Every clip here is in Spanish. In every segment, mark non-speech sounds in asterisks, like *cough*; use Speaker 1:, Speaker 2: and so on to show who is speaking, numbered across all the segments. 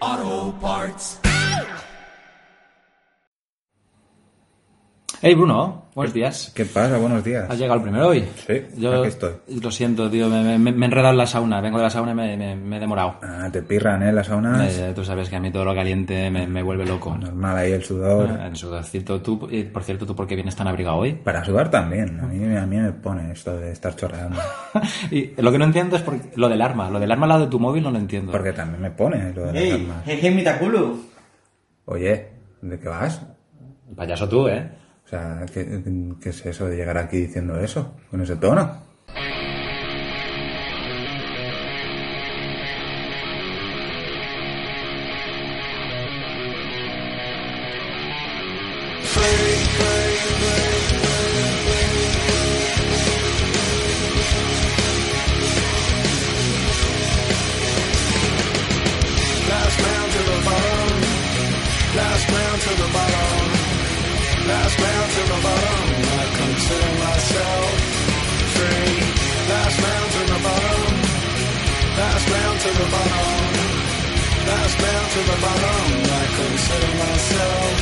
Speaker 1: Auto Parts.
Speaker 2: Hey Bruno, buenos días.
Speaker 3: ¿Qué pasa? Buenos días.
Speaker 2: Has llegado el primero hoy.
Speaker 3: Sí, aquí estoy.
Speaker 2: Lo siento, tío, me, me- me he enredado en la sauna. Vengo de la sauna y me, me- me he demorado.
Speaker 3: Ah, te pirran, ¿eh? Las saunas.
Speaker 2: Eh, tú sabes que a mí todo lo caliente me, me vuelve loco. Eh,
Speaker 3: Normal ahí el sudor.
Speaker 2: En sudorcito, tú, eh, por cierto, ¿tú por qué vienes tan abrigado hoy? *laughs*
Speaker 3: Para sudar también. A mí, a mí me pone esto de
Speaker 2: *laughs*
Speaker 3: estar chorreando.
Speaker 2: y lo que no entiendo es por, lo del arma. Lo del arma al lado de tu móvil no lo entiendo.
Speaker 3: Porque también me pone lo de las
Speaker 4: Ey,
Speaker 3: armas.
Speaker 4: Heiji Mitakulu.
Speaker 3: Oye, ¿de qué vas?
Speaker 2: Payaso tú, ¿eh?
Speaker 3: O sea, ¿qué, qué es eso de llegar aquí diciendo eso? Con ese tono.
Speaker 5: Last man to the bottom. Last man to the bottom. Last man to the bottom. I consider myself free. Last man to the bottom. Last man to the bottom. Last man to the bottom. I consider myself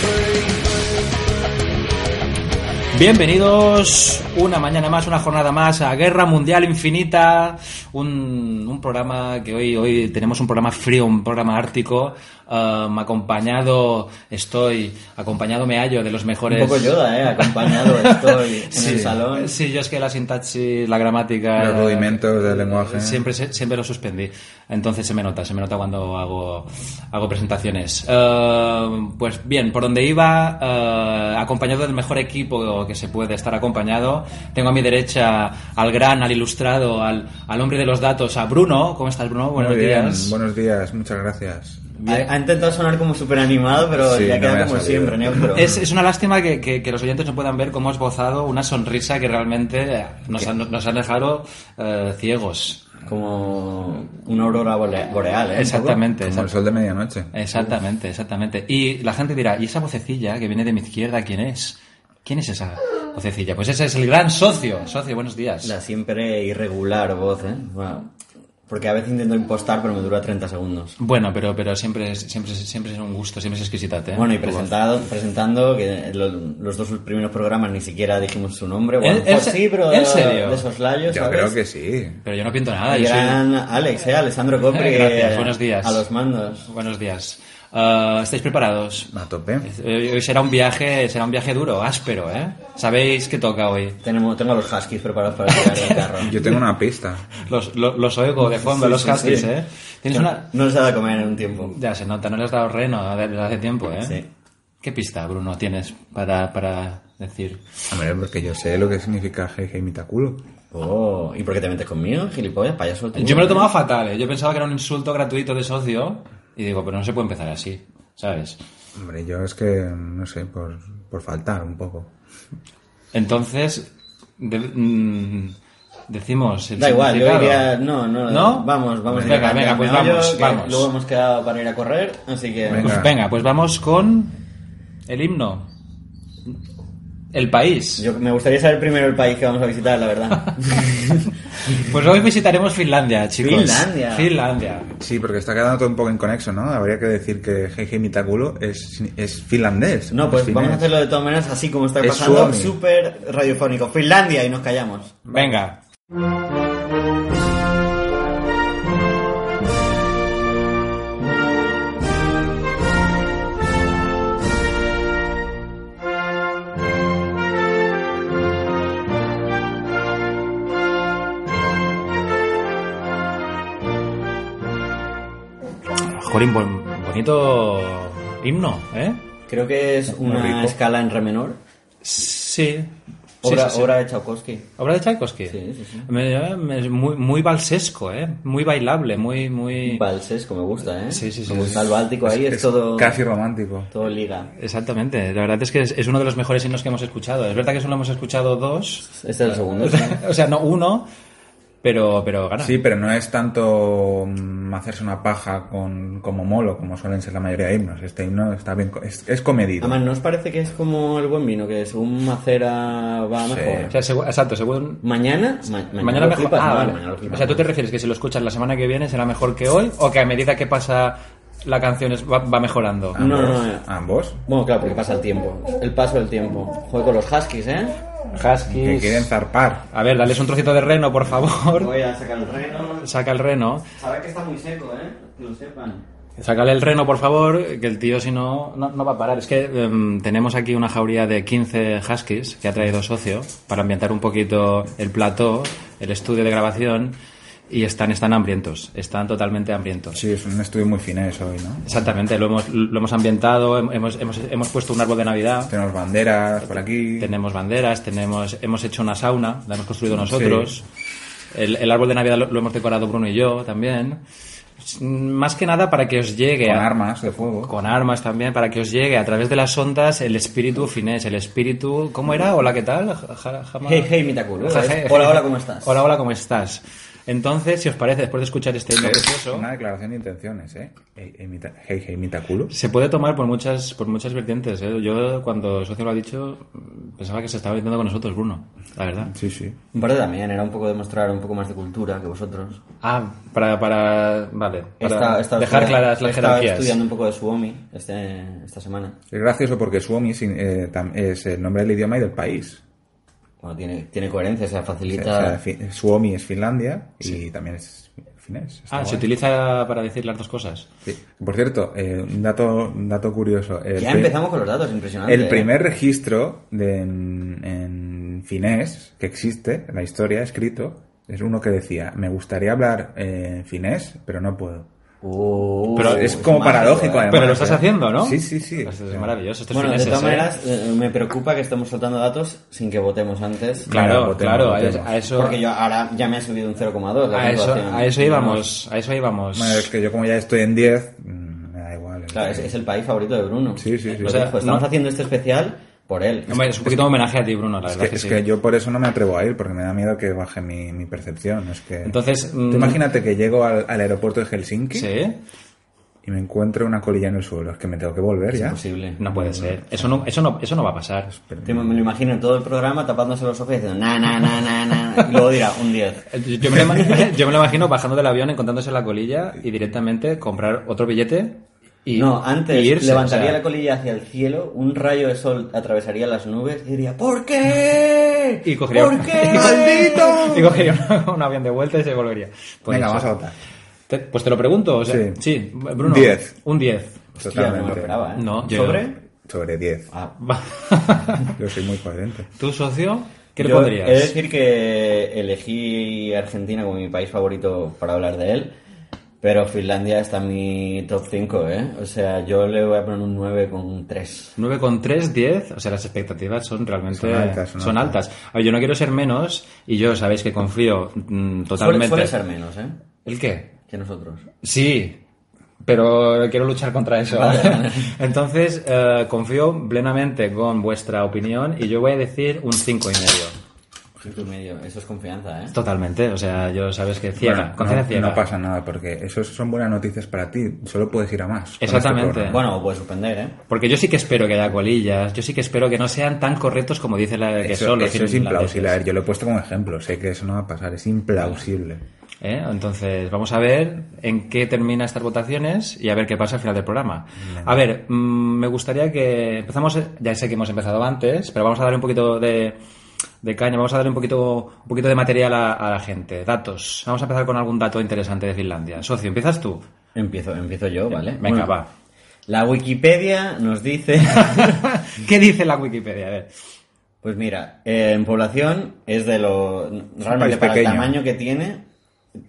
Speaker 5: free.
Speaker 2: Bienvenidos una mañana más, una jornada más a Guerra Mundial Infinita, un, un programa que hoy, hoy tenemos un programa frío, un programa ártico, um, acompañado estoy, acompañado me hallo de los mejores...
Speaker 4: Un poco Yoda, eh, acompañado estoy en el salón.
Speaker 2: Sí, yo es que la sintaxis, la gramática...
Speaker 3: Los
Speaker 2: eh,
Speaker 3: rudimentos del lenguaje.
Speaker 2: Siempre, se- siempre lo suspendí. Entonces se me nota, se me nota cuando hago, hago presentaciones. Eh, pues bien, por donde iba, eh, acompañado del mejor equipo que se puede estar acompañado, tengo a mi derecha al gran, al ilustrado, al, al hombre de los datos, a Bruno. ¿Cómo estás, Bruno? Buenos
Speaker 3: Muy bien,
Speaker 2: días.
Speaker 3: Buenos días, muchas gracias.
Speaker 4: Ha, ha intentado sonar como súper animado, pero
Speaker 3: Sí,
Speaker 4: ya
Speaker 3: no
Speaker 4: queda
Speaker 3: me ha
Speaker 4: como
Speaker 3: salido.
Speaker 4: siempre,
Speaker 2: *laughs*
Speaker 4: neutro.
Speaker 2: Es, es una lástima que, que- que los oyentes no puedan ver cómo ha esbozado una sonrisa que realmente nos, han, nos han dejado eh, ciegos.
Speaker 4: como una aurora bole- boreal, eh. un
Speaker 2: Exactamente.
Speaker 3: Como el
Speaker 2: exactamente.
Speaker 3: sol de medianoche.
Speaker 2: Exactamente, exactamente. Y la gente dirá, ¿y esa vocecilla que viene de mi izquierda quién es? ¿Quién es esa vocecilla? Pues ese es el gran socio. Socio, buenos días.
Speaker 4: poco. La siempre irregular voz, eh. Bueno, porque a veces intento impostar, pero me dura 30 segundos.
Speaker 2: Bueno, pero, pero siempre, es, siempre, es- siempre es un gusto, siempre es exquisita. ¿eh?
Speaker 4: Bueno, y
Speaker 2: Tu voz.
Speaker 4: presentado, presentando que lo- los dos primeros programas ni siquiera dijimos su nombre. Bueno,
Speaker 2: ¿En- en
Speaker 4: pues
Speaker 2: se-
Speaker 4: sí, pero
Speaker 2: en
Speaker 4: de-
Speaker 2: serio?
Speaker 4: de soslayo,
Speaker 3: Yo
Speaker 4: ¿sabes?
Speaker 3: creo que sí.
Speaker 2: Pero yo no pinto nada.
Speaker 4: El
Speaker 2: yo soy-
Speaker 4: gran Alex, eh, Alessandro Copri.
Speaker 2: Gracias,
Speaker 4: eh,
Speaker 2: buenos días.
Speaker 4: A los mandos.
Speaker 2: Buenos días. Ah, ¿Estáis preparados?
Speaker 3: A tope.
Speaker 2: Eh, Hoy será un viaje, será un viaje duro, áspero, ¿eh? Sabéis que toca hoy.
Speaker 4: Tenemos, tengo a los huskies preparados para tirar el carro.
Speaker 3: Yo tengo una pista.
Speaker 2: Los, lo- los oigo de fondo,
Speaker 4: Sí,
Speaker 2: los
Speaker 4: sí,
Speaker 2: huskies,
Speaker 4: sí.
Speaker 2: ¿eh? Tienes una...
Speaker 4: No les da de comer en un tiempo.
Speaker 2: Ya se nota, no le has dado reno desde hace tiempo, ¿eh?
Speaker 4: Sí.
Speaker 2: ¿Qué pista, Bruno, tienes para, para decir?
Speaker 3: Hombre, porque yo sé lo que significa jeje mitaculo.
Speaker 4: Oh, ¿y por qué te metes conmigo, gilipollas, payaso? tú?
Speaker 2: Yo me lo tomaba fatal, ¿eh? yo pensaba que era un insulto gratuito de socio y digo, pero no se puede empezar así, ¿sabes?
Speaker 3: Hombre, yo es que, no sé, por, por faltar un poco.
Speaker 2: Entonces, de- mm, decimos... El
Speaker 4: Da igual, yo
Speaker 2: significado.
Speaker 4: diría... No, no,
Speaker 2: ¿No?
Speaker 4: Vamos, vamos.
Speaker 2: Venga,
Speaker 4: directamente
Speaker 2: venga,
Speaker 4: al
Speaker 2: pues
Speaker 4: meollo,
Speaker 2: vamos,
Speaker 4: que
Speaker 2: vamos.
Speaker 4: Luego hemos quedado para ir a correr, así que...
Speaker 3: Venga.
Speaker 2: Pues venga, pues vamos con el himno. El país.
Speaker 4: Yo, me gustaría saber primero el país que vamos a visitar,
Speaker 2: *laughs*
Speaker 4: la verdad.
Speaker 2: Pues hoy visitaremos Finlandia, chicos.
Speaker 4: Finlandia.
Speaker 2: Finlandia.
Speaker 3: Sí, porque está quedando todo un poco inconexo, ¿no? Habría que decir que jeje mitaculo es, es finlandés.
Speaker 4: No,
Speaker 3: es
Speaker 4: pues vamos a
Speaker 3: finés.
Speaker 4: hacerlo de todas maneras así como está
Speaker 3: Es
Speaker 4: pasando.
Speaker 3: Suomi.
Speaker 4: Súper radiofónico. Finlandia y nos callamos.
Speaker 2: Venga. Jolín, bon- bonito himno, ¿eh?
Speaker 4: Creo que es
Speaker 3: rico.
Speaker 4: una escala en re menor.
Speaker 2: Sí, Sí,
Speaker 4: Obra,
Speaker 2: sí, sí.
Speaker 4: obra de Tchaikovsky.
Speaker 2: ¿Obra de Tchaikovsky?
Speaker 4: Sí, sí, sí.
Speaker 2: Me- eh, me- muy, muy balsesco, ¿eh? Muy bailable, muy... muy...
Speaker 4: Balsesco, me gusta, ¿eh?
Speaker 2: Sí, sí, sí.
Speaker 4: Me gusta el Báltico ahí, es,
Speaker 3: es
Speaker 4: todo,
Speaker 3: casi romántico.
Speaker 4: todo liga.
Speaker 2: Exactamente, la verdad es que es, es uno de los mejores himnos que hemos escuchado. Es verdad que solo hemos escuchado dos, *laughs*
Speaker 4: Este es el segundo.
Speaker 2: o sea, no uno, pero, pero
Speaker 4: Ah.
Speaker 2: gana.
Speaker 3: Sí, pero no es tanto mm, hacerse una paja con, como molo, como suelen ser la mayoría de himnos. Este himno está bien, co- es, es comedido.
Speaker 4: Además, ¿no os parece que es como el buen vino? Que según macera va mejor.
Speaker 2: O sea, segu- exacto, según...
Speaker 4: Mañana, ma- mañana,
Speaker 2: Mañana
Speaker 4: lo
Speaker 2: mejor.
Speaker 4: flipas,
Speaker 2: ah,
Speaker 4: no,
Speaker 2: vale.
Speaker 4: mañana lo
Speaker 2: O
Speaker 4: flipas,
Speaker 2: sea, ¿tú te
Speaker 4: no.
Speaker 2: refieres que si lo escuchas la semana que viene será mejor que hoy o que a medida que pasa la canción es- va, va mejorando?
Speaker 4: Ah. No, no,
Speaker 3: Ambos,
Speaker 4: no.
Speaker 3: Ambos.
Speaker 4: Bueno, claro, porque pasa el tiempo. El paso del tiempo. Juego con los huskies, ¿eh?
Speaker 3: Que
Speaker 2: Huskies.
Speaker 3: quieren zarpar.
Speaker 2: A ver, dales un trocito de reno, por favor.
Speaker 4: a sacar el reno.
Speaker 2: Saca el reno.
Speaker 4: Sabed que está muy seco, ¿eh? Que lo sepan.
Speaker 2: Sácale el reno, por favor, que el tío si no, no, no va a parar. Es que em, tenemos aquí una jauría de 15 huskies que ha traído socio para ambientar un poquito el plató, el estudio de grabación, y están, están hambrientos, están totalmente hambrientos.
Speaker 3: Sí, es un estudio muy finés hoy, ¿no?
Speaker 2: Exactamente, lo hemos, lo hemos ambientado, hem- hemos, hemos, hemos puesto un árbol de Navidad,
Speaker 3: Tenemos banderas por aquí.
Speaker 2: tenemos banderas, tenemos, hemos hecho una sauna, la hemos construido nosotros. El, el árbol de Navidad lo, lo hemos decorado Bruno y yo también. S- Más que nada para que os llegue
Speaker 3: Con
Speaker 2: a-
Speaker 3: armas de fuego.
Speaker 2: con armas también, para que os llegue a través de las ondas el espíritu finés, el espíritu... ¿Cómo era? Hola, ¿qué tal? Ja- ja- jama-
Speaker 4: Hey, hey, Mitakuru.
Speaker 2: Ja- ja-
Speaker 4: Hola, hola, ¿cómo estás?
Speaker 2: Hola, hola, ¿cómo estás? Entonces, si os parece, después de escuchar este himno
Speaker 3: Es
Speaker 2: precioso...
Speaker 3: una declaración de intenciones, ¿eh? Hey, hey, mita- hey, hey, mita culo.
Speaker 2: Se puede tomar por muchas, por muchas vertientes. ¿eh? Yo, cuando el socio lo ha dicho, pensaba que se estaba metiendo con nosotros, Bruno. La verdad.
Speaker 3: Sí, sí.
Speaker 4: En parte también, era un poco demostrar un poco más de cultura que vosotros.
Speaker 2: Ah, para. para vale. Para
Speaker 4: Está- está-
Speaker 2: dejar claras las
Speaker 4: estaba estudiando
Speaker 2: jerarquías.
Speaker 4: un poco de Suomi este, esta semana.
Speaker 3: Es gracioso porque Suomi es, eh, tam- es el nombre del idioma y del país.
Speaker 4: Bueno, tiene, tiene coherencia, o sea,
Speaker 3: O sea, o sea,
Speaker 4: facilita...
Speaker 3: fi- Suomi es Finlandia y también es finés. Está
Speaker 2: Ah, se
Speaker 4: ¿eh?
Speaker 3: guay.
Speaker 2: utiliza para decir las dos cosas.
Speaker 3: Sí. Por cierto, eh, un, dato, un dato curioso. El
Speaker 4: ya
Speaker 3: pri-
Speaker 4: empezamos con los datos, impresionante.
Speaker 3: El
Speaker 4: ¿eh?
Speaker 3: primer registro de, en, en finés que existe en la historia, escrito, es uno que decía, me gustaría hablar eh, finés, pero no puedo.
Speaker 4: Uh,
Speaker 3: Pero es como
Speaker 4: mágico,
Speaker 3: paradójico,
Speaker 4: ¿eh?
Speaker 3: además.
Speaker 2: Pero lo estás
Speaker 3: ¿eh?
Speaker 2: haciendo, ¿no?
Speaker 3: Sí, sí, sí.
Speaker 2: Esto
Speaker 3: O
Speaker 2: es
Speaker 3: sea,
Speaker 2: maravilloso. Estos
Speaker 4: Bueno, de
Speaker 2: fineses,
Speaker 4: todas
Speaker 2: ¿eh?
Speaker 4: maneras, eh, me preocupa que estemos soltando datos sin que votemos antes.
Speaker 2: Claro,
Speaker 3: Venga, votemos,
Speaker 2: claro. a-
Speaker 3: votemos.
Speaker 2: A eso.
Speaker 4: pues Porque yo ahora ya me ha subido un 0,2. la
Speaker 2: A eso,
Speaker 4: puntuación.
Speaker 2: a eso íbamos. A eso íbamos.
Speaker 3: Bueno, es que yo como ya estoy en 10, mm, me da igual.
Speaker 4: Claro, es, es el país favorito de Bruno.
Speaker 3: Sí, sí, sí.
Speaker 4: Lo
Speaker 3: O sea,
Speaker 4: dijo, estamos
Speaker 2: no-
Speaker 4: haciendo este especial por él.
Speaker 2: Hombre, es un poquito homenaje a ti, Bruno, la
Speaker 3: Es
Speaker 2: verdad.
Speaker 3: que,
Speaker 2: que
Speaker 3: es
Speaker 2: sí.
Speaker 3: que yo por eso no me atrevo a ir, porque me da miedo que baje mi, mi percepción. Es que...
Speaker 2: Entonces,
Speaker 3: Tú
Speaker 2: mm,
Speaker 3: imagínate que llego al, al aeropuerto de Helsinki
Speaker 2: Sí.
Speaker 3: y me encuentro una colilla en el suelo. Es que me tengo que volver
Speaker 4: es
Speaker 3: ya.
Speaker 4: imposible.
Speaker 2: No puede ser. Eso no, eso no, eso no va a pasar.
Speaker 4: Te- me lo imagino en todo el programa tapándose los ojos y diciendo, na, na, na, na, na. Y luego dirá, un 10.
Speaker 2: Yo yo me, lo ima- *laughs* yo me lo imagino bajando del avión, encontrándose la colilla y directamente comprar otro billete y
Speaker 4: No, antes
Speaker 2: y irse,
Speaker 4: levantaría
Speaker 2: o sea,
Speaker 4: la colilla hacia el cielo, un rayo de sol atravesaría las nubes y diría, ¿por qué?
Speaker 2: *laughs* Y cogería
Speaker 4: ¿Por
Speaker 2: un-
Speaker 4: qué?
Speaker 3: ¡Maldito!
Speaker 2: Y cogería un, un avión de vuelta y se volvería. Pues
Speaker 3: Venga,
Speaker 2: no
Speaker 3: vamos
Speaker 2: sé.
Speaker 3: a votar.
Speaker 2: Te- pues te lo pregunto, o sea, sí,
Speaker 3: Sí.
Speaker 2: Bruno.
Speaker 3: Diez.
Speaker 2: Un *laughs*
Speaker 3: *laughs*
Speaker 2: 10.
Speaker 4: Hostia, no me lo esperaba, ¿eh?
Speaker 2: No, yo-
Speaker 4: ¿Sobre?
Speaker 3: Sobre 10.
Speaker 4: Ah,
Speaker 3: Yo soy muy coherente.
Speaker 2: ¿Tu socio? ¿Qué le
Speaker 4: Yo
Speaker 2: pondrías?
Speaker 4: He de decir que elegí Argentina como mi país favorito para hablar de él, pero Finlandia está en mi top 5, ¿eh? O sea, yo le voy a poner un 9 con 3.
Speaker 2: 9,3, 10, o sea, las expectativas son realmente
Speaker 3: Son altas, son
Speaker 2: son
Speaker 3: altas.
Speaker 2: altas. A ver, yo no quiero ser menos y yo sabéis que confío mm,
Speaker 4: Suele,
Speaker 2: totalmente.
Speaker 4: suele ser menos, ¿eh?
Speaker 2: ¿El qué?
Speaker 4: Que nosotros.
Speaker 2: Sí, pero quiero luchar contra eso. *laughs* Entonces, eh, confío plenamente con vuestra opinión y yo voy a decir un cinco y medio.
Speaker 4: Cinco y medio, eso es confianza, ¿eh?
Speaker 2: Totalmente, o sea, yo sabes que ciega,
Speaker 3: Bueno,
Speaker 2: conciencia
Speaker 3: no,
Speaker 2: ciega.
Speaker 3: no pasa nada, porque eso son buenas noticias para ti. Solo puedes ir a más. con
Speaker 2: Exactamente.
Speaker 3: este programa.
Speaker 4: Bueno, puede suspender, ¿eh?
Speaker 2: Porque yo sí que espero que haya colillas, yo sí que espero que no sean tan correctos como dice la que
Speaker 3: eso,
Speaker 2: son los
Speaker 3: eso es
Speaker 2: finlandeses.
Speaker 3: implausible. A ver, yo lo he puesto como ejemplo. Sé que eso no va a pasar. Es implausible.
Speaker 2: ¿Eh? Entonces, vamos a ver en qué termina estas votaciones y a ver qué pasa al final del programa. A ver, mm, me gustaría que empezamos, ya sé que hemos empezado antes, pero vamos a darle un poquito de, de caña, vamos a darle un poquito, un poquito de material a, a la gente, datos. Vamos a empezar con algún dato interesante de Finlandia. Socio, empiezas tú.
Speaker 4: Empiezo, empiezo yo, ¿vale?
Speaker 2: Venga, va.
Speaker 4: La Wikipedia nos dice... *laughs*
Speaker 2: *laughs* ¿Qué dice la Wikipedia? A ver.
Speaker 4: Pues mira, eh, en población es de lo... Realmente
Speaker 3: país
Speaker 4: para
Speaker 3: pequeño.
Speaker 4: el tamaño que tiene,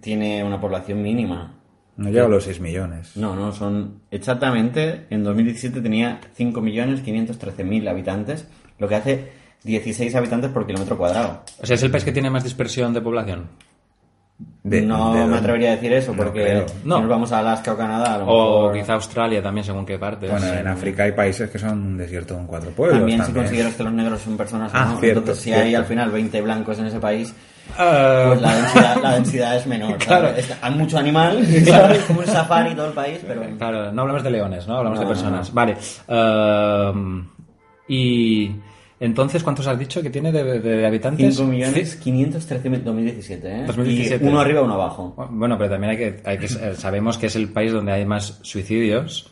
Speaker 4: tiene una población mínima.
Speaker 3: No llego a los 6 millones.
Speaker 4: No, no, son exactamente, en 2017 tenía 5.513.000 habitantes, lo que hace 16 habitantes por kilómetro cuadrado.
Speaker 2: O sea, es el país que tiene más dispersión de población.
Speaker 3: De-
Speaker 4: no
Speaker 3: de
Speaker 4: me
Speaker 3: dónde.
Speaker 4: atrevería a decir eso
Speaker 3: No
Speaker 4: porque
Speaker 3: creo.
Speaker 2: No.
Speaker 4: nos vamos a Alaska o Canadá. A lo
Speaker 2: O
Speaker 4: mejor-
Speaker 2: quizá Australia también, según qué parte.
Speaker 3: Bueno, en África hay países que son un desierto con cuatro pueblos.
Speaker 4: También, si
Speaker 3: también.
Speaker 4: consideras que los negros son personas o
Speaker 3: Ah,
Speaker 4: no.
Speaker 3: cierto,
Speaker 4: Entonces, si hay
Speaker 3: cierto.
Speaker 4: al final 20 blancos en ese país,
Speaker 2: Eh,
Speaker 4: pues la
Speaker 2: *laughs*
Speaker 4: densidad, la densidad es menor.
Speaker 2: Claro.
Speaker 4: ¿sabes? Es- Hay
Speaker 2: *laughs*
Speaker 4: mucho animal, ¿sabes? como un safari todo el país, pero...
Speaker 2: Claro, no hablamos de leones, ¿no? Hablamos
Speaker 4: No,
Speaker 2: de personas.
Speaker 4: no, no.
Speaker 2: Vale. ehm, y entonces, ¿cuántos has dicho que tiene de, de habitantes?
Speaker 4: 5 millones
Speaker 2: Ci-
Speaker 4: 513 mil 2017, ¿eh?
Speaker 2: 2017.
Speaker 4: Y uno arriba, uno abajo.
Speaker 2: Bueno, pero también hay que, hay que eh, sabemos que es el país donde hay más suicidios,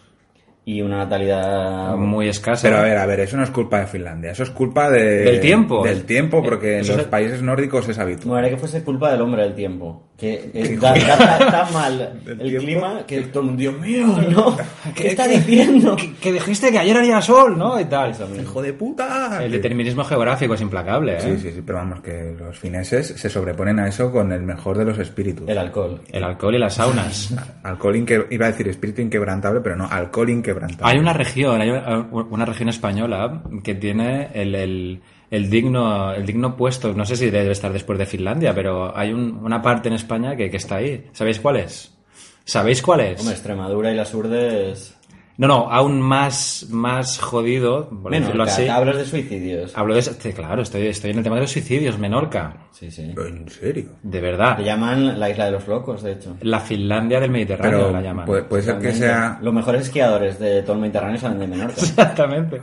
Speaker 4: Y una natalidad...
Speaker 2: Ah, muy escasa.
Speaker 3: Ah, Pero a ver, a ver, eso no es culpa de Finlandia, eso es culpa de-
Speaker 2: Del tiempo.
Speaker 3: Del tiempo, porque en
Speaker 2: Eso es
Speaker 3: los
Speaker 2: el-
Speaker 3: países nórdicos es habitual.
Speaker 4: No era que fuese culpa del hombre del tiempo. Que eh, da, da tan- tan mal el
Speaker 3: ¿Del tiempo?
Speaker 4: clima que todo el mundo, Dios mío,
Speaker 2: *laughs*
Speaker 4: no, ¿qué está diciendo?
Speaker 2: Que, que dijiste que ayer haría sol, ¿no? Y tal.
Speaker 3: ¡Hijo de puta!
Speaker 2: El determinismo geográfico es implacable, ¿eh?
Speaker 3: Sí, sí, sí, pero vamos, que los fineses se sobreponen a eso con el mejor de los espíritus.
Speaker 4: El alcohol.
Speaker 2: El alcohol y las saunas.
Speaker 3: Alcohol inque- iba a decir espíritu inquebrantable, pero no, alcohol inquebrantable.
Speaker 2: Hay una región, hay una una región española que tiene el, el- el digno, el digno puesto, no sé si debe estar después de Finlandia, pero hay un- una parte en España que, que está ahí. ¿Sabéis cuál es? ¿Sabéis cuál es?
Speaker 4: Hombre, Extremadura y las urdes...
Speaker 2: No, no, aún más, más jodido, por
Speaker 4: Menos,
Speaker 2: decirlo así.
Speaker 4: hablas de suicidios.
Speaker 2: Hablo de... este- Claro, estoy, estoy en el tema de los suicidios, Menorca.
Speaker 4: Sí, sí.
Speaker 3: ¿En serio?
Speaker 2: De verdad.
Speaker 4: Le llaman la isla de los locos, de hecho.
Speaker 2: La Finlandia del Mediterráneo
Speaker 3: Pero pues,
Speaker 2: la llaman.
Speaker 3: puede, puede ser que sea...
Speaker 4: Los mejores esquiadores de todo el Mediterráneo salen de Menorca.
Speaker 2: *laughs* Exactamente.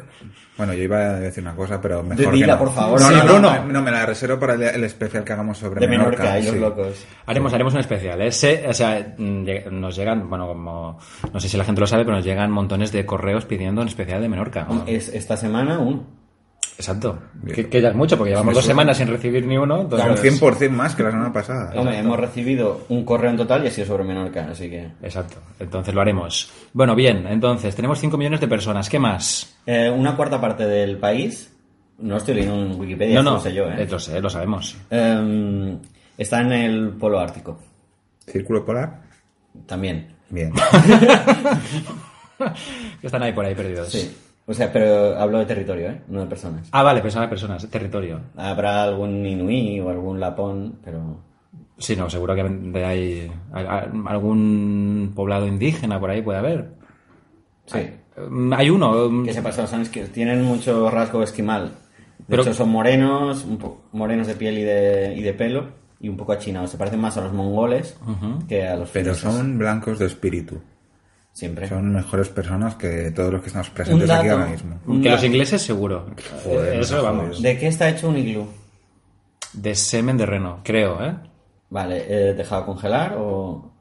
Speaker 3: Bueno, yo iba a decir una cosa, pero mejor
Speaker 4: Dila,
Speaker 3: que no.
Speaker 4: por favor.
Speaker 3: No,
Speaker 2: Sí,
Speaker 3: no, no,
Speaker 2: Bruno.
Speaker 3: no, me la reservo para el, el especial que hagamos sobre
Speaker 4: De Menorca y los
Speaker 3: sí.
Speaker 4: locos.
Speaker 2: Haremos, haremos un especial. ¿eh? Se- o sea, mm, lleg- nos llegan, bueno, como, no sé si la gente lo sabe, pero nos llegan montones de correos pidiendo un especial de Menorca.
Speaker 4: Es, esta semana un.
Speaker 2: Exacto.
Speaker 3: Bien.
Speaker 2: Que, que ya es mucho, porque llevamos
Speaker 3: Me
Speaker 2: dos
Speaker 3: suena.
Speaker 2: semanas sin recibir ni uno. entonces-
Speaker 3: Son 100% más que la semana pasada.
Speaker 4: Hombre, hemos recibido un correo en total y ha sido sobre Menorca, así que...
Speaker 2: Exacto. Entonces lo haremos. Bueno, bien. Entonces, tenemos 5 millones de personas. ¿Qué más?
Speaker 4: Eh, una cuarta parte del país... No estoy leyendo en Wikipedia,
Speaker 2: no,
Speaker 4: esto
Speaker 2: no.
Speaker 4: lo sé yo, ¿eh?
Speaker 2: Eh, Lo sé, lo sabemos.
Speaker 4: Em, está en el polo ártico,
Speaker 3: Círculo polar.
Speaker 4: también. *laughs*
Speaker 3: Bien.
Speaker 2: Están ahí por ahí perdidos.
Speaker 4: Sí. O sea, pero hablo de territorio, ¿eh? No de personas.
Speaker 2: Ah, vale, personas, personas, territorio.
Speaker 4: Habrá algún inuí o algún lapón, pero...
Speaker 2: Sí, no, seguro que de ahí a- a- algún poblado indígena por ahí puede haber.
Speaker 4: Sí.
Speaker 2: Mm, Hay uno. mm,
Speaker 4: que se pasa los años que tienen mucho rasgo esquimal. De
Speaker 2: Pero-
Speaker 4: hecho, son morenos, un po- morenos de piel y de, y de pelo, y un poco achinados. Se parecen más a los mongoles que a los
Speaker 3: Pero
Speaker 4: fineses.
Speaker 3: son blancos de espíritu.
Speaker 4: Siempre.
Speaker 3: Son mejores personas que todos los que estamos
Speaker 4: Un
Speaker 3: presentes aquí
Speaker 4: dato.
Speaker 3: ahora mismo.
Speaker 4: Un
Speaker 2: Que los
Speaker 4: dato.
Speaker 2: ingleses seguro.
Speaker 3: Joder,
Speaker 2: Eh, Eso
Speaker 3: no
Speaker 2: vamos.
Speaker 4: ¿De qué está hecho un iglú?
Speaker 2: De semen de reno, creo, ¿eh?
Speaker 4: Vale, eh, ¿dejado congelar o...?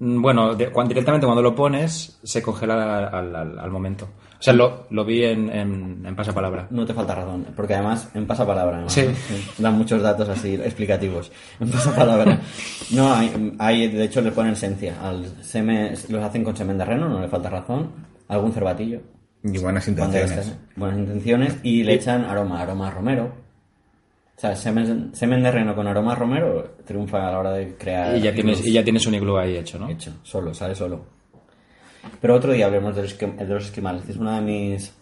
Speaker 2: Mm, Bueno, de- cuan- directamente cuando lo pones, se congela al, al- al momento. O sea, lo, lo vi en, en, en pasapalabra.
Speaker 4: No te falta razón, porque además en pasapalabra ¿no?
Speaker 2: Sí.
Speaker 4: *laughs* dan muchos datos así explicativos. En pasapalabra. No, hay, hay- de hecho le ponen esencia. Al semen, los hacen con semen de reno, no le falta razón. Algún cervatillo.
Speaker 3: Y buenas
Speaker 4: Cuando
Speaker 3: intenciones.
Speaker 4: estás- buenas intenciones y le echan aroma, aroma a romero. O sea, semen, semen de reno con aroma a romero triunfa a la hora de crear.
Speaker 2: Y ya, tienes, y ya tienes un iglú ahí hecho, ¿no?
Speaker 4: Hecho, solo, sale solo. Pero otro día hablemos de los, esquim- de los esquimales. Es una de mis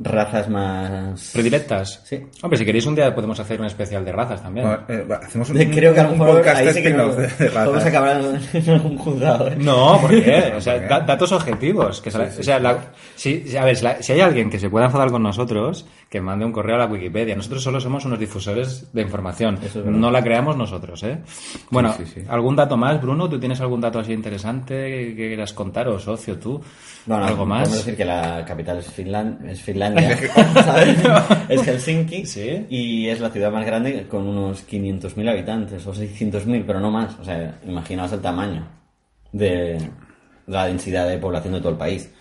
Speaker 4: razas más.
Speaker 2: ¿Predilectas?
Speaker 4: Sí. *laughs*
Speaker 2: Hombre, si queréis un día podemos hacer un especial de razas también.
Speaker 3: Bueno, eh, va, hacemos un,
Speaker 4: De- Creo que a lo
Speaker 3: un
Speaker 4: mejor
Speaker 3: podcast
Speaker 4: ahí sí que
Speaker 3: spin-off
Speaker 4: no-
Speaker 3: *laughs* de- de
Speaker 4: vamos
Speaker 3: razas.
Speaker 4: a acabar en en algún juzgado. ¿eh?
Speaker 2: No, porque, o
Speaker 4: *laughs*
Speaker 2: sea,
Speaker 3: ¿Por qué?
Speaker 2: da- datos objetivos. Que sale- o sea, la- si, si- a ver, si, la- si hay alguien que se pueda enfadar con nosotros, que mande un correo a la Wikipedia. Nosotros solo somos unos difusores de información.
Speaker 4: Eso es verdad.
Speaker 2: no la creamos nosotros, ¿eh? Bueno,
Speaker 3: sí, sí.
Speaker 2: ¿algún dato más, Bruno? ¿Tú tienes algún dato así interesante que quieras contar o socio tú?
Speaker 4: No, no,
Speaker 2: ¿Algo
Speaker 4: Podemos
Speaker 2: más?
Speaker 4: decir que la capital es, Finlan- es
Speaker 2: *laughs*
Speaker 4: Finlandia, *laughs* ¿sabes? es Helsinki
Speaker 2: Sí.
Speaker 4: y es la ciudad más grande con unos 500.000 habitantes o 600.000, pero no más. O sea, imaginaos el tamaño de la densidad de población de todo el país.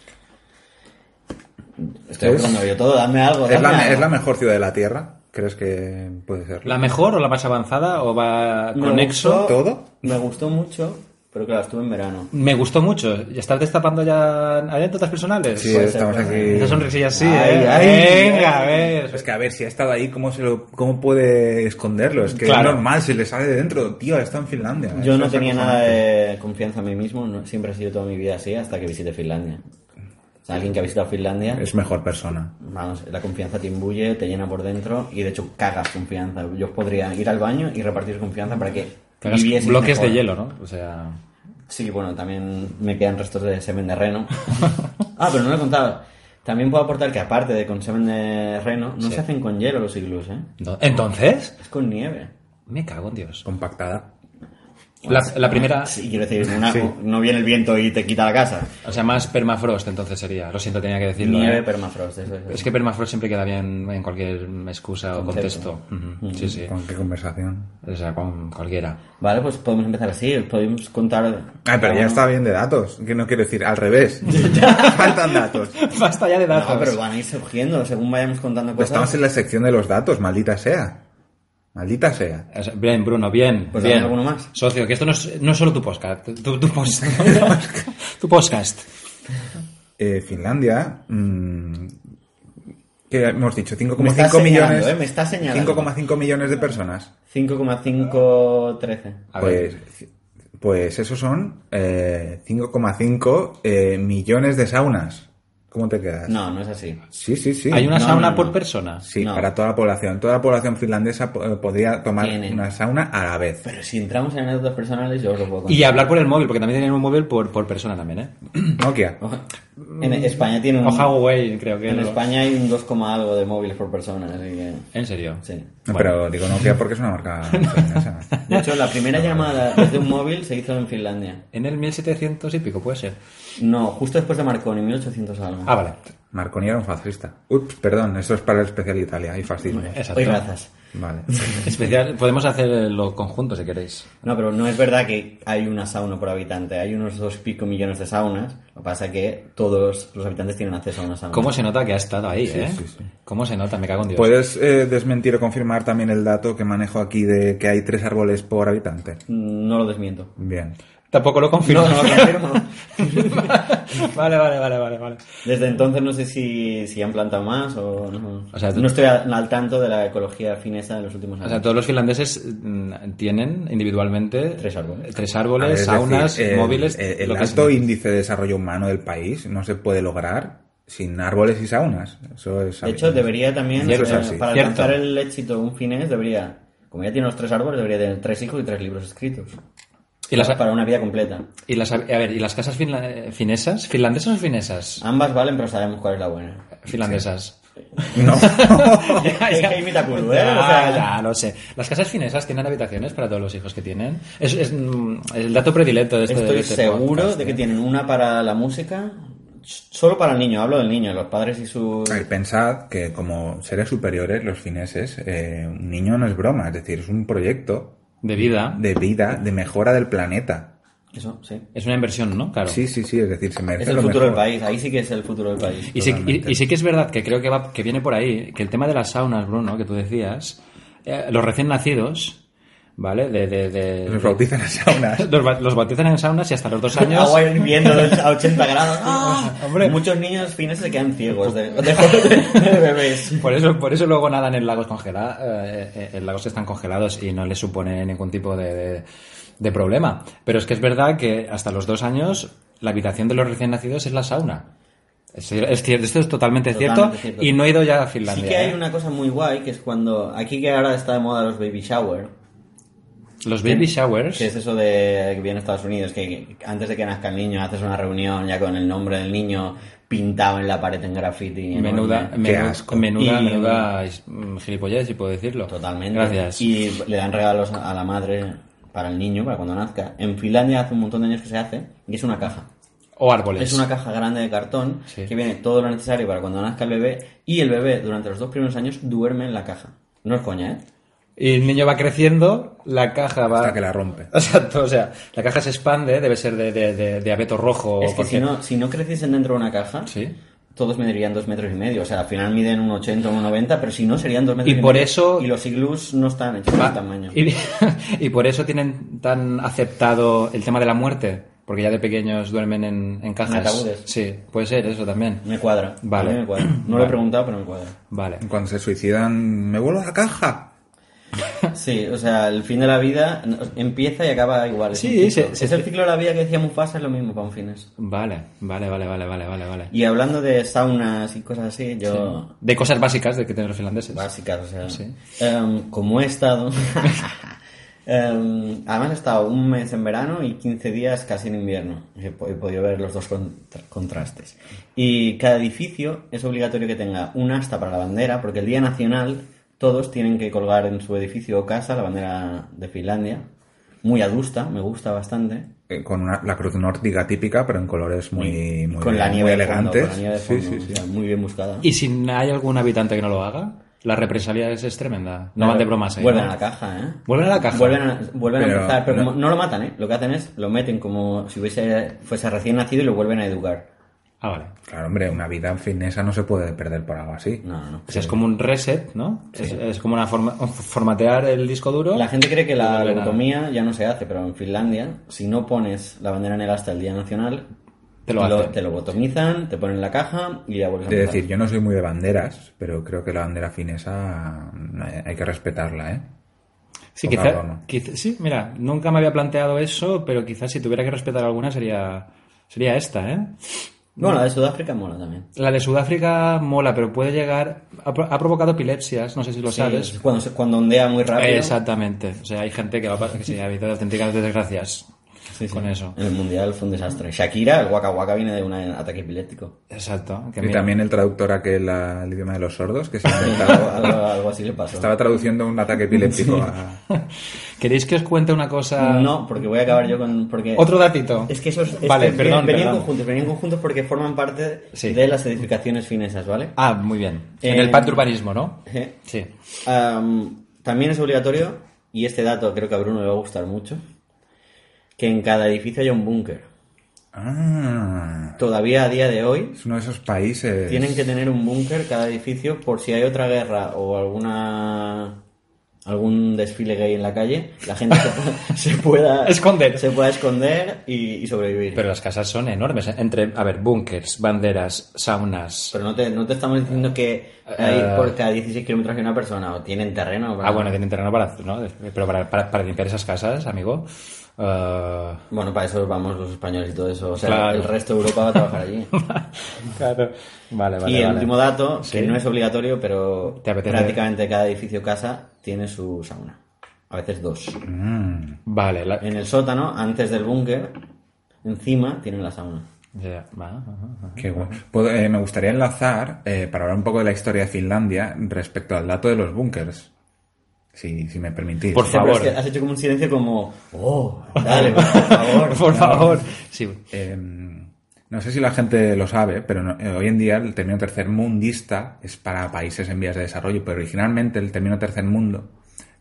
Speaker 4: Estoy
Speaker 3: Es-
Speaker 4: hablando yo todo, dame algo.
Speaker 3: ¿Es
Speaker 4: dame
Speaker 3: la,
Speaker 4: algo.
Speaker 3: es la mejor ciudad de la Tierra? ¿Crees que puede ser?
Speaker 2: ¿La mejor o la más avanzada o va
Speaker 4: Me
Speaker 2: conexo?
Speaker 4: gustó-
Speaker 3: ¿Todo?
Speaker 4: Me gustó mucho, pero claro, estuve en verano.
Speaker 2: Me gustó mucho. ¿Estás destapando ya anécdotas personales?
Speaker 3: Sí,
Speaker 4: Pues puede
Speaker 3: estamos
Speaker 4: ser, puede
Speaker 3: aquí.
Speaker 2: Esa sonrisilla sí,
Speaker 4: Ay,
Speaker 2: ¿eh?
Speaker 4: ay,
Speaker 2: Venga,
Speaker 4: ay.
Speaker 2: a ver.
Speaker 3: Es que a ver, si ha estado ahí, ¿cómo, se lo, cómo puede esconderlo? Es que
Speaker 2: Claro.
Speaker 3: es normal, si le sale de dentro. Tío, está en Finlandia.
Speaker 4: Yo
Speaker 3: Eso
Speaker 4: no
Speaker 3: es
Speaker 4: tenía nada
Speaker 3: acojonante.
Speaker 4: de confianza en mí mismo, no- siempre he sido toda mi vida así hasta que visité Finlandia. sea, alguien que ha visitado Finlandia,
Speaker 3: Es mejor persona.
Speaker 4: vamos, la confianza te imbuye, te llena por dentro y de hecho cagas confianza. Yo podría ir al baño y repartir confianza para que
Speaker 2: Cagas
Speaker 4: vivieses
Speaker 2: bloques de
Speaker 4: mejor.
Speaker 2: hielo, ¿no? O sea,
Speaker 4: Sí, bueno, también me quedan restos de semen
Speaker 2: *laughs*
Speaker 4: de reno. ah, pero no lo contaba. También puedo aportar que aparte de con semen de reno, no se hacen con hielo los iglús, ¿eh?
Speaker 2: no- entonces,
Speaker 4: Es con nieve.
Speaker 2: me cago en Dios.
Speaker 3: Compactada.
Speaker 2: La, la primera,
Speaker 4: Sí, quiero decir, una-
Speaker 3: Sí.
Speaker 4: no viene el viento y te quita la casa.
Speaker 2: o sea, más permafrost entonces sería. Lo siento, tenía que decirlo.
Speaker 4: Nieve
Speaker 2: ¿eh?
Speaker 4: permafrost, eso es.
Speaker 2: Es que permafrost siempre queda bien en cualquier excusa o
Speaker 4: Concepto.
Speaker 2: contexto. Ujú, Sí, sí.
Speaker 3: ¿Con qué conversación?
Speaker 2: O sea, con cualquiera.
Speaker 4: Vale, pues podemos empezar así, podemos contar...
Speaker 2: Ah,
Speaker 3: Ay, Ah, pero ya está bien de datos. Que no quiero decir al
Speaker 4: *laughs*
Speaker 3: revés. Faltan datos.
Speaker 2: *laughs* Basta ya de datos.
Speaker 4: No, pero van a ir surgiendo según vayamos contando
Speaker 3: Pues
Speaker 4: cosas.
Speaker 3: estamos en la sección de los datos, maldita sea. Maldita sea.
Speaker 2: O sea, Bien, Bruno, bien.
Speaker 4: Pues
Speaker 2: bien.
Speaker 4: dame alguno más.
Speaker 2: Socio, que esto no es, no es solo tu podcast. Tu, tu
Speaker 4: *laughs*
Speaker 2: post- tu podcast.
Speaker 3: Eh, Finlandia. mm, que hemos dicho
Speaker 4: Me está
Speaker 3: 5,5
Speaker 4: señalando,
Speaker 3: millones.
Speaker 4: eh, me está señalando.
Speaker 3: 5,5 millones de personas.
Speaker 4: 5,513.
Speaker 2: A ver.
Speaker 3: pues, pues esos son eh, 5,5 eh, millones de saunas. ¿Cómo te quedas?
Speaker 4: No, no es así.
Speaker 3: Sí, sí, sí.
Speaker 2: ¿Hay una
Speaker 4: No,
Speaker 2: sauna
Speaker 4: no, no.
Speaker 2: por persona?
Speaker 3: Sí,
Speaker 4: No.
Speaker 3: para toda la población. Toda la población finlandesa po- eh, podría tomar
Speaker 4: Tiene.
Speaker 3: una sauna a la vez.
Speaker 2: *clears throat*
Speaker 4: Pero si entramos en anécdotas personales, yo os lo puedo contar.
Speaker 2: Y hablar por el móvil, porque también tienen un móvil por, por persona también, ¿eh?
Speaker 4: Mm.
Speaker 3: Nokia.
Speaker 4: En España tiene un...
Speaker 2: O Huawei, creo que.
Speaker 4: En
Speaker 2: lo-
Speaker 4: España hay un 2, algo de móviles por persona, así que...
Speaker 2: ¿En serio?
Speaker 4: Sí.
Speaker 3: No,
Speaker 2: Bueno.
Speaker 3: Pero digo Nokia porque es
Speaker 2: *laughs*
Speaker 3: una marca finlandesa.
Speaker 4: De hecho, la
Speaker 3: *laughs*
Speaker 4: primera llamada desde un móvil se hizo en Finlandia.
Speaker 2: En el 1700 y pico, puede ser.
Speaker 4: No, justo después de Marconi, 1800 algo.
Speaker 2: Ah, vale.
Speaker 3: Marconi era un fascista. Ups, perdón, eso es para el especial Italia y fascismo.
Speaker 2: Exacto.
Speaker 4: Hoy razas.
Speaker 2: *laughs*
Speaker 3: Vale.
Speaker 2: Especial, podemos hacerlo conjunto si queréis.
Speaker 4: No, pero no es verdad que hay una sauna por habitante. Hay unos dos pico millones de saunas. Lo que pasa es que todos los habitantes tienen acceso a una sauna.
Speaker 2: ¿Cómo se nota que ha estado ahí, eh? ¿Cómo se nota? Me cago en Dios.
Speaker 3: ¿Puedes eh, desmentir o confirmar también el dato que manejo aquí de que hay tres árboles por habitante?
Speaker 4: No lo desmiento.
Speaker 3: Bien.
Speaker 2: Tampoco lo confirmo.
Speaker 4: No, no lo confirmo.
Speaker 2: *laughs* vale, vale, vale, vale, vale.
Speaker 4: Desde entonces no sé si, si han plantado más o no.
Speaker 2: O sea, tú-
Speaker 4: no estoy al, al tanto de la ecología finesa de los últimos
Speaker 2: O
Speaker 4: años.
Speaker 2: sea, todos los finlandeses mm, tienen individualmente
Speaker 4: Tres árboles.
Speaker 2: tres
Speaker 3: A ver,
Speaker 2: árboles,
Speaker 3: es
Speaker 2: saunas,
Speaker 3: decir, el-
Speaker 2: móviles.
Speaker 3: El, el
Speaker 2: lo que
Speaker 3: alto
Speaker 2: sea.
Speaker 3: índice de desarrollo humano del país no se puede lograr sin árboles y saunas. Eso es.
Speaker 4: de hecho, debería también,
Speaker 3: Eso
Speaker 4: eh,
Speaker 3: es
Speaker 4: para
Speaker 3: así.
Speaker 4: alcanzar
Speaker 2: Cierto.
Speaker 4: el éxito un finés, debería, como ya tiene los tres árboles, debería tener tres hijos y tres libros escritos.
Speaker 2: Y las,
Speaker 4: para una vida completa.
Speaker 2: y las- a ver, ¿y las casas finla- eh, finesas? ¿Finlandesas o finesas?
Speaker 4: Ambas valen, pero sabemos cuál es la buena.
Speaker 2: Finlandesas.
Speaker 4: *laughs*
Speaker 3: No.
Speaker 4: Es que imita Kuru, ¿eh?
Speaker 2: Ya,
Speaker 4: O sea-
Speaker 2: ya, lo sé. Las casas finesas tienen habitaciones para todos los hijos que tienen. Es, es, mm, el dato predilecto de este
Speaker 4: Estoy
Speaker 2: de este
Speaker 4: seguro
Speaker 2: podcast,
Speaker 4: de que
Speaker 2: ¿eh?
Speaker 4: tienen una para la música, s- solo para el niño, hablo del niño, los padres y sus...
Speaker 3: A ver, pues, pensad que como seres superiores, los fineses, eh, un niño no es broma, es decir, es un proyecto
Speaker 2: De vida.
Speaker 3: de vida, de mejora del planeta.
Speaker 4: Eso, sí.
Speaker 2: Es una inversión, ¿no? Claro.
Speaker 3: Sí, sí, sí, es decir, se merece
Speaker 4: Es el
Speaker 3: lo
Speaker 4: futuro del
Speaker 3: mejor.
Speaker 4: país, ahí sí que es el futuro del país.
Speaker 2: Y sí, y-
Speaker 3: Totalmente.
Speaker 2: y sí que es verdad que creo que, va, que viene por ahí, que el tema de las saunas, Bruno, que tú decías, eh, los recién nacidos, ¿vale? De, de- de-
Speaker 3: Los bautizan las
Speaker 2: *laughs*
Speaker 3: saunas. *laughs*
Speaker 2: los, ba- los bautizan en saunas y hasta los dos años...
Speaker 4: *laughs* Agua hirviendo a 80
Speaker 2: *laughs*
Speaker 4: grados. ¡Ah!
Speaker 2: Hombre.
Speaker 4: Muchos niños fines se quedan
Speaker 2: *laughs*
Speaker 4: ciegos de, de- de bebés.
Speaker 2: Por eso, por eso luego nadan en lagos congelados, en lagos que están congelados y no les supone ningún tipo de, de- de problema. Pero es que es verdad que hasta los dos años la habitación de los recién nacidos es la sauna. Es, es cierto, esto es totalmente,
Speaker 4: Totalmente
Speaker 2: cierto,
Speaker 4: cierto.
Speaker 2: y no he ido ya a
Speaker 4: Sí
Speaker 2: Finlandia.
Speaker 4: que hay
Speaker 2: ¿eh?
Speaker 4: una cosa muy guay, que es cuando... Aquí que ahora está de moda los baby shower,
Speaker 2: Los baby showers...
Speaker 4: que es eso de que viene a Estados Unidos, que antes de que nazca el niño haces una reunión ya con el nombre del niño pintado en la pared en graffiti. enorme.
Speaker 2: Menuda,
Speaker 3: Qué
Speaker 2: menuda,
Speaker 3: asco.
Speaker 2: menuda,
Speaker 4: Y-
Speaker 2: menuda mm, gilipollez, si puedo decirlo.
Speaker 4: Totalmente.
Speaker 2: Gracias.
Speaker 4: Y le dan regalos a la madre para el niño, para cuando nazca. En Finlandia hace un montón de años que se hace y es una caja.
Speaker 2: O árboles.
Speaker 4: Es una caja grande de cartón
Speaker 2: Sí.
Speaker 4: que viene todo lo necesario para cuando nazca el bebé y el bebé durante los dos primeros años duerme en la caja. No es coña, ¿eh?
Speaker 2: Y el niño va creciendo, la caja va...
Speaker 3: Hasta que la rompe.
Speaker 2: Exacto, o sea, la caja se expande, debe ser de, de, de, de abeto rojo.
Speaker 4: es que
Speaker 2: Oh, porque-
Speaker 4: si no, si no creciesen dentro de una caja,
Speaker 2: Sí.
Speaker 4: todos medirían dos metros y medio. O sea, al final miden un 80 o un 90, pero si no serían dos metros
Speaker 2: Y
Speaker 4: y,
Speaker 2: por
Speaker 4: medio.
Speaker 2: eso-
Speaker 4: Y los iglús no están hechos de
Speaker 2: Va-
Speaker 4: tamaño.
Speaker 2: Y, *laughs* y por eso tienen tan aceptado el tema de la muerte, porque ya de pequeños duermen en, en cajas.
Speaker 4: ataúdes.
Speaker 2: Sí, puede ser eso también.
Speaker 4: Me cuadra.
Speaker 2: Vale.
Speaker 4: A mí me cuadra. No lo
Speaker 2: Vale.
Speaker 4: he preguntado, pero me cuadra.
Speaker 2: Vale.
Speaker 3: Cuando se suicidan, me vuelvo a la caja.
Speaker 4: Sí, o sea, el fin de la vida no- empieza y acaba igual. es
Speaker 2: Sí,
Speaker 4: un ciclo.
Speaker 2: se- se-
Speaker 4: es el ciclo de la vida que decía Mufasa, es lo mismo para un fines.
Speaker 2: Vale, vale, vale, vale, vale, vale, vale.
Speaker 4: Y hablando de saunas y cosas así, yo...
Speaker 2: De cosas básicas de que tienen los finlandeses.
Speaker 4: Básicas, o sea...
Speaker 2: Sí.
Speaker 4: em, como he
Speaker 3: *laughs*
Speaker 4: estado... em, además he estado un mes en verano y 15 días casi en invierno. He, po- he podido ver los dos contra- contrastes. Y cada edificio es obligatorio que tenga un asta para la bandera, porque el Día Nacional todos tienen que colgar en su edificio o casa la bandera de Finlandia. Muy adusta, me gusta bastante.
Speaker 3: Eh, Con una- la cruz nórdica típica, pero en colores muy, muy,
Speaker 4: con la nieve
Speaker 3: muy
Speaker 4: de fondo,
Speaker 3: elegantes.
Speaker 4: con la nieve de
Speaker 3: sí,
Speaker 4: fondo,
Speaker 3: sí, sí.
Speaker 4: o sea, muy bien buscada.
Speaker 2: Y si hay algún habitante que no lo haga, la represalia es, es tremenda. No van de bromas ahí.
Speaker 4: Vuelven
Speaker 2: ¿no?
Speaker 4: a la caja, ¿eh?
Speaker 2: Vuelven a la caja.
Speaker 4: Vuelven a, vuelven
Speaker 3: Pero
Speaker 4: a empezar, pero
Speaker 3: no-
Speaker 4: como no lo matan, ¿eh? Lo que hacen es lo meten como si hubiese fuese recién nacido y lo vuelven a educar.
Speaker 2: Ah, vale.
Speaker 3: Claro, hombre, una vida finesa no se puede perder por algo así.
Speaker 4: No, no, no.
Speaker 2: O sea, es como un reset, ¿no? Es, es como una forma, formatear el disco duro.
Speaker 4: La gente cree que la
Speaker 2: Vuelven a-
Speaker 4: lobotomía ya no se hace, pero en Finlandia, si no pones la bandera negra hasta el Día Nacional,
Speaker 2: Te lo hacen.
Speaker 4: te lobotomizan, te ponen en la caja y ya vuelves a
Speaker 3: Es
Speaker 4: empezar.
Speaker 3: decir, yo no soy muy de banderas, pero creo que la bandera finesa mm, hay- hay que respetarla, ¿eh?
Speaker 2: Sí,
Speaker 3: Poca
Speaker 2: quizá,
Speaker 3: broma.
Speaker 2: quizá- sí, mira, nunca me había planteado eso, pero quizás si tuviera que respetar alguna sería, sería esta, ¿eh?
Speaker 4: No, la de Sudáfrica mola también.
Speaker 2: La de Sudáfrica mola, pero puede llegar... Ha, pro- ha provocado epilepsias, no sé si lo Pues, sabes.
Speaker 4: Sí, Cuando, se- cuando ondea muy rápido.
Speaker 2: Exactamente. O sea, hay gente que va a que sí, ha habido auténticas desgracias
Speaker 4: Sí, sí.
Speaker 2: con eso.
Speaker 4: En el mundial fue un desastre. Shakira, el Waka Waka viene de un ataque epiléptico.
Speaker 2: Exacto. que
Speaker 3: Y
Speaker 2: mira,
Speaker 3: también el traductor aquel al idioma de los sordos, que se ha
Speaker 4: algo,
Speaker 3: inventado...
Speaker 4: algo- algo así le pasó.
Speaker 3: Estaba traduciendo un ataque epiléptico a...
Speaker 2: ¿Queréis que os cuente una cosa?
Speaker 4: Ah, No, porque voy a acabar yo con. Porque
Speaker 2: Mm. Otro datito.
Speaker 4: Es que esos. es
Speaker 2: Vale,
Speaker 4: que
Speaker 2: perdón,
Speaker 4: Venían
Speaker 2: perdón.
Speaker 4: conjuntos, venían conjuntos porque forman parte
Speaker 2: Sí.
Speaker 4: de las edificaciones finesas, ¿vale?
Speaker 2: Ah, muy bien. En
Speaker 4: Eh,
Speaker 2: el pacto urbanismo, ¿no?
Speaker 4: Eh,
Speaker 2: Sí.
Speaker 4: am, también es obligatorio, y este dato creo que a Bruno le va a gustar mucho, que en cada edificio haya un búnker.
Speaker 3: Ah,
Speaker 4: Todavía a día de hoy
Speaker 3: es uno de esos países...
Speaker 4: tienen que tener un búnker cada edificio por si hay otra guerra o alguna algún desfile gay en la calle, la gente se,
Speaker 2: *laughs*
Speaker 4: pueda- se pueda
Speaker 2: Esconder.
Speaker 4: se pueda esconder y, y sobrevivir.
Speaker 2: Pero las casas son enormes. ¿eh? Entre, a ver, búnkers, banderas, saunas.
Speaker 4: Pero no te, no te estamos diciendo que hay
Speaker 2: Eh,
Speaker 4: por cada 16 kilómetros hay una persona o tienen terreno.
Speaker 2: Ah, bueno, tienen terreno para, ¿no? Pero para, para- para limpiar esas casas, amigo. eh,
Speaker 4: Bueno, para eso vamos los españoles y todo eso. O sea,
Speaker 2: Claro.
Speaker 4: el resto de Europa va a trabajar
Speaker 2: *laughs*
Speaker 4: allí.
Speaker 2: claro. Vale, vale.
Speaker 4: y el
Speaker 2: vale.
Speaker 4: último dato,
Speaker 2: Sí.
Speaker 4: que no es obligatorio, pero
Speaker 2: ¿Te apetece?
Speaker 4: prácticamente cada edificio casa tiene su sauna. A veces dos.
Speaker 2: Vale, la-
Speaker 4: En el sótano, antes del búnker, encima tienen la sauna.
Speaker 2: ya, va, ajá, ajá.
Speaker 3: Qué guay. Puedo- eh, me gustaría enlazar, eh, para hablar un poco de la historia de Finlandia, respecto al dato de los búnkers. Si, si me permitís.
Speaker 2: Por
Speaker 4: Sí, pero
Speaker 2: favor.
Speaker 4: es que has hecho como un silencio como,
Speaker 2: *laughs*
Speaker 4: oh, dale, por favor.
Speaker 2: Por *laughs* favor. Sí.
Speaker 3: Eh, no sé si la gente lo sabe, pero no- eh, hoy en día el término tercermundista es para países en vías de desarrollo, pero originalmente el término tercer mundo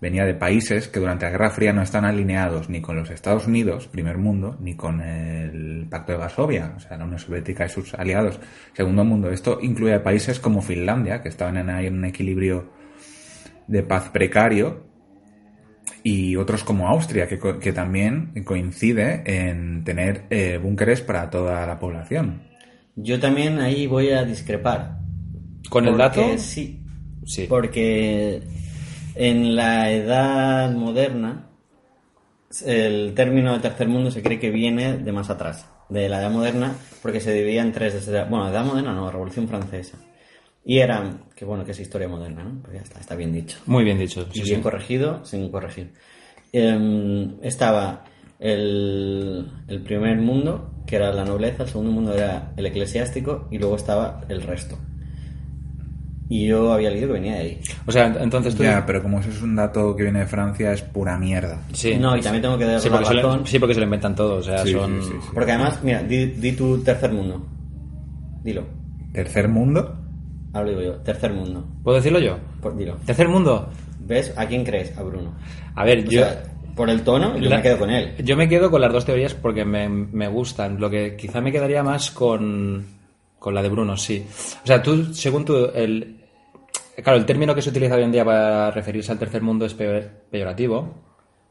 Speaker 3: venía de países que durante la Guerra Fría no están alineados ni con los Estados Unidos, primer mundo, ni con el Pacto de Varsovia, o sea, la Unión Soviética y sus aliados, segundo mundo. Esto incluía países como Finlandia, que estaban en, ahí en un equilibrio de paz precario, y otros como Austria, que, co- que también coincide en tener eh, búnkeres para toda la población.
Speaker 4: Yo también ahí voy a discrepar.
Speaker 2: Con el dato.
Speaker 4: Porque Sí,
Speaker 2: Sí.
Speaker 4: porque en la edad moderna el término de tercer mundo se cree que viene de más atrás, de la edad moderna, porque se dividía en tres, desde la- bueno, edad moderna no, revolución francesa. Y eran, que bueno, que es historia moderna, ¿no? Pues ya está, está bien dicho.
Speaker 2: Muy bien dicho.
Speaker 4: Y
Speaker 2: Sí,
Speaker 4: bien
Speaker 2: sí.
Speaker 4: corregido, sin corregir. Em, estaba el, el primer mundo, que era la nobleza, el segundo mundo era el eclesiástico, y luego estaba el resto. Y yo había leído que venía de ahí.
Speaker 2: O sea, entonces tú.
Speaker 3: Ya, pero como eso es un dato que viene de Francia, es pura mierda.
Speaker 2: Sí.
Speaker 4: No, y también tengo que dar
Speaker 2: Sí
Speaker 4: la
Speaker 2: porque, se
Speaker 4: razón.
Speaker 2: lo, sí, porque se lo inventan todo. O sea,
Speaker 3: Sí,
Speaker 2: son.
Speaker 3: sí, sí, sí.
Speaker 4: Porque además, mira, di, di tu tercer mundo. Dilo.
Speaker 3: ¿Tercer mundo?
Speaker 4: Ahora lo digo yo. Tercer mundo.
Speaker 2: ¿Puedo decirlo yo?
Speaker 4: Por- dilo.
Speaker 2: Tercer mundo.
Speaker 4: ¿Ves? ¿A quién crees? A Bruno.
Speaker 2: A ver,
Speaker 4: O
Speaker 2: yo.
Speaker 4: sea, por el tono, yo
Speaker 2: la-
Speaker 4: me quedo con él.
Speaker 2: Yo me quedo con las dos teorías porque me, me gustan. Lo que quizá me quedaría más con, con la de Bruno, sí. O sea, tú, según tú, el, claro, el término que se utiliza hoy en día para referirse al tercer mundo es peor- peyorativo.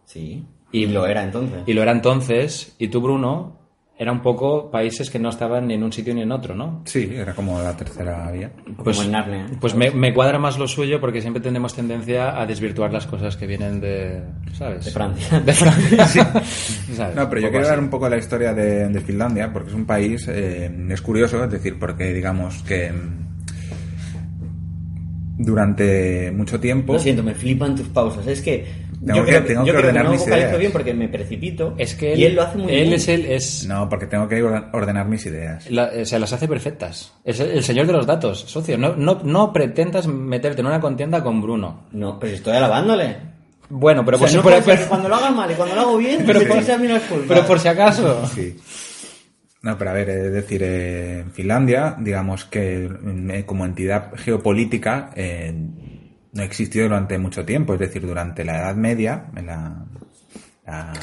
Speaker 4: Sí.
Speaker 2: Y-
Speaker 4: Y lo era entonces.
Speaker 2: Y lo era entonces. Y tú, Bruno, era un poco países que no estaban ni en un sitio ni en otro, ¿no?
Speaker 3: Sí, era como la tercera vía.
Speaker 2: Pues,
Speaker 4: Como en Narnia. ¿eh?
Speaker 2: pues me, me cuadra más lo suyo porque siempre tenemos tendencia a desvirtuar las cosas que vienen de, ¿sabes?
Speaker 4: De Francia.
Speaker 2: De Francia,
Speaker 4: *laughs*
Speaker 2: sí. ¿Sabes? Un
Speaker 3: No, pero yo
Speaker 2: poco
Speaker 3: quiero
Speaker 2: así.
Speaker 3: hablar un poco de la historia de, de Finlandia, porque es un país, eh, es curioso, es decir, porque digamos que mm, durante mucho tiempo...
Speaker 2: pues-
Speaker 4: Lo siento, me flipan tus pausas. Es que
Speaker 3: Tengo
Speaker 4: yo
Speaker 3: que-
Speaker 4: creo que,
Speaker 3: tengo
Speaker 4: yo
Speaker 3: que
Speaker 4: creo que
Speaker 3: ordenar
Speaker 4: no
Speaker 3: mis
Speaker 4: vocalizo
Speaker 3: ideas.
Speaker 4: bien porque me precipito.
Speaker 2: Es que
Speaker 4: y él lo hace muy
Speaker 2: él
Speaker 4: bien.
Speaker 2: es el, es,
Speaker 3: No, porque tengo que or- ordenar mis ideas.
Speaker 2: la- eh, se las hace perfectas. Es el, el señor de los datos, socio. No, no, no pretendas meterte en una contienda con Bruno.
Speaker 4: No, pero estoy alabándole.
Speaker 2: Bueno, pero pues
Speaker 4: O sea,
Speaker 2: por si- pero-
Speaker 4: no puede ser que
Speaker 2: pero-
Speaker 4: cuando lo haga mal y cuando lo hago bien,
Speaker 2: Pero
Speaker 4: se
Speaker 2: por-
Speaker 4: echa a mí las culpas.
Speaker 2: pero por si acaso.
Speaker 3: Sí. No, pero a ver, es decir, eh, en Finlandia, digamos que mm, eh, como entidad geopolítica eh, no existió durante mucho tiempo, es decir, durante la Edad Media, en la, la-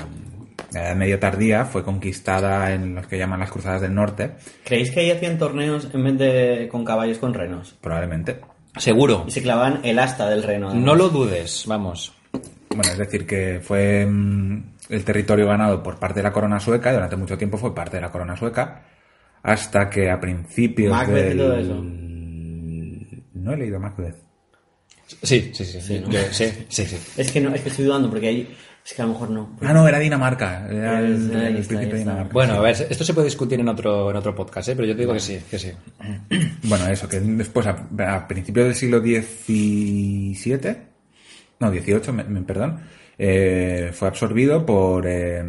Speaker 3: la Edad Media tardía, fue conquistada en lo que llaman las Cruzadas del Norte,
Speaker 4: ¿Creéis que ahí hacían torneos en vez de con caballos con renos?
Speaker 3: probablemente.
Speaker 2: Seguro.
Speaker 4: Y se clavaban el asta del reno. además.
Speaker 2: No lo dudes, vamos.
Speaker 3: Bueno, es decir, que fue mm, el territorio ganado por parte de la corona sueca, y durante mucho tiempo fue parte de la corona sueca, hasta que a principios
Speaker 4: Macbeth y
Speaker 3: del-
Speaker 4: todo eso.
Speaker 3: No he leído Macbeth.
Speaker 2: Sí, sí, sí. Sí, yo- sí, sí, sí.
Speaker 4: Es que no, es que estoy dudando porque ahí es que a lo mejor no.
Speaker 3: Ah, no, era Dinamarca. Era
Speaker 4: Ahí
Speaker 3: el,
Speaker 4: está, ahí
Speaker 3: el
Speaker 4: está,
Speaker 3: príncipe
Speaker 4: ahí
Speaker 3: de
Speaker 4: está.
Speaker 3: Dinamarca.
Speaker 2: Bueno, a ver, esto se puede discutir en otro, en otro podcast, ¿eh? pero yo te digo que sí, que sí.
Speaker 3: Bueno, eso, que después, a, a principios del siglo XVII, no, XVIII, me- me- perdón, eh, fue absorbido por, eh,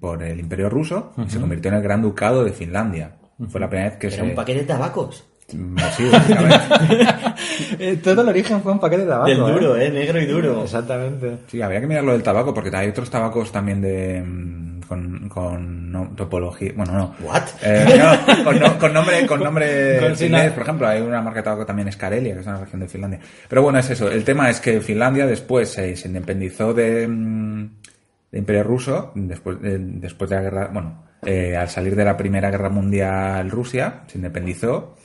Speaker 3: por el Imperio Ruso y se convirtió en el Gran Ducado de Finlandia. Fue la primera vez que
Speaker 4: Era
Speaker 3: se... Mm,
Speaker 4: un paquete de tabacos.
Speaker 3: Sí,
Speaker 4: *laughs*
Speaker 3: a ver,
Speaker 2: Eh, todo el origen fue un paquete de tabaco.
Speaker 4: Del duro, eh, negro y duro.
Speaker 2: Exactamente.
Speaker 3: sí, habría que mirar lo del tabaco porque hay otros tabacos también de... mm, Con, con no- topología... Bueno, no.
Speaker 4: What?
Speaker 3: Eh, no, con, no- con nombre, con
Speaker 2: *laughs*
Speaker 3: nombre
Speaker 2: Con- con
Speaker 3: finés,
Speaker 2: sina-
Speaker 3: por ejemplo, hay una marca de tabaco también es Karelia, que es una región de Finlandia. Pero bueno, es eso. El tema es que Finlandia después eh, se independizó de, mm, de Imperio Ruso, después, de- después de la guerra, bueno, eh, al salir de la Primera Guerra Mundial Rusia, se independizó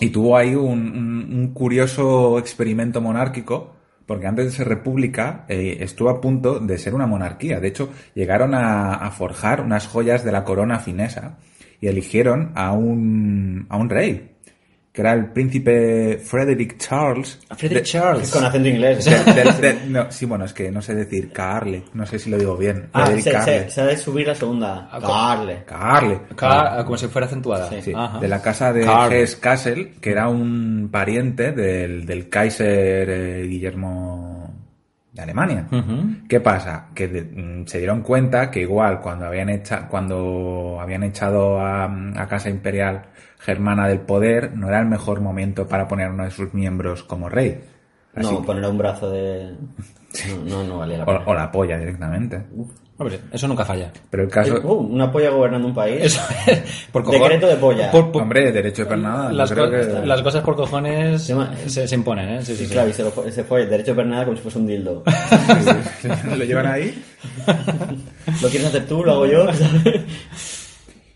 Speaker 3: y tuvo ahí un, un- un curioso experimento monárquico, porque antes de ser república eh, estuvo a punto de ser una monarquía. De hecho, llegaron a, a forjar unas joyas de la corona finesa y eligieron a un, a un rey, que era el príncipe Frederick Charles.
Speaker 2: Frederick
Speaker 3: de-
Speaker 2: Charles.
Speaker 4: Con acento inglés.
Speaker 3: de- de- de- no, sí, bueno, es que no sé decir Carle, no sé si lo digo bien.
Speaker 4: *laughs* Ah, se,
Speaker 3: Frederick
Speaker 4: se,
Speaker 3: Carle.
Speaker 4: se ha de subir la segunda.
Speaker 2: Ah,
Speaker 4: Carle.
Speaker 3: Carle.
Speaker 2: Ca- como si fuera acentuada.
Speaker 4: Sí.
Speaker 3: Sí,
Speaker 2: Ajá.
Speaker 3: de la casa de
Speaker 2: Carl.
Speaker 3: Hesse Kassel, que era un pariente del, del Kaiser eh, Guillermo de Alemania.
Speaker 2: Ujú.
Speaker 3: ¿Qué pasa? Que de- mm, se dieron cuenta que igual cuando habían, hecha, cuando habían echado a, a Casa Imperial Germana del poder, no era el mejor momento para poner a uno de sus miembros como rey.
Speaker 2: Ah,
Speaker 3: Así
Speaker 4: No,
Speaker 3: que-
Speaker 4: poner un brazo de. No, no, no valía la
Speaker 3: o,
Speaker 4: pena.
Speaker 3: o la polla directamente.
Speaker 2: Hombre, eso nunca falla.
Speaker 3: Pero el caso...
Speaker 4: Uh, una polla gobernando un país.
Speaker 2: Eso, *laughs* por cojones.
Speaker 4: Decreto de polla.
Speaker 2: Por- por-
Speaker 3: Hombre, derecho de pernada. Ah, yo
Speaker 2: las,
Speaker 3: creo
Speaker 2: co-
Speaker 3: que- *laughs*
Speaker 2: las cosas por cojones
Speaker 4: Se llama-
Speaker 2: se, se imponen, ¿eh? Sí, sí,
Speaker 4: Sí,
Speaker 2: sí.
Speaker 4: claro, y se, lo fue- se fue el derecho de pernada como si fuese un dildo. *laughs*
Speaker 3: lo llevan ahí.
Speaker 4: ¿Lo quieres hacer tú? ¿Lo hago yo?
Speaker 2: *laughs*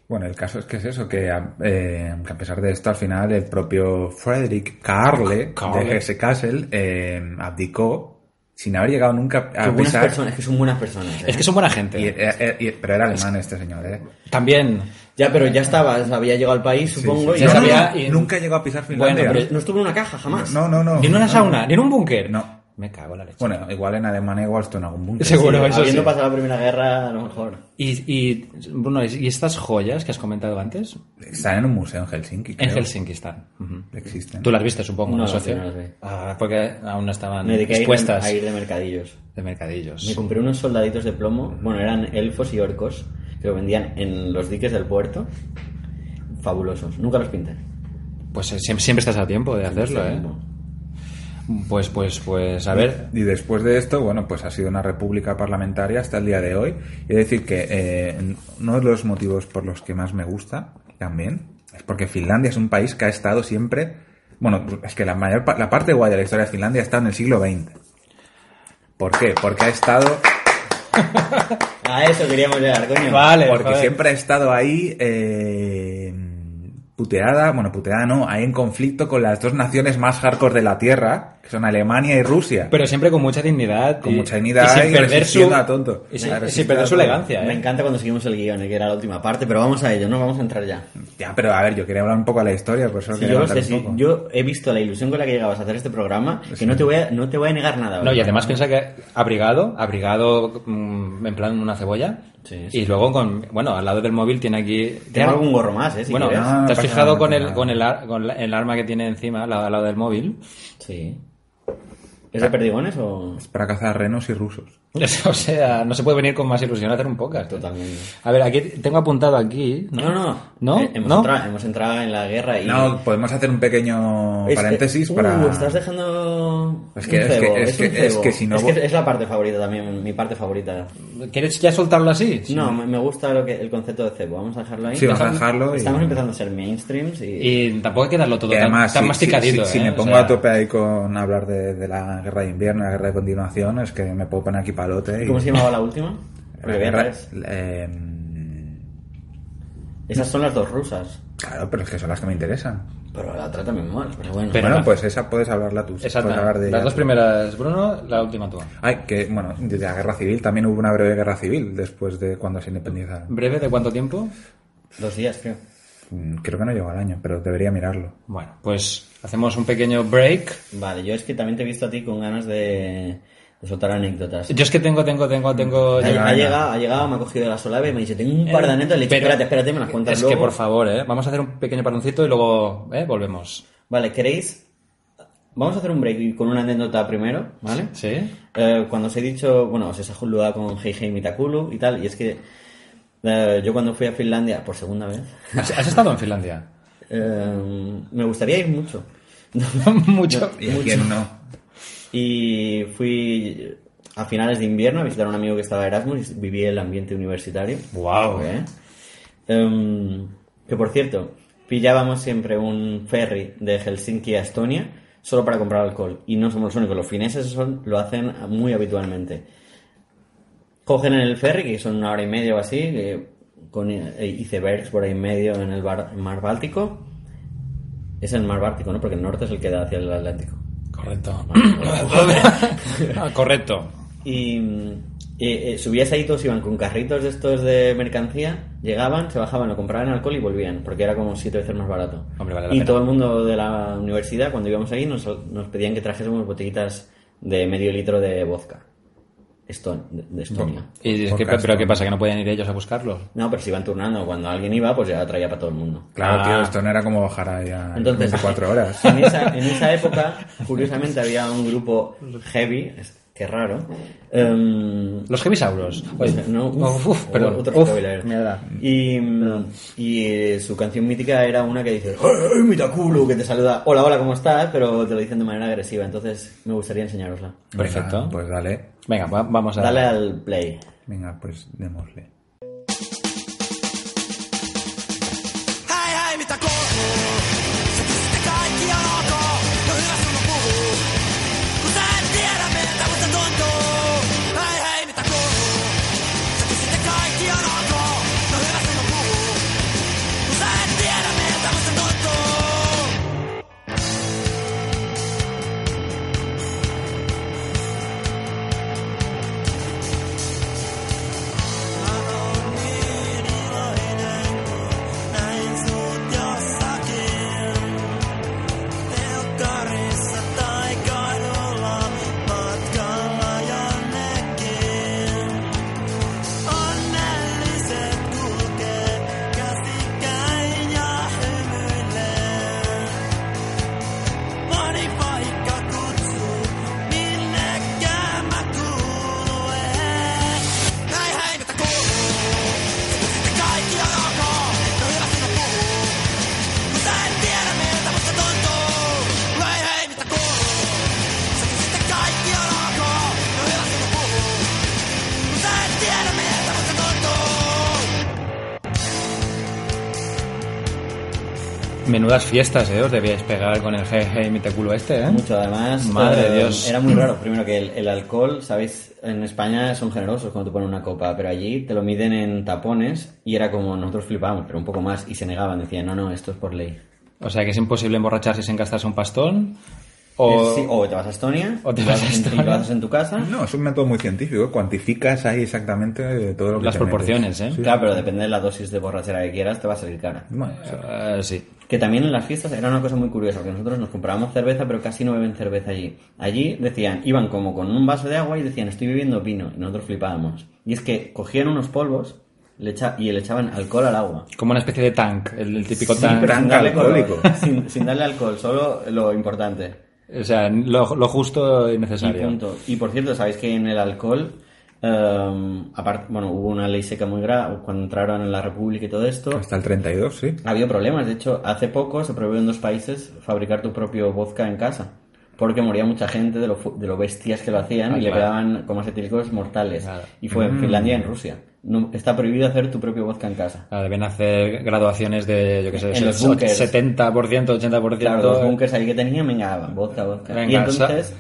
Speaker 3: Bueno, el caso es que es eso, que a, eh, que a pesar de esto, al final el propio Frederick Carle,
Speaker 2: Carle.
Speaker 3: de Hesse Kassel eh, abdicó sin haber llegado nunca
Speaker 4: Qué
Speaker 3: a
Speaker 4: buenas
Speaker 3: pesar.
Speaker 4: personas, que son buenas personas. ¿eh?
Speaker 2: Es que son buena
Speaker 3: y-
Speaker 2: gente.
Speaker 3: eh, eh, y- pero era alemán este señor, ¿eh?
Speaker 2: También.
Speaker 4: Ya, pero ya estaba, había llegado al país, supongo.
Speaker 2: sí.
Speaker 4: y
Speaker 2: Ya
Speaker 4: no,
Speaker 3: No, no,
Speaker 2: sabía-
Speaker 3: no,
Speaker 2: y-
Speaker 3: nunca llegó a pisar Finlandia.
Speaker 2: pero-
Speaker 4: no estuvo en una caja jamás.
Speaker 3: no, no, no.
Speaker 2: Ni en una sauna, ni en un búnker.
Speaker 3: No.
Speaker 2: Me cago en la leche.
Speaker 3: Bueno, igual en Alemania igual esto en algún búnker.
Speaker 2: Seguro, eso sí.
Speaker 4: Habiendo pasado la primera guerra, a lo mejor.
Speaker 2: Y, y, Bruno, ¿y estas joyas que has comentado antes?
Speaker 3: Están en un museo en Helsinki.
Speaker 2: En
Speaker 3: creo.
Speaker 2: Helsinki están. Ujú.
Speaker 3: Existen.
Speaker 2: Tú las viste, supongo,
Speaker 4: No,
Speaker 2: ¿no,
Speaker 4: las
Speaker 2: socio?
Speaker 4: vi, no las vi.
Speaker 2: Ah, porque aún no estaban
Speaker 4: Me dediqué a ir,
Speaker 2: expuestas
Speaker 4: a ir de mercadillos.
Speaker 2: de mercadillos.
Speaker 4: Me compré unos soldaditos de plomo, bueno, eran elfos y orcos, que lo vendían en los diques del puerto. Fabulosos, nunca los pintan.
Speaker 2: Pues eh, siempre, siempre estás a tiempo de hacerlo, ¿eh? Pues, pues, pues, a ver.
Speaker 3: Y después de esto, bueno, pues ha sido una república parlamentaria hasta el día de hoy. Y decir que eh, uno de los motivos por los que más me gusta también es porque Finlandia es un país que ha estado siempre. Bueno, pues es que la mayor pa- la parte guay de la historia de Finlandia está en el siglo XX. ¿Por qué? Porque ha estado.
Speaker 4: A eso queríamos llegar, coño.
Speaker 2: Vale,
Speaker 3: Porque
Speaker 2: joder.
Speaker 3: siempre ha estado ahí eh, puteada, bueno, puteada no, hay en conflicto con las dos naciones más hardcore de la Tierra, que son Alemania y Rusia.
Speaker 2: Pero siempre con mucha dignidad.
Speaker 3: Con
Speaker 2: y-
Speaker 3: mucha dignidad
Speaker 2: y sin
Speaker 3: y
Speaker 2: perder su,
Speaker 3: resistiendo a tonto.
Speaker 2: y sin, y
Speaker 3: Claro,
Speaker 2: sin
Speaker 3: resistiendo
Speaker 2: perder
Speaker 3: a
Speaker 2: su
Speaker 3: todo.
Speaker 2: elegancia.
Speaker 4: Me
Speaker 2: ¿eh?
Speaker 4: encanta cuando seguimos el guión, eh, que era la última parte, pero vamos a ello, no vamos a entrar ya.
Speaker 3: Ya, pero a ver, yo quería hablar un poco de la historia, por eso
Speaker 4: Sí,
Speaker 3: quería
Speaker 4: yo, lo
Speaker 3: contar
Speaker 4: sé,
Speaker 3: un
Speaker 4: sí,
Speaker 3: poco. Pues
Speaker 4: yo he visto la ilusión con la que llegabas a hacer este programa, que no te voy a, no te voy a negar nada.
Speaker 2: No,
Speaker 4: ¿vale?
Speaker 2: y además piensa que abrigado, abrigado mm, en plan una cebolla.
Speaker 4: Sí, sí.
Speaker 2: Y luego con, bueno, al lado del móvil tiene aquí.
Speaker 4: Tengo
Speaker 2: tiene-
Speaker 4: algún gorro más, eh, si
Speaker 2: bueno,
Speaker 4: quieres.
Speaker 3: no,
Speaker 2: ¿te has
Speaker 3: pasa
Speaker 2: fijado
Speaker 3: nada,
Speaker 2: con,
Speaker 3: no pasa
Speaker 2: el,
Speaker 3: nada.
Speaker 2: con el, ar- con la- el arma que tiene encima, al lado, al lado del móvil? *laughs*
Speaker 4: Sí. ¿Es de perdigones o...?
Speaker 3: Para cazar renos y rusos.
Speaker 2: o sea, no se puede venir con más ilusión a hacer un podcast.
Speaker 4: Totalmente.
Speaker 2: A ver, aquí tengo apuntado aquí.
Speaker 4: No, no,
Speaker 2: ¿No?
Speaker 4: Eh, hemos,
Speaker 2: ¿No?
Speaker 4: Entrado, hemos entrado en la guerra y...
Speaker 3: No, podemos hacer un pequeño
Speaker 4: Es que-
Speaker 3: paréntesis
Speaker 4: uh,
Speaker 3: para...
Speaker 4: estás dejando...
Speaker 3: Es que-
Speaker 4: un
Speaker 3: es que-
Speaker 4: cebo,
Speaker 3: es
Speaker 4: un
Speaker 3: que- es
Speaker 4: cebo.
Speaker 3: que si no
Speaker 4: Es
Speaker 3: vos-
Speaker 4: es la parte favorita también, mi parte favorita.
Speaker 2: ¿Quieres ya soltarlo así?
Speaker 4: No, me me gusta lo que, el concepto de cebo. Vamos a dejarlo ahí.
Speaker 3: Sí, vamos a dejarlo y-
Speaker 4: Estamos empezando a ser mainstreams y...
Speaker 2: Y tampoco hay que darlo todo
Speaker 3: Que
Speaker 2: tan,
Speaker 3: además,
Speaker 2: tan
Speaker 3: si-
Speaker 2: masticadito.
Speaker 3: si, si
Speaker 2: ¿eh?
Speaker 3: me
Speaker 2: O
Speaker 3: pongo
Speaker 2: sea,
Speaker 3: a tope ahí con hablar de, de la guerra de invierno, la guerra de continuación, es que me puedo poner aquí palote. Y,
Speaker 4: ¿Cómo se llamaba la última?
Speaker 3: La
Speaker 4: Porque
Speaker 3: guerra,
Speaker 4: verás,
Speaker 3: eh,
Speaker 4: Esas son las dos rusas.
Speaker 3: claro, pero es que son las que me interesan.
Speaker 4: Pero la otra también mola, pero bueno.
Speaker 2: Pero-
Speaker 3: bueno,
Speaker 2: la-
Speaker 3: pues esa puedes hablarla tú. puedes
Speaker 2: Exacto.
Speaker 3: hablar de
Speaker 2: Las
Speaker 3: ella
Speaker 2: dos
Speaker 3: tú.
Speaker 2: primeras, Bruno, la última tú.
Speaker 3: Ay, que bueno, de la guerra civil también hubo una breve guerra civil después de cuando se independizaron.
Speaker 2: ¿Breve de cuánto tiempo?
Speaker 4: Dos días, creo.
Speaker 3: Mm, Creo que no llegó al año, pero debería mirarlo.
Speaker 2: Bueno, pues hacemos un pequeño break.
Speaker 4: Vale, yo es que también te he visto a ti con ganas de, de soltar anécdotas.
Speaker 2: Yo es que tengo, tengo, tengo, tengo.
Speaker 4: ha,
Speaker 2: yo- Eh,
Speaker 4: ha
Speaker 3: venga.
Speaker 4: llegado, ha llegado, me ha cogido de la solave y me dice, tengo Mm. un par de anécdotas. Le he dicho,
Speaker 2: Pero-
Speaker 4: espérate, espérate, me las cuentas
Speaker 2: Es
Speaker 4: luego.
Speaker 2: que por favor, ¿eh? vamos a hacer un pequeño paroncito y luego ¿eh? volvemos.
Speaker 4: Vale, ¿queréis? Vamos a hacer un break con una anécdota primero, ¿vale?
Speaker 2: ¿Sí?
Speaker 4: Eh, cuando os he dicho, bueno, os he saludado con Heihei Mitakulu y tal, y es que eh, yo cuando fui a Finlandia por segunda vez,
Speaker 2: ¿Has, has estado en Finlandia? *laughs*
Speaker 4: eh, me gustaría ir mucho. *laughs*
Speaker 2: Mucho.
Speaker 3: ¿Y a quién no?
Speaker 4: Y fui a finales de invierno a visitar a un amigo que estaba de Erasmus y viví el ambiente universitario.
Speaker 2: Guau,
Speaker 4: ¿eh? Em, que por cierto, pillábamos siempre un ferry de Helsinki a Estonia solo para comprar alcohol. Y no somos los únicos, los fineses son, lo hacen muy habitualmente. Cogen en el ferry, que son una hora y media o así, que con eh, icebergs por ahí en medio en el bar- mar Báltico. Es el mar Báltico, ¿no? Porque el norte es el que da hacia el Atlántico. *clears throat*
Speaker 2: Correcto. Ah, Correcto.
Speaker 4: Y mm, eh, eh, subías ahí, todos iban con carritos de estos de mercancía, llegaban, se bajaban, lo compraban alcohol y volvían, porque era como siete veces más barato.
Speaker 2: Hombre, vale la
Speaker 4: y
Speaker 2: pena.
Speaker 4: todo el mundo de la universidad, cuando íbamos ahí, nos, nos pedían que trajésemos botellitas de medio litro de vodka. Eston- de, de Estonia.
Speaker 2: ¿Y es que-
Speaker 3: Podcast,
Speaker 2: ¿Pero
Speaker 3: ¿no?
Speaker 2: qué pasa? ¿Que no pueden ir ellos a buscarlos?
Speaker 4: No, pero se iban turnando. Cuando alguien iba, pues ya traía para todo el mundo.
Speaker 3: Claro,
Speaker 2: Ah.
Speaker 3: tío, esto no era como bajar ahí a
Speaker 2: *laughs*
Speaker 4: Entonces, *laughs*
Speaker 3: 24 horas.
Speaker 4: En esa, en esa época, curiosamente, había un grupo heavy, es- qué raro, em,
Speaker 2: Los Heavisauros. Oye,
Speaker 4: No, uf,
Speaker 2: uf, uf, perdón.
Speaker 4: otro
Speaker 2: Uf,
Speaker 4: spoiler.
Speaker 2: mierda.
Speaker 4: Y, y, eh, su canción mítica era una que dice, ¡Ay, mira culo! Que te saluda, hola, hola, ¿cómo estás? Pero te lo dicen de manera agresiva, entonces me gustaría enseñárosla.
Speaker 2: Perfecto.
Speaker 3: Venga, pues dale.
Speaker 2: Venga, va- vamos a
Speaker 4: Dale al play.
Speaker 3: Venga, pues démosle.
Speaker 1: Hei, hei, mitä kuuluu? Se pisti kaikki on ok. No hyvä sun on puhuu. Kun sä et tiedä miltä musta tuntuu. Hei, hei, mitä kuuluu? Se pisti kaikki on ok. No hyvä sun on puhuu. Kun sä et tiedä miltä musta tuntuu. I'll
Speaker 2: Menudas fiestas, ¿eh? Os debíais pegar con el jeje y culo este, ¿eh?
Speaker 4: Mucho, además.
Speaker 2: Madre
Speaker 4: eh,
Speaker 2: de Dios.
Speaker 4: Era muy raro. Primero que el, el alcohol, sabéis, en España son generosos cuando te ponen una copa, pero allí te lo miden en tapones y era como nosotros flipábamos, pero un poco más y se negaban. Decían, no, no, esto es por ley.
Speaker 2: O sea que es imposible emborracharse sin gastarse un pastón. O...
Speaker 4: Eh, sí, o te vas a Estonia,
Speaker 2: O te
Speaker 4: y
Speaker 2: vas a
Speaker 4: en-
Speaker 2: Estonia.
Speaker 4: y lo haces en tu
Speaker 2: Ah.
Speaker 4: casa.
Speaker 3: No, es un método muy científico. Cuantificas ahí exactamente eh, todo lo que
Speaker 2: Las
Speaker 3: te metes.
Speaker 2: proporciones, ¿eh?
Speaker 4: Claro, pero depende de la dosis de borrachera que quieras, te va a salir cara.
Speaker 3: Bueno, sí.
Speaker 2: Eh, sí.
Speaker 4: Que también en las fiestas era una cosa muy curiosa, porque nosotros nos comprábamos cerveza, pero casi no beben cerveza allí. Allí decían, iban como con un vaso de agua y decían, estoy bebiendo vino, y nosotros flipábamos. Y es que cogían unos polvos le echa- y le echaban alcohol al agua.
Speaker 2: Como una especie de tank, el, el típico
Speaker 4: Sí,
Speaker 2: tank.
Speaker 4: pero
Speaker 3: tan
Speaker 4: sin darle
Speaker 3: alcohólico.
Speaker 4: color, sin, sin darle alcohol, solo lo importante.
Speaker 2: O sea, lo, lo justo y
Speaker 4: Y
Speaker 2: necesario.
Speaker 4: punto. Y por cierto, sabéis que en el alcohol, em, aparte, bueno, hubo una ley seca muy grave cuando entraron en la República y todo esto.
Speaker 3: Hasta el 32, sí.
Speaker 4: Ha habido problemas. De hecho, hace poco se prohibió en dos países fabricar tu propio vodka en casa. Porque moría mucha gente de lo, fu- de lo bestias que lo hacían
Speaker 2: Ah,
Speaker 4: y le
Speaker 2: claro.
Speaker 4: quedaban como acetílicos mortales.
Speaker 2: Claro.
Speaker 4: Y fue en Finlandia y en Rusia. No, está prohibido hacer tu propio vodka en casa.
Speaker 2: Ah, deben hacer graduaciones de, yo qué sé,
Speaker 4: En los
Speaker 2: se-
Speaker 4: búnkers.
Speaker 2: 70%, 80%.
Speaker 4: Claro, los bunkers ahí que tenían, venga, va, vodka, vodka. y
Speaker 2: Venga,
Speaker 4: entonces,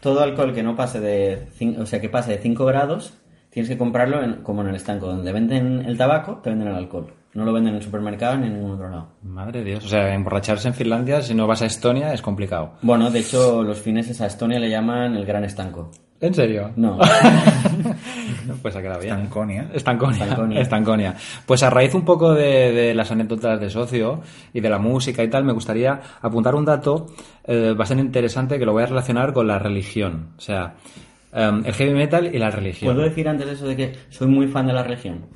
Speaker 4: todo alcohol que no pase de, cin- o sea, que pase de 5 grados, tienes que comprarlo en- como en el estanco. Donde venden el tabaco, te venden el alcohol. No lo venden en el supermercado ni en ningún otro lado.
Speaker 2: Madre de Dios, o sea, emborracharse en Finlandia si no vas a Estonia es complicado.
Speaker 4: Bueno, de hecho, los fineses a Estonia le llaman el gran estanco.
Speaker 2: ¿En serio?
Speaker 4: No.
Speaker 2: *laughs* pues ha quedado bien.
Speaker 3: Estanconia.
Speaker 2: Estanconia.
Speaker 4: Estanconia.
Speaker 2: Estanconia. Pues a raíz un poco de, de las anécdotas de socio y de la música y tal, me gustaría apuntar un dato eh, bastante interesante que lo voy a relacionar con la religión. O sea, em, el heavy metal y la religión.
Speaker 4: ¿Puedo decir antes eso de que soy muy fan de la religión?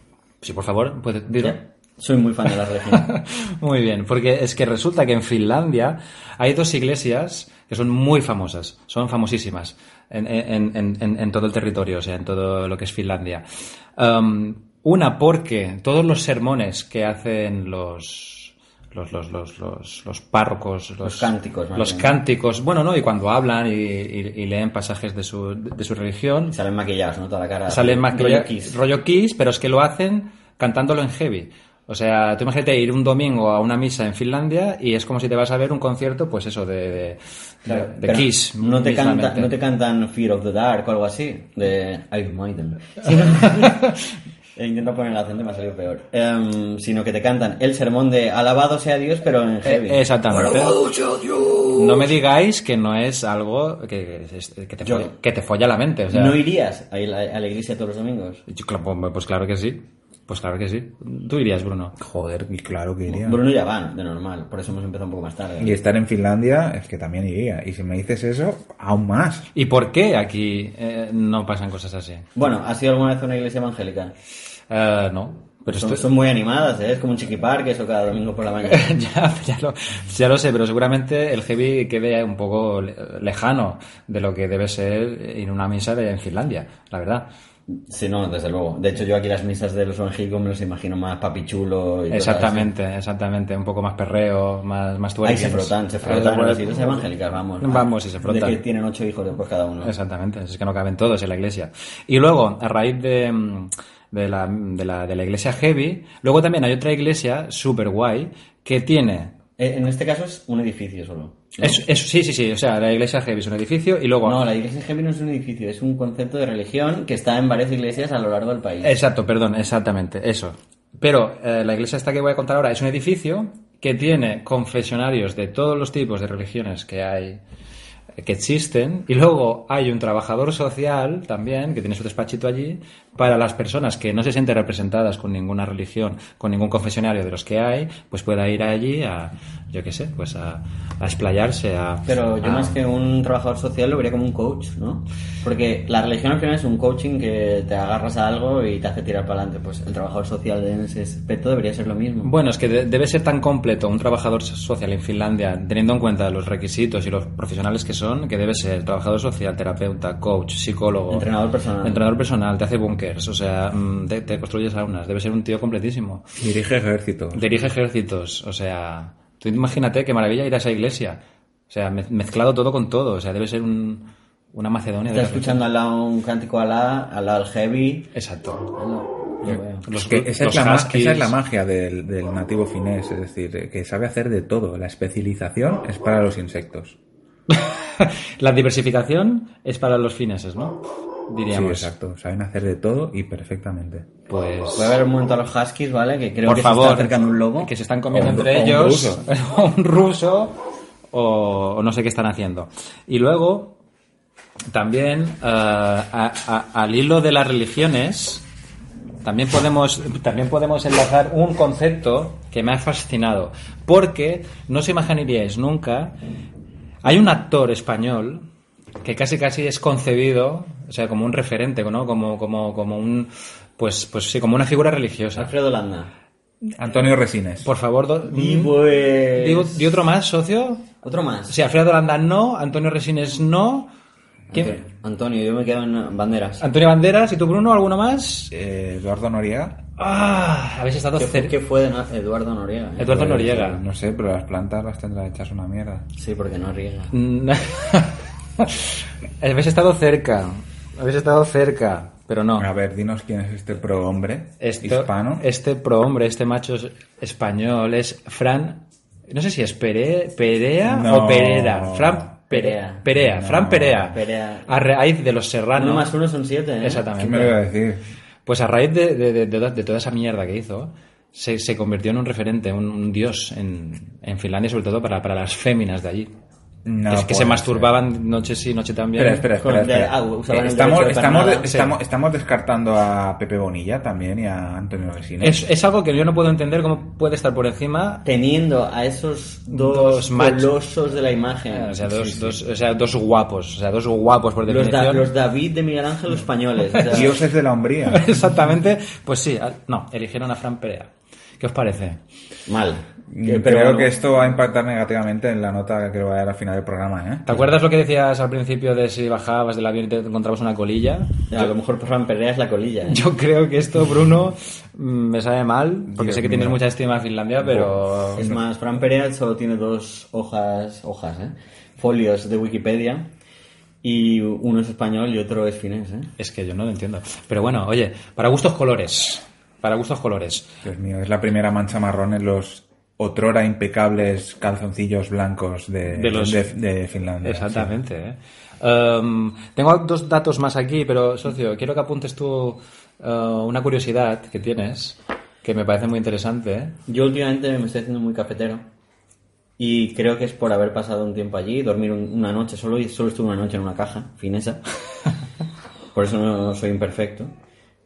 Speaker 2: Sí, por favor, puedes dilo.
Speaker 4: Soy muy fan de la
Speaker 2: *laughs*
Speaker 4: religión.
Speaker 2: Muy bien, porque es que resulta que en Finlandia hay dos iglesias que son muy famosas, son famosísimas en, en- en- en- en todo el territorio, o sea, en todo lo que es Finlandia. Um, una porque todos los sermones que hacen los... Los, los, los, los, los párrocos, los,
Speaker 4: cánticos, más
Speaker 2: los
Speaker 4: bien.
Speaker 2: cánticos, bueno, ¿no? Y cuando hablan y, y- y leen pasajes de su, de su religión,
Speaker 4: Salen maquillados, ¿no? Toda la cara.
Speaker 2: Sale más
Speaker 4: Ah, Rollo
Speaker 2: rollo
Speaker 4: Kiss.
Speaker 2: Kiss. pero es que lo hacen cantándolo en heavy. O sea, tú imagínate ir un domingo a una misa en Finlandia y es como si te vas a ver un concierto, pues eso, de, de,
Speaker 4: Claro,
Speaker 2: de- de
Speaker 4: pero
Speaker 2: Kiss.
Speaker 4: No te, canta,
Speaker 2: mismamente.
Speaker 4: no te cantan Fear of the Dark o algo así. De Iron
Speaker 2: *laughs*
Speaker 4: Maiden. He intentado poner el acento y me ha salido peor. Em, sino que te cantan el sermón de Alabado sea Dios, pero en heavy.
Speaker 2: Eh, Exactamente. No me digáis que no es algo que, que es- que te,
Speaker 4: Yo-
Speaker 2: folla, que te folla la mente. O sea,
Speaker 4: ¿No irías a la, a la iglesia todos los domingos?
Speaker 2: Yo, cla- pues- pues claro que sí. Pues claro que sí. Tú irías, Bruno.
Speaker 3: Joder, y claro que iría.
Speaker 4: Bruno ya va, de normal. Por eso hemos empezado un poco más tarde.
Speaker 3: Y estar en Finlandia es que también iría. Y si me dices eso, aún más.
Speaker 2: ¿Y por qué aquí eh, no pasan cosas así?
Speaker 4: Bueno, ¿has ido alguna vez a una iglesia evangélica?
Speaker 2: Eh, no. Pero
Speaker 4: Pues Son,
Speaker 2: esto,
Speaker 4: son muy animadas, ¿eh? es como un chiquiparque eso cada domingo por la mañana.
Speaker 2: *laughs* ya, ya lo, ya lo sé, pero seguramente el heavy quede un poco le- lejano de lo que debe ser en una misa de, en Finlandia, la verdad.
Speaker 4: Sí, no, desde luego. De hecho, yo aquí las misas de los evangélicos me los imagino más papichulo y cosas
Speaker 2: Exactamente, exactamente. Un poco más perreo, más, más
Speaker 4: así. Ahí
Speaker 2: tuerquens.
Speaker 4: se frotan, se
Speaker 2: Ah,
Speaker 4: frotan.
Speaker 2: bueno,
Speaker 4: Las iglesias evangélicas, vamos.
Speaker 2: Vamos, y se frotan.
Speaker 4: De que tienen ocho hijos después cada uno.
Speaker 2: Exactamente, es que no caben todos en la iglesia. Y luego, a raíz de, mm, de, la, de, la, de la iglesia heavy, luego también hay otra iglesia super guay que tiene
Speaker 4: Eh, En este caso es un edificio solo. ¿no?
Speaker 2: Eso, eso- sí, sí, sí. O sea, la iglesia heavy es un edificio y luego.
Speaker 4: No, la iglesia heavy no es un edificio, es un concepto de religión que está en varias iglesias a lo largo del país.
Speaker 2: Exacto, perdón, exactamente, eso. Pero eh, la iglesia esta que voy a contar ahora es un edificio que tiene confesionarios de todos los tipos de religiones que hay eh, que existen y luego hay un trabajador social también que tiene su despachito allí para las personas que no se sienten representadas con ninguna religión, con ningún confesionario de los que hay, pues pueda ir allí a yo qué sé, pues a, a explayarse a
Speaker 4: Pero yo
Speaker 2: a-
Speaker 4: más que un trabajador social lo vería como un coach, ¿no? Porque la religión al final es un coaching que te agarras a algo y te hace tirar para adelante. Pues el trabajador social en ese aspecto debería ser lo mismo.
Speaker 2: Bueno, es que de- debe ser tan completo un trabajador social en Finlandia, teniendo en cuenta los requisitos y los profesionales que son, que debe ser trabajador social, terapeuta, coach, psicólogo,
Speaker 4: Entrenador personal.
Speaker 2: entrenador personal, te hace bunkers, o sea, mm, te, te construyes aunas, debe ser un tío completísimo.
Speaker 3: Dirige ejército.
Speaker 2: Dirige ejércitos, o sea, tú imagínate qué maravilla ir a esa iglesia, o sea, mez- mezclado todo con todo, o sea, debe ser un- una Macedonia de
Speaker 4: Está
Speaker 2: la religión.
Speaker 4: escuchando al lado un cántico alá, al lado el heavy.
Speaker 2: Exacto.
Speaker 4: Lo veo.
Speaker 2: Los,
Speaker 3: Que esa, es la ma-
Speaker 2: huskies.
Speaker 3: esa es la magia del, del nativo finés, es decir, eh, que sabe hacer de todo. La especialización es para los insectos.
Speaker 2: La diversificación es para los fineses, ¿no?
Speaker 3: Sí,
Speaker 2: Diríamos.
Speaker 3: exacto. Saben hacer de todo y perfectamente.
Speaker 4: Voy a
Speaker 2: pues
Speaker 4: ver un momento a los huskies, ¿vale? Que creo
Speaker 2: Por
Speaker 4: que se
Speaker 2: favor.
Speaker 4: está acercando un lobo.
Speaker 2: que se están comiendo
Speaker 3: O un-
Speaker 2: entre
Speaker 3: o un
Speaker 2: ellos
Speaker 3: ruso.
Speaker 2: o *laughs* un ruso o, o no sé qué están haciendo. Y luego, también, eh, a- a- al hilo de las religiones, también podemos, también podemos enlazar un concepto que me ha fascinado, porque no os imaginaríais nunca, hay un actor español que casi casi es concebido, o sea, como un referente, ¿no? Como, como, como un, pues, pues sí, como una figura religiosa.
Speaker 4: Alfredo Landa.
Speaker 3: Antonio Resines.
Speaker 2: Por favor,
Speaker 3: Pues,
Speaker 2: do-
Speaker 4: Y
Speaker 2: mm,
Speaker 4: pues...
Speaker 2: digo- ¿y otro más, socio?
Speaker 4: Otro más.
Speaker 2: O sea, Alfredo Landa no, Antonio Resines no. ¿Quién?
Speaker 4: Antonio, Antonio, yo me quedo en banderas.
Speaker 2: Antonio Banderas y tú, Bruno, ¿alguno más?
Speaker 3: Eh, Eduardo Noriega.
Speaker 2: Ah, habéis estado
Speaker 4: ¿Qué, fue-
Speaker 2: cerca.
Speaker 4: qué fue de no- Eduardo Noriega? eh?
Speaker 2: Eduardo
Speaker 3: Pues, eh,
Speaker 2: Noriega.
Speaker 3: No sé, pero las plantas las tendrá hechas una mierda.
Speaker 4: Sí, porque no riega.
Speaker 2: Mm. *laughs* habéis estado cerca. Habéis estado cerca, pero no.
Speaker 3: A ver, dinos quién es este pro hombre
Speaker 2: Esto-
Speaker 3: hispano.
Speaker 2: Este prohombre, este macho es- español es Fran. No sé si es Pere- Perea
Speaker 3: No.
Speaker 2: o Pereda. Fran
Speaker 4: Perea.
Speaker 2: Perea. Perea. Fran Perea.
Speaker 4: Perea.
Speaker 2: A raíz de los serranos.
Speaker 4: Uno más uno son siete, ¿eh?
Speaker 3: ¿Qué me lo iba a
Speaker 2: Exactamente.
Speaker 3: decir?
Speaker 2: Pues a raíz de, de- de- de- de toda esa mierda que hizo, se, se convirtió en un referente, un, un dios en, en Finlandia, sobre todo para, para las féminas de allí.
Speaker 3: No
Speaker 2: que, que se
Speaker 3: puede
Speaker 2: masturbaban noche sí, noche también.
Speaker 3: Espera, espera,
Speaker 4: Con-
Speaker 3: espera. espera. Eh,
Speaker 4: ah, usaban el
Speaker 3: estamos,
Speaker 4: derecho de
Speaker 3: estamos,
Speaker 4: pernada.
Speaker 3: estamos, estamos descartando a Pepe Bonilla también y a Antonio Resines.
Speaker 2: Es, es algo que yo no puedo entender cómo puede estar por encima.
Speaker 4: Teniendo a esos dos
Speaker 2: Dos machos. Ah,
Speaker 4: colosos de la imagen.
Speaker 2: O sea, dos, dos, o sea, dos guapos. O sea, dos guapos por
Speaker 4: los, da-
Speaker 2: definición.
Speaker 4: los David de Miguel Ángel españoles. o sea,
Speaker 3: Dioses de la hombría.
Speaker 2: *laughs* Exactamente. Pues sí, a- no, eligieron a Fran Perea. ¿Qué os parece?
Speaker 4: Mal.
Speaker 2: Mm,
Speaker 3: Mm, Creo
Speaker 4: bueno,
Speaker 3: que esto va a impactar negativamente en la nota que le voy a dar al final del programa, ¿eh?
Speaker 2: ¿Te acuerdas lo que decías al principio de si bajabas del avión y te encontrabas una colilla?
Speaker 4: A lo mejor Fran Perea es la colilla. ¿eh?
Speaker 2: Yo creo que esto, Bruno, mm, me sabe mal, porque
Speaker 3: Dios
Speaker 2: sé que tienes
Speaker 3: mío.
Speaker 2: mucha estima a Finlandia, pero...
Speaker 4: Es más, Fran Perea solo tiene dos hojas, hojas, ¿eh? folios de Wikipedia y uno es español y otro es finés. ¿eh?
Speaker 2: Es que yo no lo entiendo. Pero bueno, oye, para gustos colores. Para gustos colores.
Speaker 3: Dios mío, es la primera mancha marrón en los otrora impecables calzoncillos blancos de,
Speaker 2: De los-
Speaker 3: de- de Finlandia.
Speaker 2: Exactamente. ¿eh? Em, tengo dos datos más aquí, pero socio, quiero que apuntes tú eh, una curiosidad que tienes, que me parece muy interesante.
Speaker 4: Yo últimamente me estoy haciendo muy cafetero y creo que es por haber pasado un tiempo allí, dormir un- una noche solo y solo estuve una noche en una caja finesa. *laughs* por eso no soy imperfecto.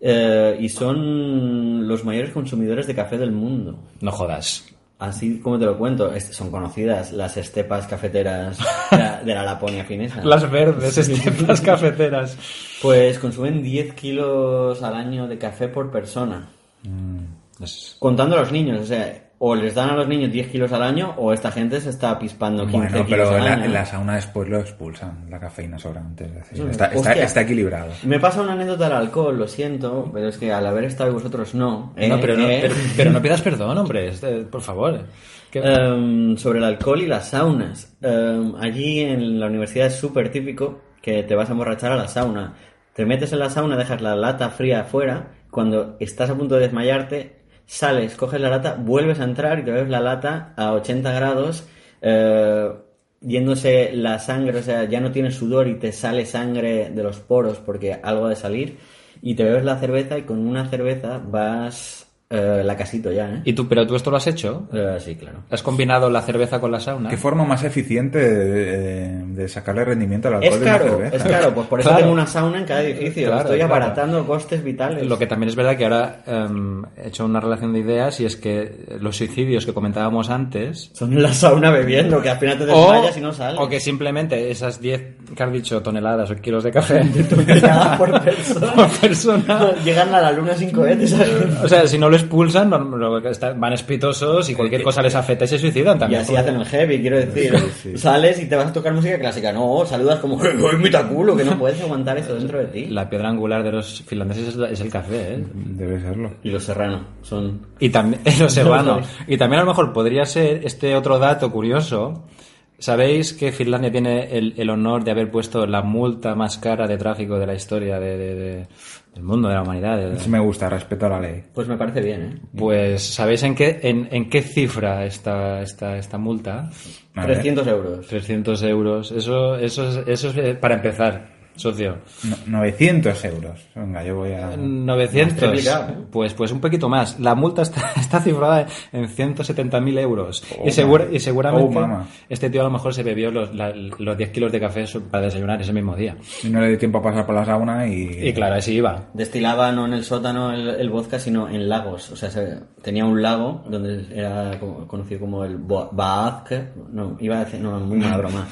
Speaker 4: Eh, y son los mayores consumidores de café del mundo.
Speaker 2: No jodas.
Speaker 4: Así como te lo cuento, es- son conocidas las estepas cafeteras de la, de la Laponia finesa.
Speaker 2: *laughs* Las verdes, estepas cafeteras.
Speaker 4: Pues consumen 10 kilos al año de café por persona.
Speaker 2: Es-
Speaker 4: Contando a los niños, o sea, o les dan a los niños 10 kilos al año o esta gente se está pispando 15
Speaker 3: Bueno,
Speaker 4: kilos
Speaker 3: pero
Speaker 4: al
Speaker 3: en la,
Speaker 4: año.
Speaker 3: en la sauna después lo expulsan, la cafeína sobrante. es decir,
Speaker 4: Eso es-
Speaker 3: está, está,
Speaker 4: hostia.
Speaker 3: está equilibrado.
Speaker 4: Me pasa una anécdota del alcohol, lo siento, pero es que al haber estado y vosotros no. ¿eh?
Speaker 2: no, pero no,
Speaker 4: ¿eh?
Speaker 2: pero, pero no pidas perdón, hombre, este, por favor. Que-
Speaker 4: Em, sobre el alcohol y las saunas. Em, allí en la universidad es súper típico que te vas a emborrachar a la sauna. Te metes en la sauna, dejas la lata fría afuera, cuando estás a punto de desmayarte, sales, coges la lata, vuelves a entrar y te ves la lata a 80 grados, eh, yéndose la sangre, o sea, ya no tienes sudor y te sale sangre de los poros porque algo ha de salir, y te bebes la cerveza y con una cerveza vas eh, la casito ya, ¿eh?
Speaker 2: ¿Y tú, pero tú esto lo has hecho?
Speaker 4: Eh, sí, claro.
Speaker 2: ¿Has combinado la cerveza con la sauna?
Speaker 3: ¿Qué forma más eficiente de, de- de sacarle rendimiento al alcohol
Speaker 4: Es
Speaker 3: de una
Speaker 4: caro,
Speaker 3: cerveza?
Speaker 4: es caro, pues por eso
Speaker 2: Claro.
Speaker 4: tengo una sauna en cada edificio.
Speaker 2: Claro,
Speaker 4: Estoy
Speaker 2: claro.
Speaker 4: abaratando costes vitales.
Speaker 2: Lo que también es verdad que ahora em, he hecho una relación de ideas y es que los suicidios que comentábamos antes...
Speaker 4: Son en la sauna bebiendo, que al final te
Speaker 2: O,
Speaker 4: desmayas y no sales.
Speaker 2: o que simplemente esas 10 que has dicho toneladas o kilos de café *laughs*
Speaker 4: Nada por persona.
Speaker 2: por persona
Speaker 4: *laughs* Llegan a la luna sin cohetes.
Speaker 2: o sea si no lo expulsan no- no- está- van espitosos y cualquier cosa les afecta y se suicidan
Speaker 4: Y
Speaker 2: también
Speaker 4: así hacen el heavy, quiero decir. Sales y te vas a tocar música clásica. No, saludas como, *laughs* "Hey, hey, mita
Speaker 2: *laughs*
Speaker 4: culo", que no puedes aguantar eso dentro de ti.
Speaker 2: la piedra angular de los finlandeses es, la- es el café ¿eh?
Speaker 3: Debe serlo.
Speaker 4: Y los serranos son...
Speaker 2: *laughs* Y también, los serranos. Y también a lo mejor podría ser este otro dato curioso Sabéis que Finlandia tiene el, el honor de haber puesto la multa más cara de tráfico de la historia de- de- de- del mundo, de la humanidad. de-
Speaker 3: Eso me gusta, respeto a la ley.
Speaker 4: Pues me parece bien, ¿eh?
Speaker 2: Pues, ¿sabéis en qué, en, en qué cifra está esta, esta multa?
Speaker 3: A ver,
Speaker 4: 300 euros.
Speaker 2: 300 euros. Eso, eso, es, eso es eh, para empezar, socio.
Speaker 3: no- 900 euros. Venga, yo voy a...
Speaker 4: Mm.
Speaker 2: 900.
Speaker 4: triplicado, ¿eh?
Speaker 2: Pues, pues un poquito más. La multa está, *laughs* está cifrada en 170.000 euros.
Speaker 4: Oh,
Speaker 2: y, segura- y seguramente
Speaker 3: Oh, mama.
Speaker 2: este tío a lo mejor se bebió los, la- los 10 kilos de café so- para desayunar ese mismo día.
Speaker 3: Y no le di tiempo a pasar por la sauna y...
Speaker 2: Y claro, así iba.
Speaker 4: Destilaba no en el sótano el, el vodka, sino en lagos. O sea, se- tenía un lago donde era como- conocido como el Bo- Baazke. No, iba a decir, no, muy
Speaker 2: *laughs*
Speaker 4: mala broma.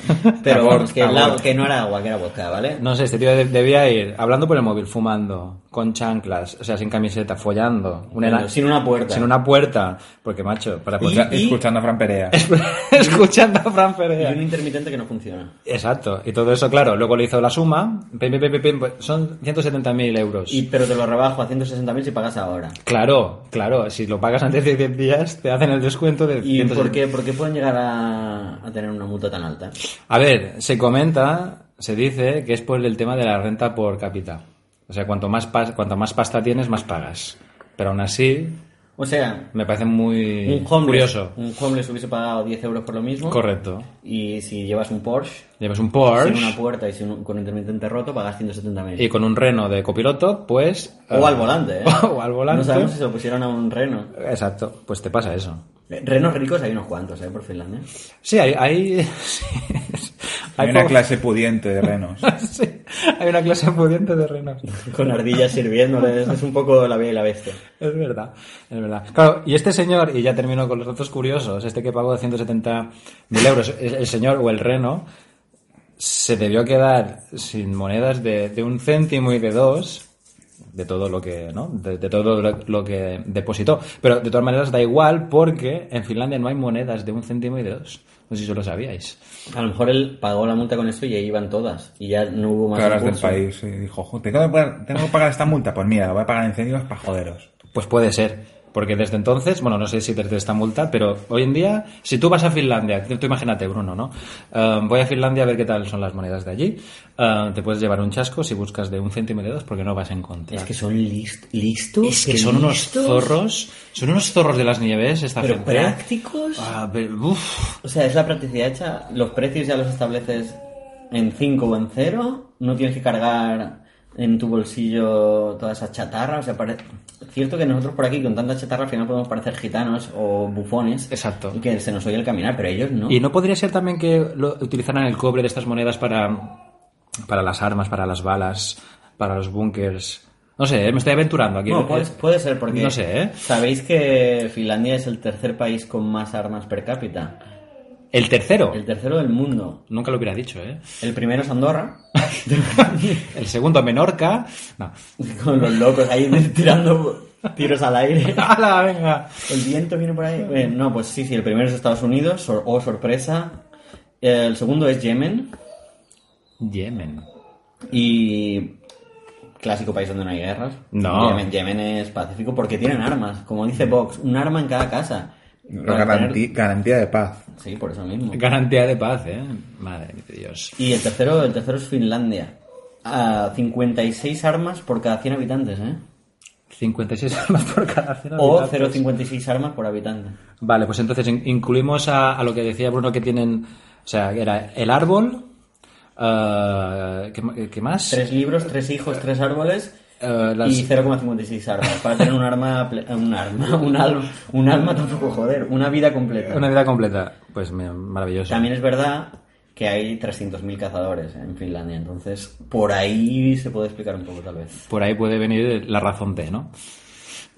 Speaker 4: Pero
Speaker 3: Tabor,
Speaker 4: vamos, que, el
Speaker 3: Tabor.
Speaker 4: lago- que no era agua, que era vodka, ¿vale?
Speaker 2: No sé, este tío de- debía ir hablando por el móvil, fumando, con chanclas, o sea, sin camiseta, follando. un ena-
Speaker 4: sin una puerta.
Speaker 2: Sin una puerta. Porque, macho, para
Speaker 3: Escucha-
Speaker 2: poder-
Speaker 4: y-
Speaker 3: Escuchando a Fran
Speaker 4: *laughs*
Speaker 3: Perea.
Speaker 2: *laughs* escuchando a Fran
Speaker 4: Y
Speaker 2: Perea.
Speaker 4: un intermitente que no funciona.
Speaker 2: Exacto, y todo eso, claro, luego le hizo la suma, pim, pim, pim, pim, pim, pues son 170.000 euros.
Speaker 4: Y, pero te lo rebajo a 160.000 si pagas ahora.
Speaker 2: Claro, claro, si lo pagas antes de 10 días, te hacen el descuento de
Speaker 4: ¿Y
Speaker 2: 170.000.
Speaker 4: por qué, por qué pueden llegar a, a tener una multa tan alta?
Speaker 2: A ver, se comenta, se dice que es por el tema de la renta por cápita. O sea, cuanto más, pas- cuanto más pasta tienes, más pagas. Pero aún así,
Speaker 4: O sea,
Speaker 2: me parece muy
Speaker 4: un homeless,
Speaker 2: curioso.
Speaker 4: un homeless hubiese pagado 10 euros por lo mismo.
Speaker 2: Correcto.
Speaker 4: Y si llevas un Porsche,
Speaker 2: Llevas un Porsche
Speaker 4: sin una puerta y sin un- con un intermitente roto, pagas 170.000.
Speaker 2: y con un reno de copiloto, pues...
Speaker 4: O al volante, ¿eh?
Speaker 2: *laughs* o al volante.
Speaker 4: No sabemos si se lo pusieron a un reno. Eh,
Speaker 2: Exacto, pues te pasa eso.
Speaker 4: Renos ricos hay unos cuantos, ¿eh?
Speaker 2: *laughs*
Speaker 4: Por Finlandia.
Speaker 2: Sí, hay... Hay, *laughs* sí,
Speaker 3: Hay
Speaker 2: hay
Speaker 3: una
Speaker 2: po-
Speaker 3: clase pudiente de
Speaker 4: *laughs*
Speaker 3: renos.
Speaker 2: *laughs* sí, hay una clase pudiente de renos.
Speaker 4: Con ardillas
Speaker 2: *laughs*
Speaker 4: sirviéndoles. Es un poco la bella y la bestia.
Speaker 2: Es verdad, es verdad. Claro, y este señor, y ya termino con los datos curiosos, este que pagó 170.000 euros, el, el señor o el reno, se debió quedar sin monedas de, de un céntimo y de dos, de todo lo que, ¿no? De, de todo lo, lo que depositó. Pero de todas maneras da igual porque en Finlandia no hay monedas de un céntimo y de dos. No sé si eso lo sabíais.
Speaker 4: A lo mejor él pagó la multa con esto y ahí iban todas. Y ya no hubo más
Speaker 3: Caras del
Speaker 4: impulso.
Speaker 3: país. Y dijo, "Jo, tengo que, pagar, tengo que pagar esta multa. Pues mira, la voy a pagar en céntimos para joderos.
Speaker 2: Pues puede ser. Porque desde entonces, bueno, no sé si desde esta multa, pero hoy en día, si tú vas a Finlandia, tú tú imagínate, Bruno, ¿no? Eh, voy a Finlandia a ver qué tal son las monedas de allí. Eh, te puedes llevar un chasco si buscas de un céntimo y de dos porque no vas a encontrar.
Speaker 4: Es que son list- listos.
Speaker 2: Es que
Speaker 4: de
Speaker 2: son unos
Speaker 4: listos,
Speaker 2: zorros, son unos zorros de las nieves esta
Speaker 4: Pero
Speaker 2: gente.
Speaker 4: prácticos.
Speaker 2: Ah, pero, uf.
Speaker 4: O sea, es la practicidad hecha. Los precios ya los estableces en 5 o en 0. No tienes que cargar en tu bolsillo toda esa chatarra. O sea, pare- cierto que nosotros por aquí con tanta chatarra al final podemos parecer gitanos o bufones.
Speaker 2: Exacto.
Speaker 4: Y que se nos oye el caminar, pero ellos no.
Speaker 2: Y no podría ser también que lo- utilizaran el cobre de estas monedas para, para las armas, para las balas, para los búnkers. No sé, eh, me estoy aventurando aquí.
Speaker 4: No, puede, puede ser porque...
Speaker 2: pues, No sé, ¿eh?
Speaker 4: Sabéis que Finlandia es el tercer país con más armas per cápita.
Speaker 2: El tercero.
Speaker 4: El tercero del mundo.
Speaker 2: Nunca lo hubiera dicho, ¿eh?
Speaker 4: El primero
Speaker 2: *laughs*
Speaker 4: es Andorra. *laughs*
Speaker 2: El segundo, Menorca. No. *laughs*
Speaker 4: Con los locos ahí tirando tiros al aire.
Speaker 2: ¡Hala, venga!
Speaker 4: El viento viene por ahí. Eh, no, pues sí, sí, el primero es Estados Unidos, sor- oh sorpresa. El segundo es Yemen
Speaker 2: Yemen.
Speaker 4: y clásico país donde no hay guerras.
Speaker 2: No.
Speaker 4: Yemen, Yemen es pacífico porque tienen armas, como dice Vox, un arma en cada casa. Para
Speaker 3: Garanti-
Speaker 4: tener-
Speaker 3: Garantía de paz.
Speaker 4: Sí, por eso mismo.
Speaker 2: Garantía de paz, ¿eh? Madre de Dios.
Speaker 4: Y el tercero, el tercero es Finlandia. A 56 armas por cada 100 habitantes, ¿eh?
Speaker 2: *laughs* 56 armas por cada cena.
Speaker 4: O
Speaker 2: habitantes.
Speaker 4: 0,56 armas por habitante.
Speaker 2: Vale, pues entonces in- incluimos a, a lo que decía Bruno que tienen... O sea, que era el árbol... eh, ¿qué, ma- qué más?
Speaker 4: Tres libros, tres hijos, tres árboles
Speaker 2: Eh, las-
Speaker 4: Y 0,56 armas. Para tener un arma, ple- eh, un arma, *laughs* un alma, un alma tampoco, joder, una vida completa.
Speaker 2: Una vida completa. Pues mira, maravilloso.
Speaker 4: También es verdad que hay 300.000 cazadores eh, en Finlandia, entonces por ahí se puede explicar un poco tal vez.
Speaker 2: Por ahí puede venir la razón de, ¿no?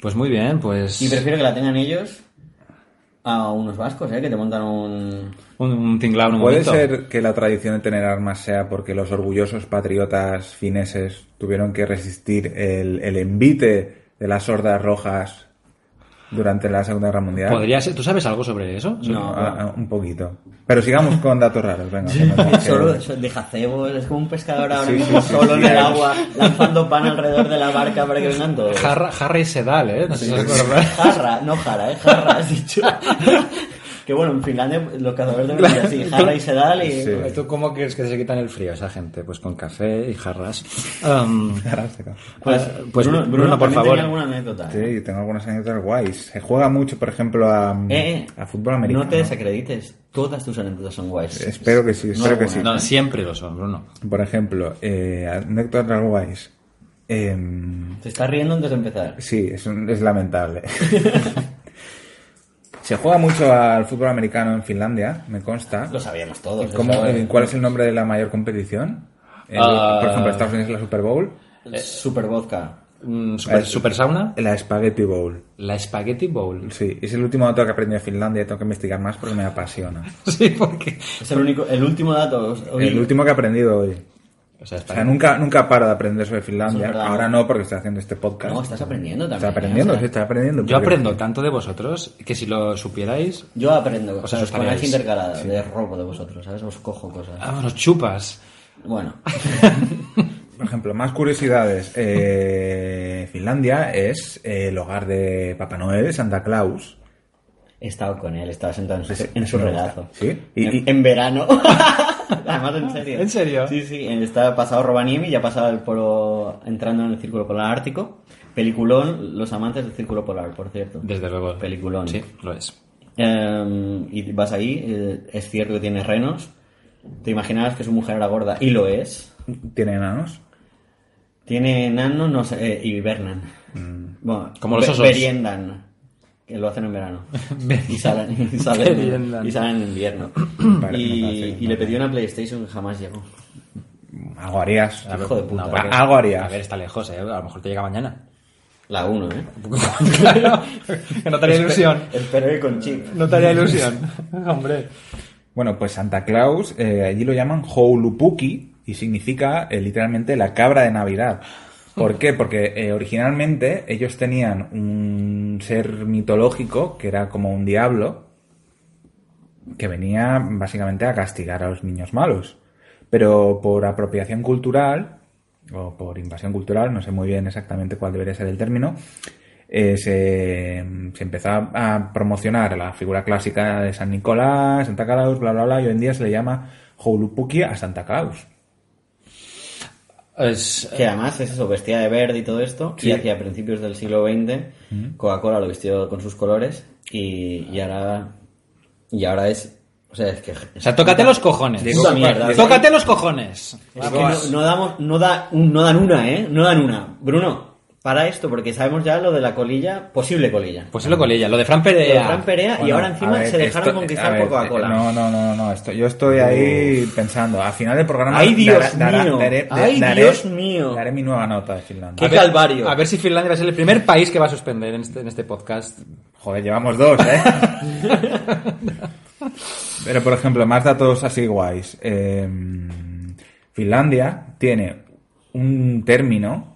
Speaker 2: Pues muy bien, pues...
Speaker 4: Y prefiero que la tengan ellos a unos vascos, ¿eh? Que te montan un...
Speaker 2: Un, un tinglao en un
Speaker 3: ¿Puede
Speaker 2: momento.
Speaker 3: ser que la tradición de tener armas sea porque los orgullosos patriotas fineses tuvieron que resistir el, el envite de las hordas rojas durante la Segunda Guerra Mundial?
Speaker 2: Podría ser... ¿Tú sabes algo sobre eso?
Speaker 4: No,
Speaker 3: Ah, ah, un poquito. Pero sigamos con datos raros, venga.
Speaker 4: *laughs*
Speaker 3: que no- que-
Speaker 4: *laughs* solo de jacebos, es como un pescador ahora
Speaker 3: Sí,
Speaker 4: mismo
Speaker 3: sí, sí,
Speaker 4: solo
Speaker 3: sí,
Speaker 4: en el
Speaker 3: es.
Speaker 4: agua, lanzando pan alrededor de la barca para que vengan todos. *laughs*
Speaker 2: Jarra, jarra y sedal, ¿eh? No sé si os acordáis.
Speaker 3: *laughs*
Speaker 4: Jarra, no jara, ¿eh? Jarra, has dicho. Que bueno, en Finlandia los cazadores de memoria, sí, jarra y sedal y... Pues,
Speaker 3: Sí.
Speaker 6: ¿Tú cómo crees que se quitan el frío esa gente? Pues con café y jarras. Um,
Speaker 4: Pues,
Speaker 6: ah, *laughs* pues
Speaker 4: Bruno,
Speaker 6: Bruno,
Speaker 4: Bruno,
Speaker 6: por
Speaker 4: también
Speaker 6: favor.
Speaker 4: tenía alguna anécdota.
Speaker 3: Sí, tengo algunas anécdotas guays. Se juega mucho, por ejemplo, a,
Speaker 4: Eh, eh,
Speaker 3: a fútbol americano.
Speaker 4: No te desacredites, todas tus anécdotas son guays.
Speaker 3: Espero que sí, espero que sí.
Speaker 6: No, siempre lo son, Bruno.
Speaker 3: Por ejemplo, eh, anécdotas guays. Em,
Speaker 4: Te estás riendo antes de empezar.
Speaker 3: Sí, es, un- es
Speaker 4: *laughs*
Speaker 3: lamentable. Se juega mucho al fútbol americano en Finlandia, me consta.
Speaker 4: Lo sabíamos todos.
Speaker 3: ¿Y cómo-
Speaker 4: eso.
Speaker 3: eh, ¿Cuál es el nombre de la mayor competición? Eh,
Speaker 6: Ah.
Speaker 3: por ejemplo, Estados Unidos es la Super Bowl,
Speaker 4: Super vodka.
Speaker 6: Mm, super, super sauna.
Speaker 3: la Spaghetti Bowl.
Speaker 6: La Spaghetti Bowl. *laughs*
Speaker 3: Sí, es el último dato que he aprendido de Finlandia, tengo que investigar más porque me apasiona.
Speaker 6: Sí, porque.
Speaker 4: Es el único, el último dato. os- os-
Speaker 3: El último que he aprendido hoy.
Speaker 6: O sea,
Speaker 3: O sea, nunca, nunca paro de aprender sobre Finlandia.
Speaker 4: Eso es verdad.
Speaker 3: Ahora no, porque estoy haciendo este podcast.
Speaker 4: No, estás aprendiendo también.
Speaker 3: Estás aprendiendo,
Speaker 4: o sea,
Speaker 3: sí, estás aprendiendo.
Speaker 6: Yo
Speaker 3: porque-
Speaker 6: aprendo tanto de vosotros que si lo supierais.
Speaker 4: Yo aprendo, o
Speaker 6: Os
Speaker 4: sea, os
Speaker 6: asustaríais.
Speaker 4: ponéis intercaladas, de robo de vosotros, ¿sabes? Os cojo cosas.
Speaker 6: Ah, nos chupas.
Speaker 4: Bueno,
Speaker 3: Por ejemplo, más curiosidades. Eh, Finlandia es eh, el hogar de Papá Noel, Santa Claus.
Speaker 4: he estado con él, estaba sentado en su,
Speaker 3: Ese-
Speaker 4: en su
Speaker 3: ese me gusta.
Speaker 4: regazo.
Speaker 3: ¿Sí?
Speaker 4: Y,
Speaker 3: Y-
Speaker 4: en,
Speaker 3: *laughs*
Speaker 4: en verano. Además, en serio.
Speaker 6: ¿En serio?
Speaker 4: Sí, sí. él Estaba pasado Robaniemi, ya pasaba el polo, entrando en el Círculo Polar Ártico. Peliculón, Los Amantes del Círculo Polar, por cierto.
Speaker 6: Desde luego.
Speaker 4: Peliculón.
Speaker 6: Sí, lo es.
Speaker 4: Em, y vas ahí, eh, es cierto que tienes renos. Te imaginabas que su mujer era gorda, y lo es.
Speaker 3: Tiene enanos.
Speaker 4: Tiene enanos no sé, eh, y hibernan. Bueno,
Speaker 6: Mm. Como los
Speaker 4: be-
Speaker 6: osos.
Speaker 4: Meriendan. Que lo hacen
Speaker 6: *laughs*
Speaker 4: en verano. y salen, y salen,
Speaker 6: Meriendan.
Speaker 4: y salen
Speaker 6: *clears throat*
Speaker 4: en invierno.
Speaker 3: parece
Speaker 4: y,
Speaker 3: fácil, no
Speaker 4: y le
Speaker 3: parece.
Speaker 4: pedí una PlayStation que jamás llegó.
Speaker 3: Algo harías.
Speaker 4: Hijo de puta.
Speaker 6: No,
Speaker 3: Ah,
Speaker 6: porque-
Speaker 3: Algo
Speaker 6: A
Speaker 3: harías.
Speaker 6: ver, está lejos, ¿eh? A lo mejor te llega *laughs* mañana.
Speaker 4: La 1, ¿eh?
Speaker 6: claro, que no te haría ilusión.
Speaker 4: Espero que con chip.
Speaker 6: No te *laughs* haría ilusión. Hombre.
Speaker 3: Bueno, pues Santa Claus, eh, allí lo llaman Houlupuki y significa eh, literalmente la cabra de Navidad. ¿Por qué? Porque eh, originalmente ellos tenían un ser mitológico que era como un diablo que venía básicamente a castigar a los niños malos. Pero por apropiación cultural o por invasión cultural, no sé muy bien exactamente cuál debería ser el término, eh, se, se empezó a, a promocionar la figura clásica de San Nicolás, Santa Claus, bla, bla, bla, y hoy en día se le llama Houlupuki a Santa Claus.
Speaker 6: Es,
Speaker 4: Que además es eso, vestía de verde y todo esto.
Speaker 3: Sí.
Speaker 4: Y hacia principios del siglo
Speaker 6: Mm.
Speaker 4: XX, Coca-Cola lo vistió con sus colores. Y, y ahora. Y ahora es. O sea, es que.
Speaker 6: o sea, tócate los cojones.
Speaker 4: Digo, Puta mierda.
Speaker 6: Tócate los cojones.
Speaker 4: Es que no, no damos, no, da, no dan una, ¿eh? No dan una. Bruno, para esto, porque sabemos ya lo de la colilla, posible colilla.
Speaker 6: Pues es lo con ella. Lo de Fran
Speaker 4: Lo de
Speaker 6: Perea.
Speaker 4: Fran Perea y
Speaker 3: Bueno,
Speaker 4: ahora
Speaker 3: a
Speaker 4: encima
Speaker 3: ver,
Speaker 4: se dejaron
Speaker 3: esto- eh, a
Speaker 4: conquistar
Speaker 3: ver,
Speaker 4: por Coca-Cola.
Speaker 3: No, no, no, no, esto- yo estoy ahí pensando. Al final del programa
Speaker 4: Ay, Dios mío.
Speaker 3: daré,
Speaker 4: Ay,
Speaker 3: daré-
Speaker 4: Dios mío.
Speaker 3: daré mi nueva nota de Finlandia.
Speaker 4: Qué calvario.
Speaker 6: A ver si Finlandia va a ser el primer país que va a suspender en este, en este podcast.
Speaker 3: Joder, llevamos dos,
Speaker 4: *laughs*
Speaker 3: ¿eh? Pero, por ejemplo, más datos así guays. Eh, Finlandia tiene un término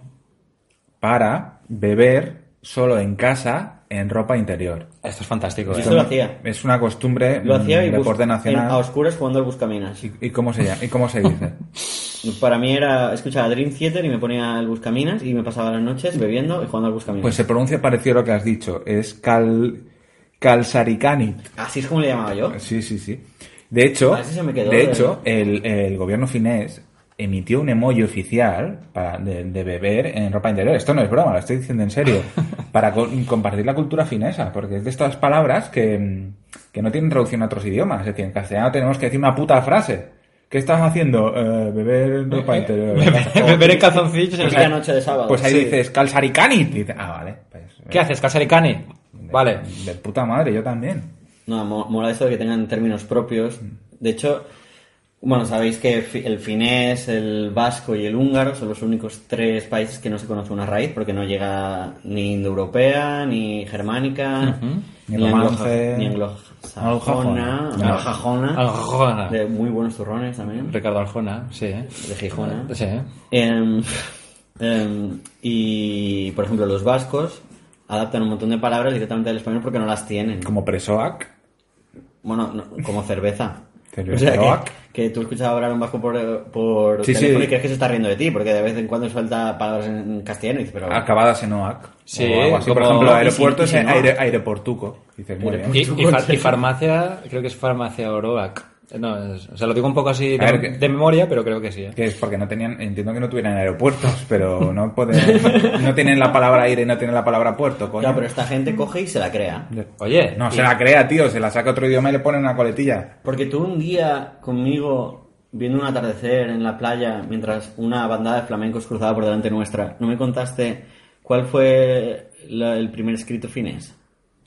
Speaker 3: para beber solo en casa en ropa interior.
Speaker 6: Esto es fantástico,
Speaker 4: Esto
Speaker 6: ¿eh? *laughs*
Speaker 4: lo hacía.
Speaker 3: Es una costumbre
Speaker 4: Lo hacía y
Speaker 3: mm, pues, deporte
Speaker 4: bus- en- a
Speaker 3: nacional.
Speaker 4: oscuras jugando al Buscaminas.
Speaker 3: ¿Y, y cómo se llama? ¿Y cómo se
Speaker 4: *laughs*
Speaker 3: dice?
Speaker 4: Para mí era, escuchaba Dream Theater y me ponía el Buscaminas y me pasaba las noches bebiendo y jugando al Buscaminas.
Speaker 3: Pues se pronuncia parecido a lo que has dicho. Es cal... Kalsarikanit.
Speaker 4: Así es como le llamaba yo.
Speaker 3: Sí, sí, sí. De hecho,
Speaker 4: Ah, ese se me quedó,
Speaker 3: de
Speaker 4: eh.
Speaker 3: hecho el, el gobierno finés emitió un emoji oficial para- de, de beber en ropa interior. Esto no es broma, lo estoy diciendo en
Speaker 4: *laughs*
Speaker 3: serio. Para co- compartir la cultura finesa, porque es de estas palabras que, mm, que no tienen traducción a otros idiomas. Es decir, en castellano tenemos que decir una puta frase. ¿Qué estás haciendo? Eh, beber en
Speaker 4: *laughs*
Speaker 3: ropa interior.
Speaker 6: Beber en calzoncillos. en
Speaker 4: Aquella
Speaker 6: el-
Speaker 4: noche de
Speaker 3: *laughs*
Speaker 4: sábado.
Speaker 3: Pues ahí
Speaker 4: Sí.
Speaker 3: dices, calzaricanit. Y dices, ah, vale. pues,
Speaker 6: ¿Qué haces, Casaricani?
Speaker 3: de-
Speaker 6: Vale.
Speaker 3: De puta madre, yo también.
Speaker 4: No, mo- mola eso de que tengan términos propios. De hecho, bueno, sabéis que fi- el finés, el vasco y el húngaro son los únicos tres países que no se conoce una raíz porque no llega ni indoeuropea, ni germánica,
Speaker 3: Ni
Speaker 4: ni,
Speaker 3: romance.
Speaker 4: angloja- ni anglosajona,
Speaker 3: Anglojona.
Speaker 4: anglojajona.
Speaker 6: Aljona.
Speaker 4: De muy buenos turrones también.
Speaker 6: Ricardo Aljona, sí. ¿eh?
Speaker 4: De Gijona.
Speaker 6: Sí. ¿eh?
Speaker 4: Em, em, y, por ejemplo, los vascos adaptan un montón de palabras directamente del español porque no las tienen.
Speaker 3: Como Presoac.
Speaker 4: Bueno, no, como cerveza.
Speaker 3: Pero-
Speaker 4: O sea,
Speaker 3: pero-
Speaker 4: que, que tú escuchas hablar un vasco por, por
Speaker 3: Sí,
Speaker 4: teléfono
Speaker 3: sí.
Speaker 4: y crees que se está riendo de ti, porque de vez en cuando suelta palabras en castellano y dices, pero...
Speaker 3: acabadas en OAC.
Speaker 2: Sí,
Speaker 3: o algo así. Por
Speaker 2: como-
Speaker 3: ejemplo,
Speaker 2: y
Speaker 3: aeropuerto
Speaker 4: sin- y
Speaker 3: es
Speaker 4: sin
Speaker 3: aire-
Speaker 4: OAC.
Speaker 3: aeroportuco. Dices, muy bien.
Speaker 2: Y, y fa- y farmacia, creo que es farmacia Oroac. No, es- o sea, lo digo un poco así de,
Speaker 3: A ver, que-
Speaker 2: de memoria, pero creo que sí. ¿eh?
Speaker 3: Que es porque no tenían, entiendo que no tuvieran aeropuertos, pero no pueden, *laughs* no tienen la palabra aire y no tienen la palabra puerto, coño.
Speaker 4: Claro, pero esta gente coge y se la crea.
Speaker 2: Oye,
Speaker 3: No, se la crea, tío, se la saca otro idioma y le pone una coletilla.
Speaker 4: Porque tú un día conmigo, viendo un atardecer en la playa, mientras una bandada de flamencos cruzaba por delante nuestra, ¿no me contaste cuál fue la- el primer escrito finés?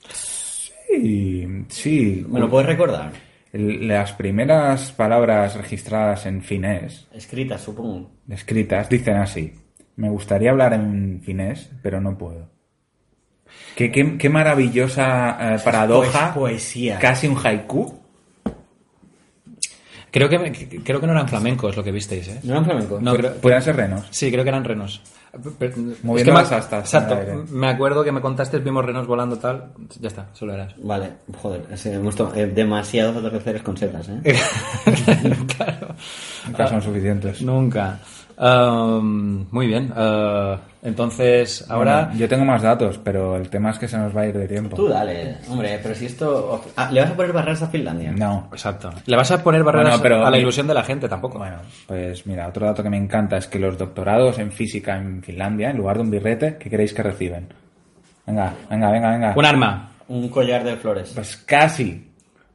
Speaker 3: Sí, sí.
Speaker 4: ¿Me lo puedes recordar?
Speaker 3: L- Las primeras palabras registradas en finés,
Speaker 4: Escrita, supongo.
Speaker 3: escritas, dicen así. Me gustaría hablar en finés, pero no puedo. Qué, qué- qué maravillosa eh, paradoja.
Speaker 4: poesía.
Speaker 3: Casi un haiku.
Speaker 2: creo que, me- que- creo que no eran flamencos lo que visteis, ¿eh?
Speaker 4: ¿No eran flamencos?
Speaker 2: No, creo,
Speaker 3: Podrían ser renos.
Speaker 2: sí, creo que eran renos. Pero-
Speaker 3: Moviendo
Speaker 2: me-
Speaker 3: las astas
Speaker 2: Exacto.
Speaker 3: en el aire.
Speaker 2: Me acuerdo que me contaste, vimos renos volando tal. Ya está, solo
Speaker 3: *laughs*
Speaker 2: eras.
Speaker 4: Vale, joder, sí, hemos to- eh, demasiados atardeceres con setas, ¿eh?
Speaker 2: claro.
Speaker 3: Nunca son suficientes.
Speaker 2: Nunca. Am, muy bien. eh, entonces, ahora.
Speaker 3: Bueno, yo tengo más datos, pero el tema es que se nos va a ir de tiempo.
Speaker 4: Tú dale, hombre, pero si esto... Ah, ¿Le vas a poner barreras a Finlandia?
Speaker 3: No.
Speaker 2: Exacto. Le vas a poner barreras
Speaker 3: Bueno, pero-
Speaker 2: a la ilusión de la gente tampoco.
Speaker 3: Bueno, pues mira, otro dato que me encanta es que los doctorados en física en Finlandia, en lugar de un birrete, ¿qué creéis que reciben? Venga, venga, venga, venga.
Speaker 2: Un arma.
Speaker 4: Un collar de flores.
Speaker 3: Pues casi.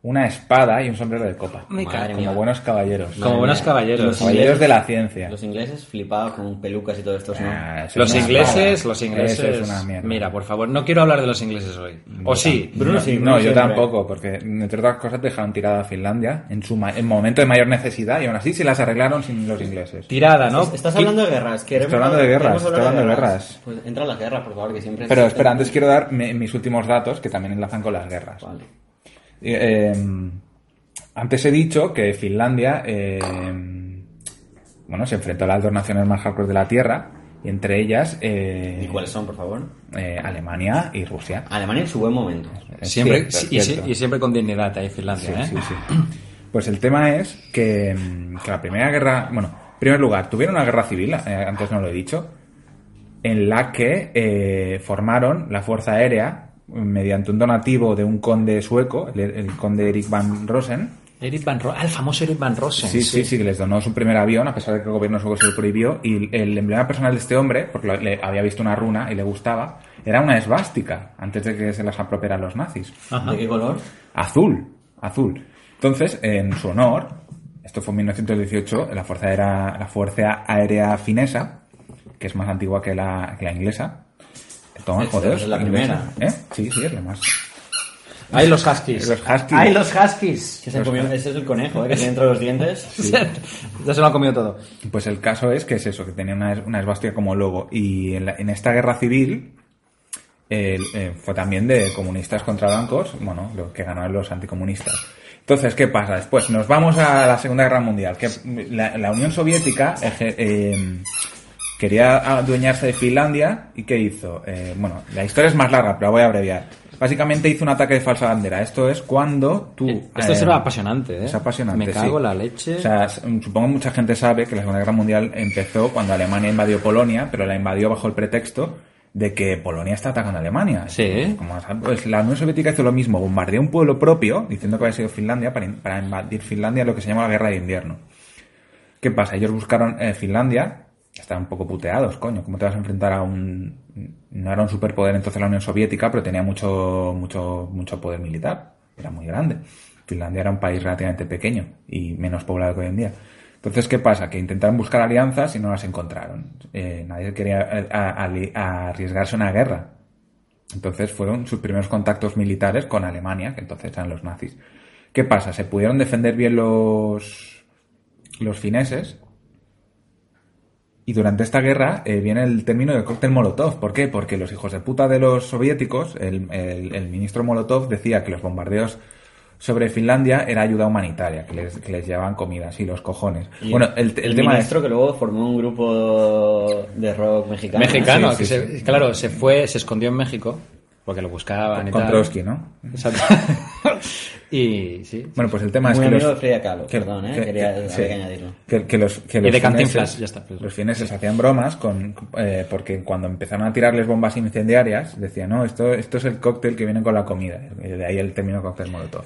Speaker 3: Una espada y un sombrero de copa.
Speaker 2: Me
Speaker 4: Madre
Speaker 2: cago.
Speaker 4: mía.
Speaker 3: Como buenos caballeros.
Speaker 2: Como buenos caballeros.
Speaker 4: Los-
Speaker 3: Caballeros de la ciencia.
Speaker 4: Los ingleses flipados con pelucas y todo esto, ¿no?
Speaker 3: Ah, eso es
Speaker 2: Los
Speaker 3: una
Speaker 2: ingleses,
Speaker 3: espada.
Speaker 2: los ingleses.
Speaker 3: Eso es una mierda.
Speaker 2: Mira, por favor, no quiero hablar de los ingleses hoy. o sí.
Speaker 4: Bruno
Speaker 3: no,
Speaker 4: sí,
Speaker 3: no,
Speaker 4: Bruno
Speaker 3: yo
Speaker 4: siempre.
Speaker 3: tampoco, porque entre otras cosas dejaron tirada a Finlandia en su ma- en momento de mayor necesidad y aún así se las arreglaron sin los ingleses.
Speaker 2: Tirada, ¿no?
Speaker 4: Estás hablando de guerras. queremos
Speaker 3: Estoy hablando de
Speaker 4: hablar-
Speaker 3: guerras,
Speaker 4: queremos
Speaker 3: estoy
Speaker 4: hablar
Speaker 3: hablando de guerras.
Speaker 4: Pues entra en las guerras, por favor, que siempre...
Speaker 3: Pero espera, antes quiero dar mi- mis últimos datos que también enlazan con las guerras.
Speaker 4: Vale.
Speaker 3: Eh, eh, antes he dicho que Finlandia eh, bueno, se enfrentó a las dos naciones más hardcore de la Tierra y entre ellas eh,
Speaker 4: ¿Y cuáles son, por favor?
Speaker 3: eh, Alemania y Rusia.
Speaker 4: Alemania en su buen momento.
Speaker 3: Es
Speaker 2: Siempre,
Speaker 3: cierto, es
Speaker 2: y,
Speaker 3: cierto.
Speaker 2: sí- y siempre con dignidad ahí en Finlandia, ¿eh?
Speaker 3: Sí, sí, sí. Pues el tema es que, mm, que la primera guerra, bueno, en primer lugar, tuvieron una guerra civil, eh, antes no lo he dicho, en la que eh, formaron la Fuerza Aérea mediante un donativo de un conde sueco, el, el conde Erik van Rosen.
Speaker 2: Eric Van Ro- ah, el famoso Eric Van Rosen.
Speaker 3: Sí, sí, sí, que les donó su primer avión, a pesar de que el gobierno sueco se lo prohibió. Y el emblema personal de este hombre, porque lo- le había visto una runa y le gustaba, era una esvástica, antes de que se las apropiaran los nazis.
Speaker 4: ¿De qué color?
Speaker 3: Azul, azul. Entonces, en su honor, esto fue en 1918, la Fuerza Aérea, la fuerza aérea Finesa, que es más antigua que la, que la inglesa. Toma,
Speaker 4: Es-
Speaker 3: joder.
Speaker 4: es la
Speaker 3: inglesa, ¿Eh? Sí, sí, es la más.
Speaker 2: Ahí los Huskies.
Speaker 3: Los Huskies.
Speaker 4: Ah,
Speaker 2: Ahí los Huskies.
Speaker 4: Que
Speaker 3: Pues
Speaker 4: se comió- Ese es el conejo, ¿eh? Que tiene entre
Speaker 3: *laughs*
Speaker 4: los dientes.
Speaker 2: *laughs* ya se lo han comido todo.
Speaker 3: Pues el caso es que es eso, que tenía una, una esvástica como logo. Y en, la- en esta guerra civil eh, eh, fue también de comunistas contra blancos, bueno, lo que ganaron los anticomunistas. Entonces, ¿qué pasa? Después nos vamos a la Segunda Guerra Mundial, que la, la Unión Soviética eje- eh, quería adueñarse de Finlandia y ¿qué hizo? Eh, bueno, la historia es más larga, pero la voy a abreviar. Básicamente hizo un ataque de falsa bandera. Esto es cuando tú...
Speaker 2: Esto
Speaker 3: eh,
Speaker 2: será apasionante, ¿eh?
Speaker 3: es apasionante.
Speaker 2: Me cago
Speaker 3: sí.
Speaker 2: la leche.
Speaker 3: O sea, s- supongo que mucha gente sabe que la Segunda Guerra Mundial empezó cuando Alemania invadió Polonia, pero la invadió bajo el pretexto de que Polonia está atacando a Alemania.
Speaker 2: Sí.
Speaker 3: Como, sa- pues, la Unión Soviética hizo lo mismo, bombardeó un pueblo propio, diciendo que había sido Finlandia, para, in- para invadir Finlandia, lo que se llama la Guerra de Invierno. ¿Qué pasa? Ellos buscaron eh, Finlandia, estaban un poco puteados, coño, ¿cómo te vas a enfrentar a un... No era un superpoder entonces la Unión Soviética, pero tenía mucho, mucho, mucho poder militar, era muy grande. Finlandia era un país relativamente pequeño y menos poblado que hoy en día. Entonces, ¿qué pasa? Que intentaron buscar alianzas y no las encontraron. Eh, nadie quería eh, a- ali- a arriesgarse a una guerra. Entonces fueron sus primeros contactos militares con Alemania, que entonces eran los nazis. ¿Qué pasa? ¿Se pudieron defender bien los, los fineses? Y durante esta guerra eh, viene el término del cóctel Molotov. ¿Por qué? Porque los hijos de puta de los soviéticos, el, el- el ministro Molotov decía que los bombardeos sobre Finlandia era ayuda humanitaria, que les, que les llevaban comidas y los cojones.
Speaker 4: Y
Speaker 3: bueno, el, el
Speaker 4: el
Speaker 3: tema es...
Speaker 4: ministro que luego formó un grupo de rock mexicano.
Speaker 2: Mexicano,
Speaker 3: Sí,
Speaker 2: que
Speaker 3: sí,
Speaker 2: se- claro, se fue, se escondió en México porque lo buscaban y
Speaker 3: Con
Speaker 2: tal.
Speaker 3: Trotsky, ¿no?
Speaker 2: Exacto. *laughs* Y sí.
Speaker 3: Bueno, pues el tema es
Speaker 4: Muy
Speaker 3: que
Speaker 4: amigo
Speaker 3: los-
Speaker 4: de Frida Kahlo, perdón, ¿eh? Quería- había
Speaker 3: sí,
Speaker 4: que añadirlo.
Speaker 3: que- que los, que
Speaker 2: Y
Speaker 3: los
Speaker 2: de Cantinflas,
Speaker 3: fineses-
Speaker 2: ya está, pues.
Speaker 3: Los fineses hacían bromas con, eh, porque cuando empezaron a tirarles bombas incendiarias, decían, no, esto, esto es el cóctel que viene con la comida. Y de ahí el término cóctel molotov.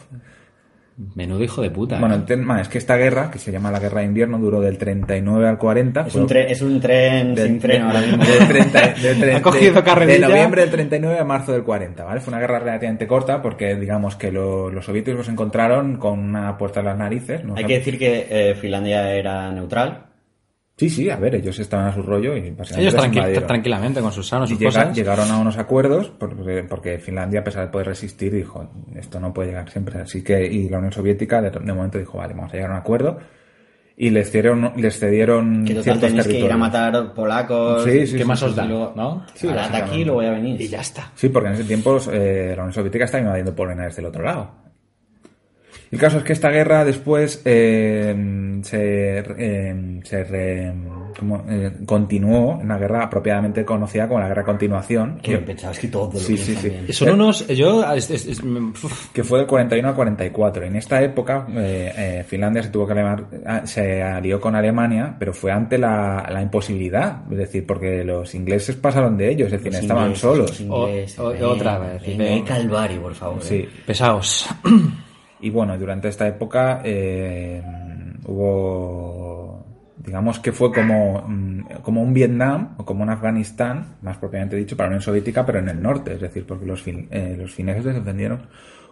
Speaker 2: Menudo hijo de puta. ¿eh?
Speaker 3: Bueno, el tema es que esta guerra, que se llama la Guerra de Invierno, duró del 39 al 40.
Speaker 4: Es
Speaker 3: fue-
Speaker 4: un, tren- es un tren
Speaker 3: del-
Speaker 4: sin freno ahora mismo.
Speaker 3: del
Speaker 4: *laughs*
Speaker 3: 30 del 30
Speaker 2: Ha cogido
Speaker 3: de
Speaker 2: carrerilla.
Speaker 3: noviembre del 39 a marzo del 40, ¿vale? Fue una guerra relativamente corta porque digamos que lo- los soviéticos se encontraron con una puerta en las narices. no
Speaker 4: Hay
Speaker 3: sé-
Speaker 4: que decir que eh, Finlandia era neutral.
Speaker 3: Sí, sí, a ver, ellos estaban a su rollo y básicamente
Speaker 2: Ellos
Speaker 3: los
Speaker 2: tranqui-
Speaker 3: invadieron.
Speaker 2: tranquilamente con sus sanos,
Speaker 3: Y
Speaker 2: sus
Speaker 3: llega-
Speaker 2: cosas.
Speaker 3: llegaron a unos acuerdos porque, porque Finlandia, a pesar de poder resistir, dijo, esto no puede llegar siempre. Así que, y la Unión Soviética de, de momento dijo, vale, vamos a llegar a un acuerdo. Y les cedieron, les cedieron
Speaker 4: Que total
Speaker 3: Mm, ciertos
Speaker 4: tenéis que ir a
Speaker 3: territorios.
Speaker 4: matar polacos.
Speaker 3: Sí, sí,
Speaker 2: ¿Qué
Speaker 3: sí,
Speaker 2: más
Speaker 3: sí,
Speaker 2: os
Speaker 3: sí.
Speaker 2: da?
Speaker 4: Y luego,
Speaker 2: ¿No?
Speaker 3: Sí,
Speaker 4: ahora de aquí
Speaker 3: básicamente.
Speaker 4: luego ya venís.
Speaker 2: Y ya está.
Speaker 3: Sí, porque en ese tiempo eh, la Unión Soviética estaba invadiendo Polonia desde el otro lado. El caso es que esta guerra después eh, se, eh, se re- ¿cómo? Eh, continuó, una guerra propiamente conocida como la Guerra de Continuación,
Speaker 4: Que pensabas que todo lo
Speaker 3: Sí,
Speaker 4: que
Speaker 3: sí, sí.
Speaker 4: también.
Speaker 2: Son unos. Yo. es- es- mm, es- me- uf.
Speaker 3: que fue del 41 al 44. En esta época eh, eh, Finlandia se tuvo que alemar- ah, se alió con Alemania, pero fue ante la, la imposibilidad, es decir, porque los ingleses pasaron de ellos, es decir,
Speaker 4: Los
Speaker 3: estaban
Speaker 4: ingleses,
Speaker 3: solos.
Speaker 4: los ingleses,
Speaker 2: O- o-
Speaker 4: venga,
Speaker 2: otra vez,
Speaker 4: venga,
Speaker 2: dice-
Speaker 4: hay calvario, por favor.
Speaker 3: Sí.
Speaker 4: eh.
Speaker 2: Pesaos.
Speaker 3: Y bueno, durante esta época eh, hubo, digamos que fue como, mm, como un Vietnam o como un Afganistán, más propiamente dicho, para la Unión Soviética, pero en el norte, es decir, porque los, fin- eh, los fineses se defendieron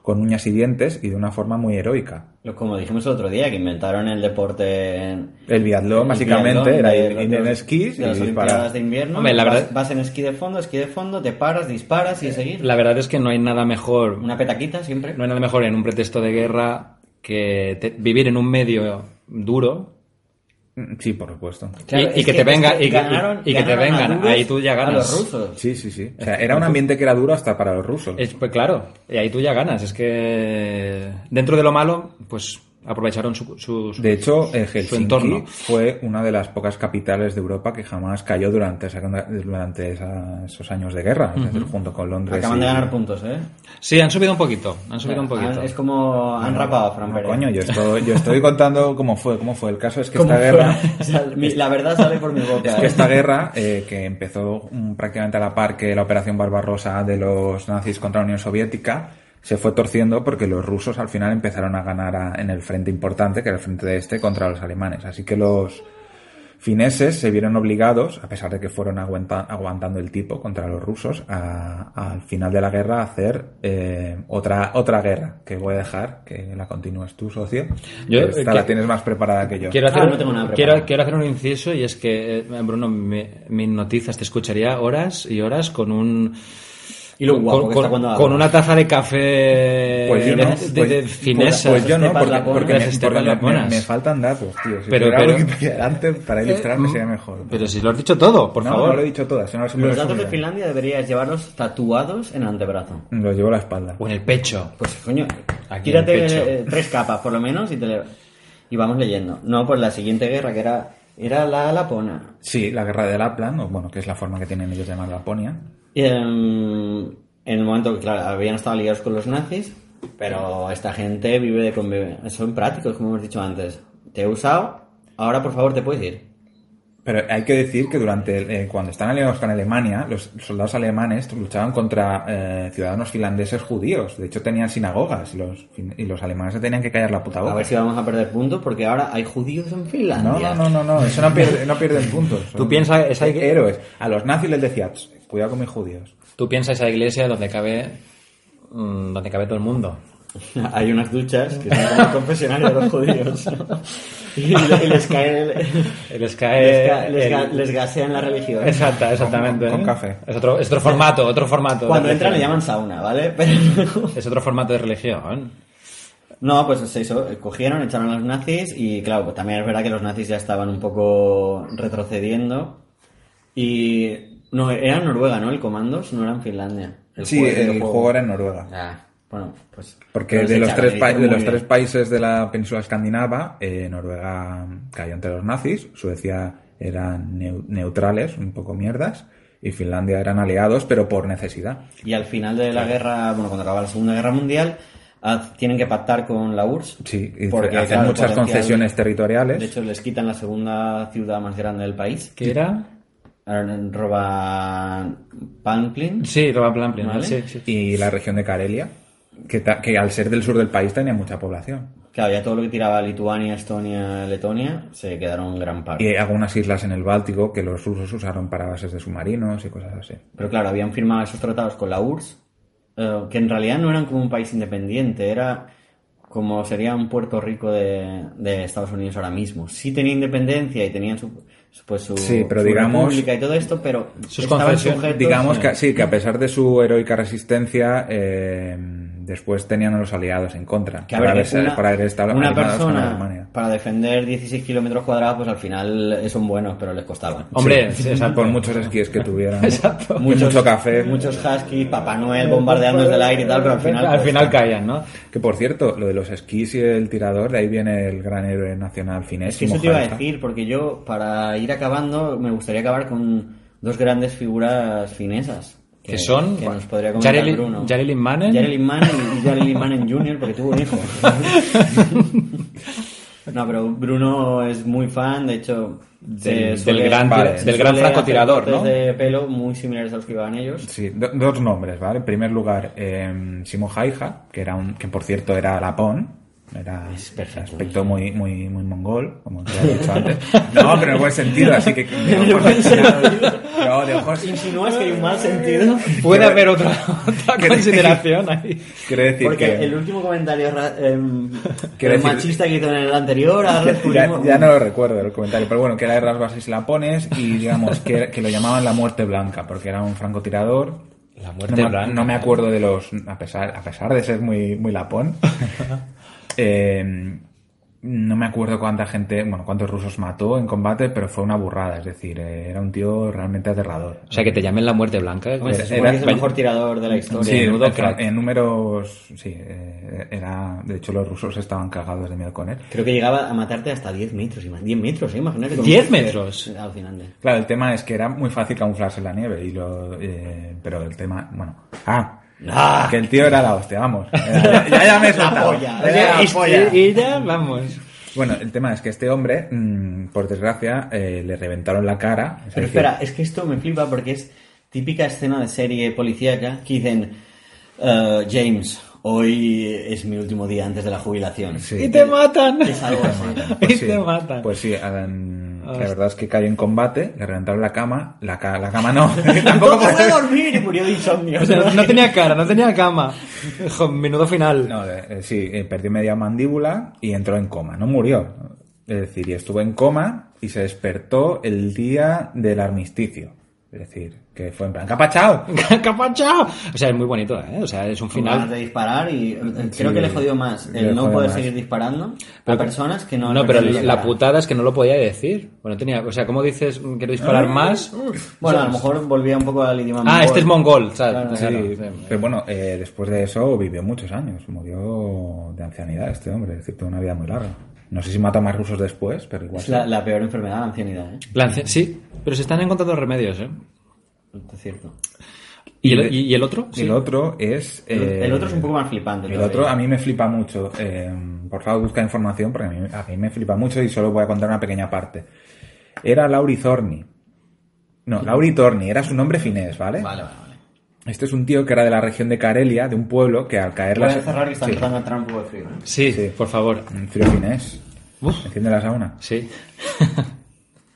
Speaker 3: con uñas y dientes y de una forma muy heroica.
Speaker 4: Lo- Como dijimos el otro día, que inventaron el deporte en...
Speaker 3: El biatlón,
Speaker 4: el
Speaker 3: básicamente,
Speaker 4: biatlón
Speaker 3: era
Speaker 4: de-
Speaker 3: ir, ir
Speaker 4: de-
Speaker 3: en esquís y
Speaker 4: de las Olimpiadas
Speaker 3: disparar.
Speaker 4: de invierno.
Speaker 2: Hombre, la
Speaker 4: vas-
Speaker 2: verdad-
Speaker 4: vas, en esquí de fondo, esquí de fondo, te paras, disparas y
Speaker 2: *clears throat*
Speaker 4: seguir.
Speaker 2: La verdad es que no hay nada mejor.
Speaker 4: Una petaquita siempre.
Speaker 2: No hay nada mejor en un pretexto de guerra que te- vivir en un medio duro
Speaker 3: Mm, Sí, por supuesto.
Speaker 4: Claro,
Speaker 2: y, y
Speaker 4: es
Speaker 2: que, te venga
Speaker 4: es
Speaker 2: y que,
Speaker 4: ganaron-
Speaker 2: y que te
Speaker 4: ganaron a
Speaker 2: vengan
Speaker 4: duros
Speaker 2: ahí tú ya ganas
Speaker 4: A los rusos.
Speaker 3: Sí, sí, sí. O sea, era un ambiente que era duro hasta para los rusos.
Speaker 2: Es- pues claro y ahí tú ya ganas es que dentro de lo malo pues aprovecharon su, su- su-
Speaker 3: De hecho, eh, Helsinki
Speaker 2: entorno.
Speaker 3: fue una de las pocas capitales de Europa que jamás cayó durante, esa- durante esa- esos años de guerra, es decir, junto con Londres.
Speaker 4: Acaban
Speaker 3: y-
Speaker 4: de ganar puntos, ¿eh?
Speaker 2: sí han subido un poquito han subido un
Speaker 4: Han-
Speaker 2: poquito
Speaker 4: Ah, Es como han rapado a Fran
Speaker 3: No,
Speaker 4: Pérez.
Speaker 3: coño,
Speaker 4: *laughs*
Speaker 3: yo estoy, yo estoy contando cómo fue, cómo fue. El caso es que
Speaker 4: ¿Cómo
Speaker 3: esta
Speaker 4: fue?
Speaker 3: guerra,
Speaker 4: *laughs* Sal- mi- la verdad sale por mi boca.
Speaker 3: es que esta guerra eh, que empezó mm, prácticamente a la par que la operación Barbarosa de los nazis contra la Unión Soviética se fue torciendo porque los rusos al final empezaron a ganar a- en el frente importante, que era el frente de este, contra los alemanes. Así que los fineses se vieron obligados, a pesar de que fueron aguanta- aguantando el tipo contra los rusos, a- al final de la guerra a hacer eh, otra, otra guerra, que voy a dejar que la continúes tú, socio.
Speaker 2: Yo,
Speaker 3: Esta
Speaker 2: eh,
Speaker 3: la
Speaker 2: que-
Speaker 3: tienes más preparada que yo.
Speaker 2: quiero hacer
Speaker 4: Ah,
Speaker 2: un-
Speaker 4: no tengo nada preparado.
Speaker 2: quiero, quiero hacer un inciso y es que eh, Bruno me, me hipnotizas te escucharía horas y horas con un
Speaker 4: Y lo guapo
Speaker 2: con,
Speaker 4: que está
Speaker 2: con-
Speaker 4: cuando
Speaker 2: con
Speaker 4: hablas.
Speaker 2: una taza de café
Speaker 3: Pues yo
Speaker 2: Eh, de,
Speaker 3: no,
Speaker 2: de- de- de
Speaker 3: pues-
Speaker 2: finesa
Speaker 3: Pues yo no,
Speaker 4: Estepas
Speaker 3: porque,
Speaker 4: Laponas.
Speaker 3: porque me,
Speaker 2: Estepas
Speaker 3: porque me-
Speaker 2: Laponas.
Speaker 3: me- me faltan datos, tío. Si
Speaker 2: Pero-
Speaker 3: tuviera
Speaker 2: pero-
Speaker 3: algo que pillar antes
Speaker 4: Eh,
Speaker 3: para ilustrarme sería mejor.
Speaker 2: pero si lo has dicho todo por
Speaker 3: no,
Speaker 2: favor
Speaker 3: no lo he dicho todas. Los
Speaker 4: mm, Los datos de Finlandia deberías llevarlos tatuados en el antebrazo.
Speaker 3: Los llevo a la espalda.
Speaker 2: o en el pecho
Speaker 4: Pues coño,
Speaker 2: Aquí en el pecho.
Speaker 4: quítate eh, tres capas por lo menos y te le- y vamos leyendo. No, pues la siguiente guerra que era era la Lapona.
Speaker 3: Sí, la guerra de Lapland, o bueno, que es la forma que tienen ellos de llamar Laponia.
Speaker 4: Y, em, en el momento que claro, habían estado ligados con los nazis, pero esta gente vive de convivencia. Son prácticos, como hemos dicho antes. Te he usado, ahora por favor te puedes ir.
Speaker 3: Pero hay que decir que durante eh, cuando están aliados con Alemania, los soldados alemanes luchaban contra eh, ciudadanos finlandeses judíos. De hecho, tenían sinagogas y los, fin- y los alemanes se tenían que callar la puta boca.
Speaker 4: A ver si vamos a perder puntos porque ahora hay judíos en
Speaker 3: No,
Speaker 4: Finlandia.
Speaker 3: no, no, no, no, eso no, pierde- no pierden puntos.
Speaker 2: Tú piensa, es ahí que-
Speaker 3: héroes. A los nazis les decía, "Ch, cuidado con mis judíos.
Speaker 2: tú piensas esa iglesia donde cabe mm, donde cabe todo el mundo
Speaker 4: *laughs* Hay unas duchas que son como el confesionario de los judíos. *laughs* y, le- y les cae el-
Speaker 2: les
Speaker 4: les,
Speaker 2: cae
Speaker 4: ga- les ga-
Speaker 2: el-
Speaker 4: les gasean la religión.
Speaker 2: Exacta, exactamente.
Speaker 3: Con- con café.
Speaker 2: Es otro, es otro formato, otro formato.
Speaker 4: Cuando
Speaker 2: de
Speaker 4: entran le
Speaker 2: religión.
Speaker 4: llaman sauna, ¿vale? *laughs* Pero
Speaker 2: Es otro formato de religión.
Speaker 4: no, pues se hizo- cogieron, echaron a los nazis y claro, pues también es verdad que los nazis ya estaban un poco retrocediendo y no era Noruega, ¿no? El comandos, no era en Finlandia.
Speaker 3: sí, el, juego. era en Noruega.
Speaker 4: Ah, bueno, pues
Speaker 3: Porque
Speaker 4: pero
Speaker 3: de
Speaker 4: se
Speaker 3: los,
Speaker 4: echaron,
Speaker 3: tres, pa-
Speaker 4: hicieron
Speaker 3: de
Speaker 4: muy
Speaker 3: los
Speaker 4: bien.
Speaker 3: tres países de la península escandinava, eh, Noruega cayó entre los nazis, Suecia eran neu- neutrales, un poco mierdas, y Finlandia eran aliados, pero por necesidad.
Speaker 4: Y al final de la guerra, bueno, cuando acababa la Segunda Guerra Mundial, ah, haz- tienen que pactar con la URSS.
Speaker 3: Sí, y
Speaker 4: porque,
Speaker 3: hacen
Speaker 4: claro,
Speaker 3: muchas
Speaker 4: potencial-
Speaker 3: concesiones territoriales.
Speaker 4: De hecho, les quitan la segunda ciudad más grande del país.
Speaker 6: ¿Qué era?
Speaker 4: Ahora Roban Pamplin.
Speaker 6: Sí, Roba Plamplin,
Speaker 4: Vale.
Speaker 6: sí, sí.
Speaker 3: y la región de Karelia, que, ta- que al ser del sur del país tenía mucha población.
Speaker 4: Claro, ya todo lo que tiraba Lituania, Estonia, Letonia, se quedaron gran parte.
Speaker 3: Y algunas islas en el Báltico que los rusos usaron para bases de submarinos y cosas así.
Speaker 4: Pero claro, habían firmado esos tratados con la URSS, eh, que en realidad no eran como un país independiente, era como sería un Puerto Rico de, de Estados Unidos ahora mismo. Sí tenía independencia y tenían su, su- pues su,
Speaker 3: Sí, pero
Speaker 4: su
Speaker 3: digamos-
Speaker 4: república y todo esto, pero
Speaker 2: Sus
Speaker 4: estaban
Speaker 2: concesiones,
Speaker 4: sujetos-
Speaker 3: Digamos que sí, que a pesar de su heroica resistencia, eh, después tenían a los aliados en contra.
Speaker 4: que
Speaker 3: por
Speaker 4: habrá que
Speaker 3: haber,
Speaker 4: una,
Speaker 3: por haber estado
Speaker 4: una
Speaker 3: aliados con
Speaker 4: persona
Speaker 3: Alemania.
Speaker 4: para defender 16 kilómetros cuadrados, pues al final son buenos, pero les costaba.
Speaker 2: Hombre,
Speaker 3: Sí,
Speaker 2: exacto.
Speaker 3: por muchos esquíes que tuvieran.
Speaker 6: Exacto.
Speaker 3: Y mucho café.
Speaker 4: Muchos huskies, Papá Noel *laughs* bombardeando desde el aire y tal, pero al final...
Speaker 6: Al
Speaker 4: pues,
Speaker 6: final caían, ¿no?
Speaker 3: Que por cierto, lo de los esquís y el tirador, de ahí viene el gran héroe nacional finés.
Speaker 4: Es que eso te iba a
Speaker 3: Mojarra.
Speaker 4: decir, porque yo, para ir acabando, me gustaría acabar con dos grandes figuras finesas.
Speaker 2: Que son,
Speaker 4: Que
Speaker 2: bueno,
Speaker 4: nos podría comentar
Speaker 2: Jarelin-
Speaker 4: Bruno.
Speaker 2: Jarelin Mannen.
Speaker 4: Jarelin Mannen y Jarelin Mannen Jr., porque tuvo un
Speaker 2: *laughs*
Speaker 4: hijo. no, pero Bruno es muy fan, de hecho... se
Speaker 2: Del-
Speaker 4: suele-
Speaker 2: del gran-
Speaker 4: vale,
Speaker 3: del
Speaker 4: se
Speaker 2: gran
Speaker 4: suele
Speaker 2: francotirador,
Speaker 4: hacer cortes
Speaker 2: ¿no?
Speaker 4: de pelo muy similares a los que llevaban ellos.
Speaker 3: Sí, do- dos nombres, ¿vale? En primer lugar, eh, Simo Jaija, que era un, que por cierto era lapón, era aspecto muy, muy, muy mongol, como te he dicho antes. *laughs* No, pero en el buen sentido, así que de
Speaker 4: *laughs*
Speaker 3: ojos, *laughs* no, de ojos
Speaker 4: ¿Insinúas que hay un mal sentido?
Speaker 6: Puede
Speaker 3: Yo-
Speaker 6: haber
Speaker 4: *laughs*
Speaker 6: otra, otra
Speaker 3: ¿Qué-
Speaker 6: consideración ahí.
Speaker 3: quiero decir
Speaker 4: Porque
Speaker 3: que
Speaker 4: el último comentario ra- em,
Speaker 3: *laughs* Quiero decir-
Speaker 4: machista que hizo en el anterior,
Speaker 3: *laughs*
Speaker 4: ahora
Speaker 3: ya,
Speaker 4: descubrimos-
Speaker 3: ya no lo recuerdo el comentario, pero bueno, que era de las bases lapones y digamos que, que lo llamaban la muerte blanca, porque era un francotirador.
Speaker 2: La
Speaker 3: No
Speaker 2: muerte
Speaker 3: me,
Speaker 2: blanca.
Speaker 3: no me acuerdo de los. A pesar, a pesar de ser muy,
Speaker 2: *laughs*
Speaker 3: muy lapón. eh, no me acuerdo cuánta gente. Bueno, cuántos rusos mató en combate, pero fue una burrada. Es decir, eh, era un tío realmente aterrador.
Speaker 2: O sea, que te llamen la muerte blanca. ¿eh?
Speaker 4: Hombre, se
Speaker 3: Era-
Speaker 4: supone que es el
Speaker 3: era-
Speaker 4: mejor tirador de la historia.
Speaker 3: Sí,
Speaker 2: menudo
Speaker 3: en-
Speaker 2: crack.
Speaker 3: en números. Sí, eh, era. De hecho, los rusos estaban cagados de miedo con él.
Speaker 4: Creo que llegaba a matarte hasta 10 metros. ima- 10 metros, ¿eh? imagínate. con-
Speaker 6: 10 metros.
Speaker 4: Alucinante.
Speaker 3: Claro, el tema es que era muy fácil camuflarse en la nieve. y lo, eh, Pero el tema. Bueno. Ah.
Speaker 4: ¡Ah!
Speaker 3: Que el tío era la hostia, *laughs* vamos. Ya, ya,
Speaker 4: *laughs*
Speaker 3: ya me he soltado.
Speaker 4: polla,
Speaker 3: Era la
Speaker 6: Es-
Speaker 4: polla.
Speaker 6: Ella, vamos.
Speaker 3: Bueno, el tema es que este hombre, mm, por desgracia, eh, le reventaron la cara. Es
Speaker 4: Pero
Speaker 3: decir,
Speaker 4: espera, es que esto me flipa porque es típica escena de serie policíaca que dicen "Eh, James, hoy es mi último día antes de la jubilación.
Speaker 3: Sí.
Speaker 6: Y te matan.
Speaker 4: Es algo así.
Speaker 6: Y te matan.
Speaker 3: Pues sí, Adán, la
Speaker 6: Hostia.
Speaker 3: verdad es que cayó en combate, le reventaron la cama, la, ca- la cama no, *laughs* tampoco Pues
Speaker 4: No puede
Speaker 3: puede-
Speaker 4: dormir y murió de insomnio.
Speaker 6: O sea, no tenía cara, no tenía cama. Jo, menudo final. *laughs*
Speaker 3: No, eh, eh, sí, eh, perdió media mandíbula y entró en coma, no murió. Es decir, y estuvo en coma y se despertó el día del armisticio. Es decir, que fue en plan, ¡capachao!
Speaker 6: ¡Capachao! O sea, es muy bonito, ¿eh? O sea, es un
Speaker 4: Con ganas de
Speaker 6: final.
Speaker 4: disparar y eh,
Speaker 3: Sí,
Speaker 4: creo que le jodió más
Speaker 3: le
Speaker 4: el no
Speaker 3: jodió
Speaker 4: poder
Speaker 3: más.
Speaker 4: seguir disparando a
Speaker 6: Pero-
Speaker 4: personas que no
Speaker 6: No, pero
Speaker 4: no
Speaker 6: la
Speaker 4: disparaban.
Speaker 6: putada es que no lo podía decir. Bueno, tenía. O sea, ¿cómo dices mm, quiero disparar más?
Speaker 4: bueno a lo mejor volvía un poco al idioma
Speaker 6: Ah, este es mongol, ¿sabes?
Speaker 3: Sí,
Speaker 6: Claro.
Speaker 3: pero bueno, eh, después de eso vivió muchos años, murió de ancianidad este hombre, es decir, tuvo una vida muy larga. No sé si mató a más rusos después, pero igual.
Speaker 4: es
Speaker 3: sí.
Speaker 4: la, la peor enfermedad la ancianidad ¿eh?
Speaker 6: La anci- Sí, pero se están encontrando remedios, ¿eh?
Speaker 4: es cierto
Speaker 6: ¿Y el, y- y el otro?
Speaker 3: Y El otro es...
Speaker 4: el,
Speaker 3: eh,
Speaker 4: el otro es un poco más flipante
Speaker 3: El
Speaker 4: todavía.
Speaker 3: otro a mí me flipa mucho. eh, por favor, busca información porque a mí, a mí me flipa mucho y solo voy a contar una pequeña parte. Era Lauri Zorni. No, Lauri Torni, era su nombre finés, ¿vale?
Speaker 4: vale vale vale
Speaker 3: Este es un tío que era de la región de Carelia, de un pueblo que al caer
Speaker 4: voy
Speaker 3: la...
Speaker 4: a cerrar y está
Speaker 3: Sí,
Speaker 4: empezando a entrar un poco de frío ¿eh?
Speaker 6: Sí,
Speaker 3: Sí.
Speaker 6: por favor.
Speaker 3: un frío finés.
Speaker 6: Uf,
Speaker 3: Enciende la sauna.
Speaker 6: sí.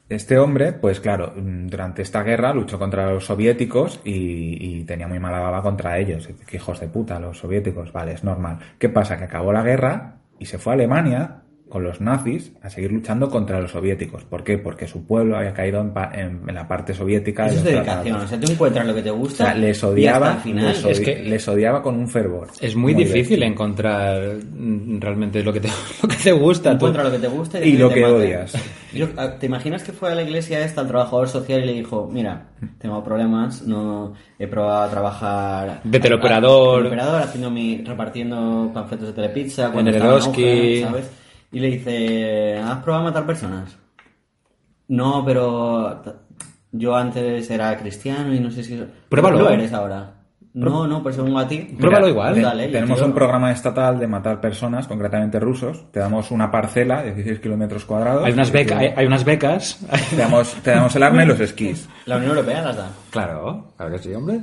Speaker 3: Este hombre, pues claro, mm, durante esta guerra luchó contra los soviéticos y, y tenía muy mala baba contra ellos. Que hijos de puta, los soviéticos, vale, es normal. ¿Qué pasa? Que acabó la guerra y se fue a Alemania con los nazis a seguir luchando contra los soviéticos. ¿Por qué? Porque su pueblo había caído en, pa- en- en la parte soviética.
Speaker 4: eso es
Speaker 3: los tratados.
Speaker 4: dedicación o sea tú encuentras lo que te
Speaker 3: O
Speaker 4: gusta
Speaker 3: sea, les
Speaker 4: y
Speaker 3: odiaba,
Speaker 4: hasta el final
Speaker 3: les,
Speaker 6: es
Speaker 3: odi-
Speaker 6: que-
Speaker 3: les odiaba con un fervor.
Speaker 6: Es muy, difícil encontrar mm, realmente lo que te, *laughs* lo que te gusta. tú.
Speaker 4: encuentra lo que te gusta y,
Speaker 3: Y lo
Speaker 4: te
Speaker 3: que
Speaker 4: mata.
Speaker 3: odias.
Speaker 4: *laughs* Yo- a- ¿Te imaginas que fue a la iglesia esta, al trabajador social, y le dijo, mira, tengo problemas, no he probado a trabajar...
Speaker 6: De teleoperador.
Speaker 4: de teleoperador, haciendo mi, repartiendo panfletos de telepizza,
Speaker 6: En
Speaker 4: cuando
Speaker 6: el
Speaker 4: estaba
Speaker 6: Eroski.
Speaker 4: auge, ¿sabes? Y le dice, ¿has probado a matar personas? No, pero t- yo antes era cristiano y no sé si...
Speaker 6: Pruébalo.
Speaker 4: Lo eres ahora. No, no, pues según a ti.
Speaker 6: Pruébalo igual.
Speaker 4: Pues dale, yo
Speaker 3: Tenemos
Speaker 4: quiero-
Speaker 3: un programa estatal de matar personas, concretamente rusos. Te damos una parcela, 16 kilómetros cuadrados.
Speaker 2: Hay unas,
Speaker 3: y
Speaker 2: beca-
Speaker 3: te-
Speaker 2: hay, hay unas becas.
Speaker 3: Te damos, te damos el arma y los esquís.
Speaker 4: La Unión Europea las da.
Speaker 6: Claro, claro que sí, hombre.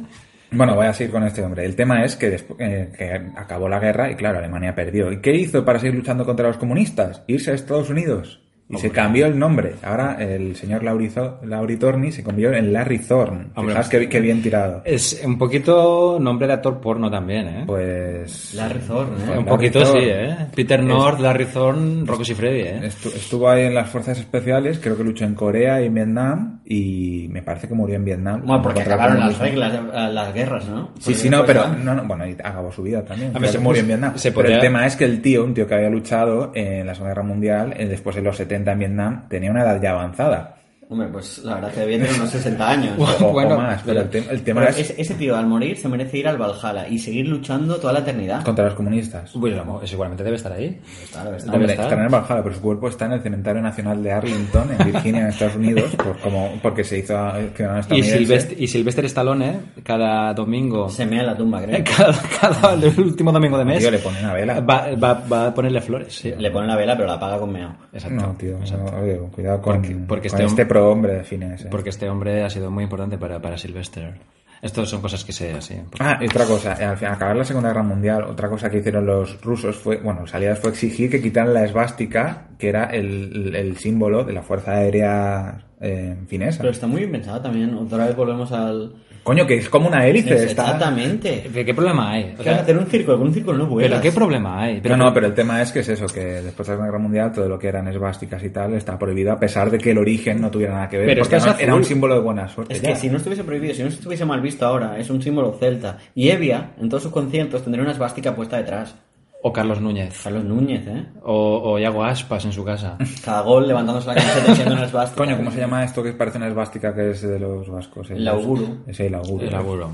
Speaker 3: Bueno, voy a seguir con este hombre. El tema es que, despu- eh, que acabó la guerra y, claro, Alemania perdió. ¿Y qué hizo para seguir luchando contra los comunistas? Irse a Estados Unidos. Y se cambió el nombre. Ahora el señor Laurizo- Lauri Torni se convirtió en Larry Thorne.
Speaker 2: Hombre.
Speaker 3: Fijaos qué, qué bien tirado.
Speaker 4: Eh.
Speaker 2: Es un poquito nombre de actor porno también, ¿eh?
Speaker 3: Pues...
Speaker 4: Larry Thorne, ¿eh?
Speaker 2: un
Speaker 3: Larry
Speaker 2: poquito
Speaker 3: Thorne.
Speaker 2: sí, ¿eh? Peter North, Larry Thorne, Rocky y Freddy, ¿eh?
Speaker 3: Estu- estuvo ahí en las fuerzas especiales, creo que luchó en Corea y en Vietnam y me parece que murió en Vietnam.
Speaker 4: Bueno, porque
Speaker 3: Contra el
Speaker 4: acabaron las
Speaker 3: comunismo.
Speaker 4: reglas, eh, las guerras, ¿no?
Speaker 3: Sí, sí, no, pero no, no, bueno, y acabó su vida también.
Speaker 2: ver,
Speaker 3: creo
Speaker 2: se
Speaker 3: que murió
Speaker 2: puso-
Speaker 3: en Vietnam.
Speaker 2: se
Speaker 3: Pero
Speaker 2: podría-
Speaker 3: el tema es que el tío, un tío que había luchado en la Segunda Guerra Mundial, eh, después en los 70 en Vietnam, tenía una edad
Speaker 2: *laughs*
Speaker 3: ya avanzada.
Speaker 4: Hombre, pues la verdad que debía tener unos 60 *laughs* años.
Speaker 3: O, o
Speaker 6: Bueno,
Speaker 3: más, pero el, te- el tema
Speaker 4: Pero
Speaker 3: es
Speaker 4: ese, ese tío al morir se merece ir al Valhalla y seguir luchando toda la eternidad.
Speaker 3: contra los comunistas.
Speaker 6: Bueno, seguramente debe estar ahí.
Speaker 4: Claro, está.
Speaker 6: Debe
Speaker 3: Hombre,
Speaker 6: estar.
Speaker 3: estará en Valhalla, pero su cuerpo está en el Cementerio Nacional de Arlington, en Virginia, en Estados Unidos, por, como, porque se hizo eh, a- ciudadano
Speaker 2: Y
Speaker 3: estadounidense.
Speaker 2: Sylvester, y Sylvester Stallone, ¿eh? cada domingo...
Speaker 4: Se mea en la tumba, *laughs* creo.
Speaker 2: *laughs* Cada, cada- el último domingo de mes...
Speaker 3: Tío, le pone una vela.
Speaker 2: Va, va- va a ponerle flores, sí.
Speaker 4: Le ponen la vela, pero la apaga con meo.
Speaker 2: Exacto.
Speaker 3: No, tío, no, oye, cuidado con,
Speaker 2: Porque- porque
Speaker 3: con
Speaker 2: este
Speaker 3: este
Speaker 2: hom-
Speaker 3: pro hombre de fines. eh.
Speaker 2: Porque este hombre ha sido muy importante para, para Sylvester. Esto son cosas que sé así.
Speaker 3: Ah, y otra cosa, al fin- al acabar la Segunda Guerra Mundial, otra cosa que hicieron los rusos fue, bueno, los aliados fue exigir que quitaran la esvástica, que era el, el símbolo de la Fuerza Aérea eh, finesa.
Speaker 4: Pero está muy bien pensado también. Otra vez volvemos al.
Speaker 3: Coño, que es como una hélice, está...
Speaker 4: Exactamente.
Speaker 2: ¿Qué, qué problema hay? O
Speaker 4: Claro,
Speaker 2: sea,
Speaker 4: eh, hacer un círculo, con un círculo no vuelas.
Speaker 2: ¿Pero qué problema hay?
Speaker 3: No, no, pero el tema es que es eso, que después de la Segunda Guerra Mundial todo lo que eran esvásticas y tal está prohibido, a pesar de que el origen no tuviera nada que ver,
Speaker 2: Pero
Speaker 3: porque
Speaker 2: es que es
Speaker 3: además era
Speaker 2: azul.
Speaker 3: un símbolo de buena suerte.
Speaker 4: Es
Speaker 3: ya.
Speaker 4: que si no estuviese prohibido, si no estuviese mal visto ahora, es un símbolo celta. Y Evia, en todos sus conciertos, tendría una esvástica puesta detrás.
Speaker 2: O Carlos Núñez.
Speaker 4: Carlos Núñez, ¿eh?
Speaker 2: O, o Iago Aspas en su
Speaker 3: *laughs*
Speaker 2: casa.
Speaker 4: Cada gol levantándose la camiseta y siendo una esvástica.
Speaker 3: Coño, ¿cómo se llama esto que parece una esvástica que es de los vascos?
Speaker 4: El auguro.
Speaker 3: Sí, el auguro.
Speaker 2: El abuelo.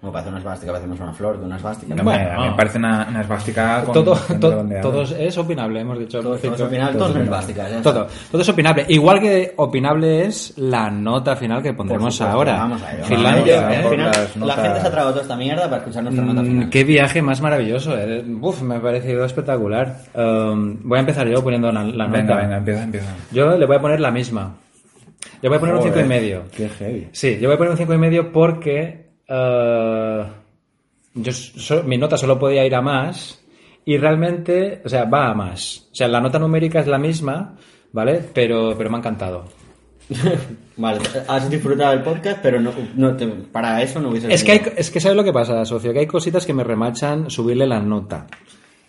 Speaker 4: Como parece una esvástica, parece más una flor que una esvástica.
Speaker 3: No,
Speaker 4: Bueno,
Speaker 3: me, me parece una, una esvástica con
Speaker 2: Todo,
Speaker 3: con
Speaker 2: to-
Speaker 3: redondeado.
Speaker 2: todo es- es opinable, hemos dicho. al
Speaker 4: todo, todo es
Speaker 2: principio.
Speaker 4: opinable, todo es una esvástica. ya está.
Speaker 2: Todo, todo es opinable. Igual que opinable es la nota final que pondremos
Speaker 4: Por supuesto,
Speaker 2: ahora.
Speaker 4: Vamos a ello.
Speaker 2: Finlandia.
Speaker 4: Vamos a ello,
Speaker 3: ¿eh?
Speaker 4: que al final
Speaker 3: Por las
Speaker 4: la
Speaker 3: notas.
Speaker 4: gente se ha tragado toda esta mierda para escuchar nuestra nota
Speaker 2: Mm,
Speaker 4: final.
Speaker 2: Qué viaje más maravilloso. eh. Uf, me ha parecido espectacular. Um, voy a empezar yo poniendo la, la nota.
Speaker 3: Venga, venga, empieza, empieza.
Speaker 2: Yo le Ah, voy a poner la misma. Le voy a poner un
Speaker 3: Joder,
Speaker 2: 5 y medio.
Speaker 3: Qué heavy.
Speaker 2: Sí, yo voy a poner un 5 y medio porque eh, yo so- mi nota solo podía ir a más y realmente, o sea, va a más. O sea, la nota numérica es la misma, ¿vale? Pero, pero me ha encantado.
Speaker 4: *laughs* Vale, has disfrutado el podcast, pero no, no te- para eso no hubiese
Speaker 2: Es que, hay,
Speaker 4: sido.
Speaker 2: es que ¿sabes lo que pasa, socio? Que hay cositas que me remachan subirle la nota.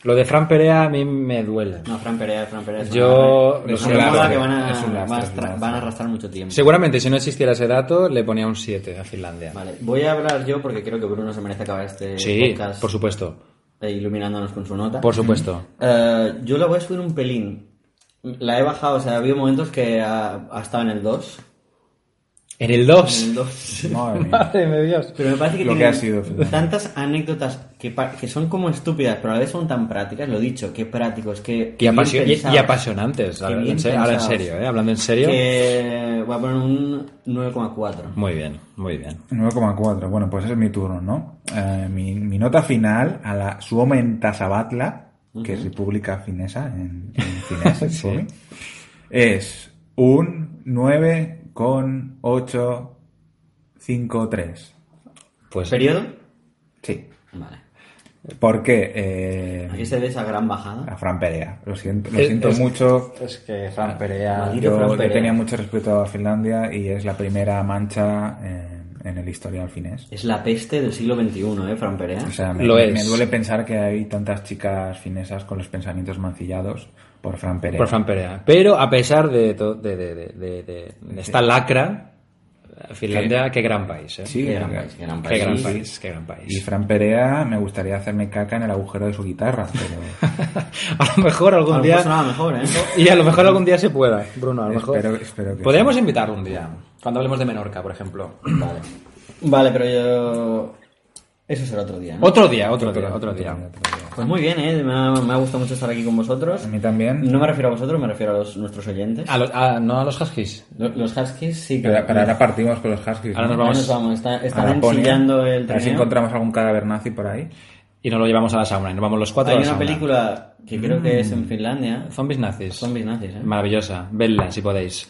Speaker 2: Lo de Fran Perea a mí me duele.
Speaker 4: No, Fran Perea, Fran Perea. es una
Speaker 2: Yo-
Speaker 4: barra.
Speaker 2: es
Speaker 4: Es
Speaker 2: un
Speaker 4: una moda
Speaker 2: lastre,
Speaker 4: que van a,
Speaker 3: es un lastre,
Speaker 4: van a
Speaker 3: es un
Speaker 4: tra-
Speaker 3: lastre.
Speaker 4: van a arrastrar mucho tiempo.
Speaker 2: Seguramente si no existiera ese dato le ponía un 7 a Finlandia.
Speaker 4: Vale, voy a hablar yo porque creo que Bruno se merece acabar este
Speaker 2: sí,
Speaker 4: podcast
Speaker 2: por supuesto.
Speaker 4: eh, iluminándonos con su nota.
Speaker 2: Por supuesto.
Speaker 4: Eh, yo la voy a subir un pelín. La he bajado, o sea, ha habido momentos que ha, ha estado en el 2.
Speaker 2: En el 2.
Speaker 4: En el 2.
Speaker 3: Madre mía.
Speaker 2: *laughs* Madre mía, Dios.
Speaker 4: Pero me parece que
Speaker 3: Lo que
Speaker 4: tiene
Speaker 3: ha sido, Fernando.
Speaker 4: tantas anécdotas que, pa- que son como estúpidas, pero a la vez son tan prácticas, lo dicho, que prácticos, que...
Speaker 2: Y,
Speaker 4: que bien
Speaker 2: apasio- y-
Speaker 4: pensados,
Speaker 2: y apasionantes.
Speaker 4: Qué
Speaker 2: Ahora
Speaker 4: bien
Speaker 2: en serio, ahora en
Speaker 4: pensados.
Speaker 2: serio, ¿eh? hablando en serio.
Speaker 4: Que voy a poner un 9,4.
Speaker 2: Muy bien, muy bien.
Speaker 3: 9,4. Bueno, pues ese es mi turno, ¿no? Eh, mi, mi nota final a la Suomen Tasavatla, que es República Finesa en, en
Speaker 2: *laughs*
Speaker 3: finés, en suomi, es un 9,853.
Speaker 2: Pues
Speaker 4: ¿Periodo?
Speaker 3: Sí.
Speaker 4: Vale.
Speaker 3: Porque eh,
Speaker 4: Aquí se ve esa gran bajada.
Speaker 3: a Fran Perea. Lo siento, lo
Speaker 2: Es-
Speaker 3: siento
Speaker 2: es-
Speaker 3: mucho.
Speaker 6: Es que Fran Perea.
Speaker 4: Maldito Fran
Speaker 3: Yo le
Speaker 4: Perea.
Speaker 3: tenía mucho respeto a Finlandia y es la primera mancha eh, en el historial finés.
Speaker 4: Es la peste del siglo XXI, ¿eh, Fran Perea?
Speaker 3: O sea, me,
Speaker 2: Lo es.
Speaker 3: me duele pensar que hay tantas chicas finesas con los pensamientos mancillados por Fran Perea.
Speaker 2: por Fran Perea. Pero a pesar de, to- de, de- de- de- de- de esta lacra, Finlandia, qué gran país. ¿eh?
Speaker 3: Sí,
Speaker 4: Qué gran
Speaker 3: porque-
Speaker 4: país, qué gran
Speaker 2: Qué
Speaker 4: país.
Speaker 2: gran
Speaker 4: Sí.
Speaker 2: país, qué gran país.
Speaker 3: Y Fran Perea me gustaría hacerme caca en el agujero de su guitarra, pero
Speaker 2: *laughs* A lo mejor
Speaker 4: A lo
Speaker 2: algún
Speaker 4: mejor
Speaker 2: día.
Speaker 4: sonaba mejor, ¿eh?
Speaker 2: Y a lo mejor algún día se pueda, Bruno. A lo mejor.
Speaker 3: Espero- espero que
Speaker 2: Podríamos invitarlo un día. Cuando hablemos de Menorca, por ejemplo.
Speaker 4: Vale. Vale, pero yo... Eso será otro día, ¿no?
Speaker 2: Otro día, *laughs* otro, día, otro día.
Speaker 4: Pues muy bien, ¿eh? Me ha, me ha gustado mucho estar aquí con vosotros.
Speaker 3: A mí también.
Speaker 4: No me refiero a vosotros, me refiero a los, nuestros oyentes.
Speaker 6: A los- a- no a los huskies.
Speaker 4: Lo- Los Huskies sí que...
Speaker 3: Pero, pero ahora partimos con los Huskies.
Speaker 2: Ahora
Speaker 3: ¿no?
Speaker 2: nos
Speaker 4: Ahora
Speaker 2: vamos,
Speaker 4: nos vamos, está-
Speaker 3: A la
Speaker 4: están
Speaker 3: Laponia.
Speaker 4: ensillando el
Speaker 3: A ver si
Speaker 4: trineo.
Speaker 3: encontramos algún cadáver nazi por ahí.
Speaker 2: y nos lo llevamos a la sauna. Y nos vamos los cuatro
Speaker 4: Hay
Speaker 2: a la
Speaker 4: una
Speaker 2: sauna.
Speaker 4: película que creo que es en Finlandia.
Speaker 2: Zombies nazis.
Speaker 4: Zombies nazis, ¿eh?
Speaker 2: Maravillosa. Vedla si podéis.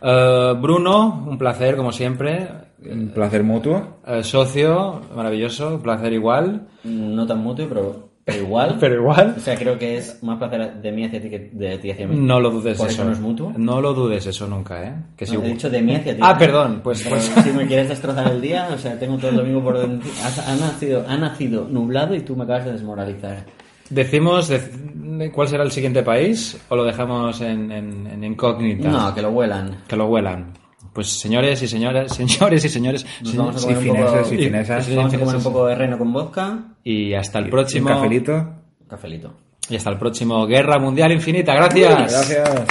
Speaker 2: Eh, Bruno, un placer como siempre.
Speaker 3: Un placer mutuo.
Speaker 2: Eh, socio, maravilloso, placer igual.
Speaker 4: No tan mutuo, pero, pero igual.
Speaker 2: *laughs* Pero igual.
Speaker 4: O sea, creo que es más placer de mí hacia ti que de ti hacia mí.
Speaker 2: No lo dudes
Speaker 4: Por
Speaker 2: eso.
Speaker 4: eso no es mutuo.
Speaker 2: No lo dudes eso nunca, ¿eh? Que si
Speaker 4: No, he dicho de mí hacia ti.
Speaker 2: Ah, perdón, pues-
Speaker 4: Pero
Speaker 2: pues-
Speaker 4: Si me quieres destrozar el día, o sea, tengo todo el domingo por delante. Has- Ha, nacido, ha nacido nublado y tú me acabas de desmoralizar.
Speaker 2: Decimos dec- cuál será el siguiente país o lo dejamos en, en- en incógnita.
Speaker 4: No, que lo vuelan.
Speaker 2: Que lo huelan. Pues señores y señoras, *laughs* señores y señores,
Speaker 4: Nos
Speaker 2: señ-
Speaker 4: vamos a comer
Speaker 3: sí,
Speaker 4: un poco,
Speaker 3: finesas, sí, finesas.
Speaker 2: y-
Speaker 4: vamos a comer un
Speaker 2: finesas.
Speaker 4: poco de reno con vodka.
Speaker 2: y hasta el
Speaker 3: Un
Speaker 2: próximo
Speaker 3: cafelito.
Speaker 4: Cafelito.
Speaker 2: y hasta el próximo Guerra Mundial Infinita. Gracias.
Speaker 3: Gracias.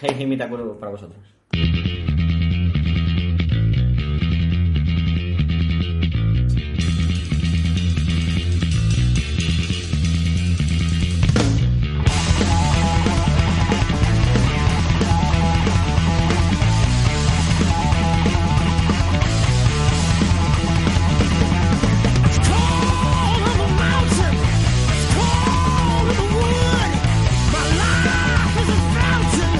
Speaker 4: Hey, hey, Mitakuru, para vosotros.
Speaker 7: It's cold in the mountain. It's cold in the wood. My life is a fountain.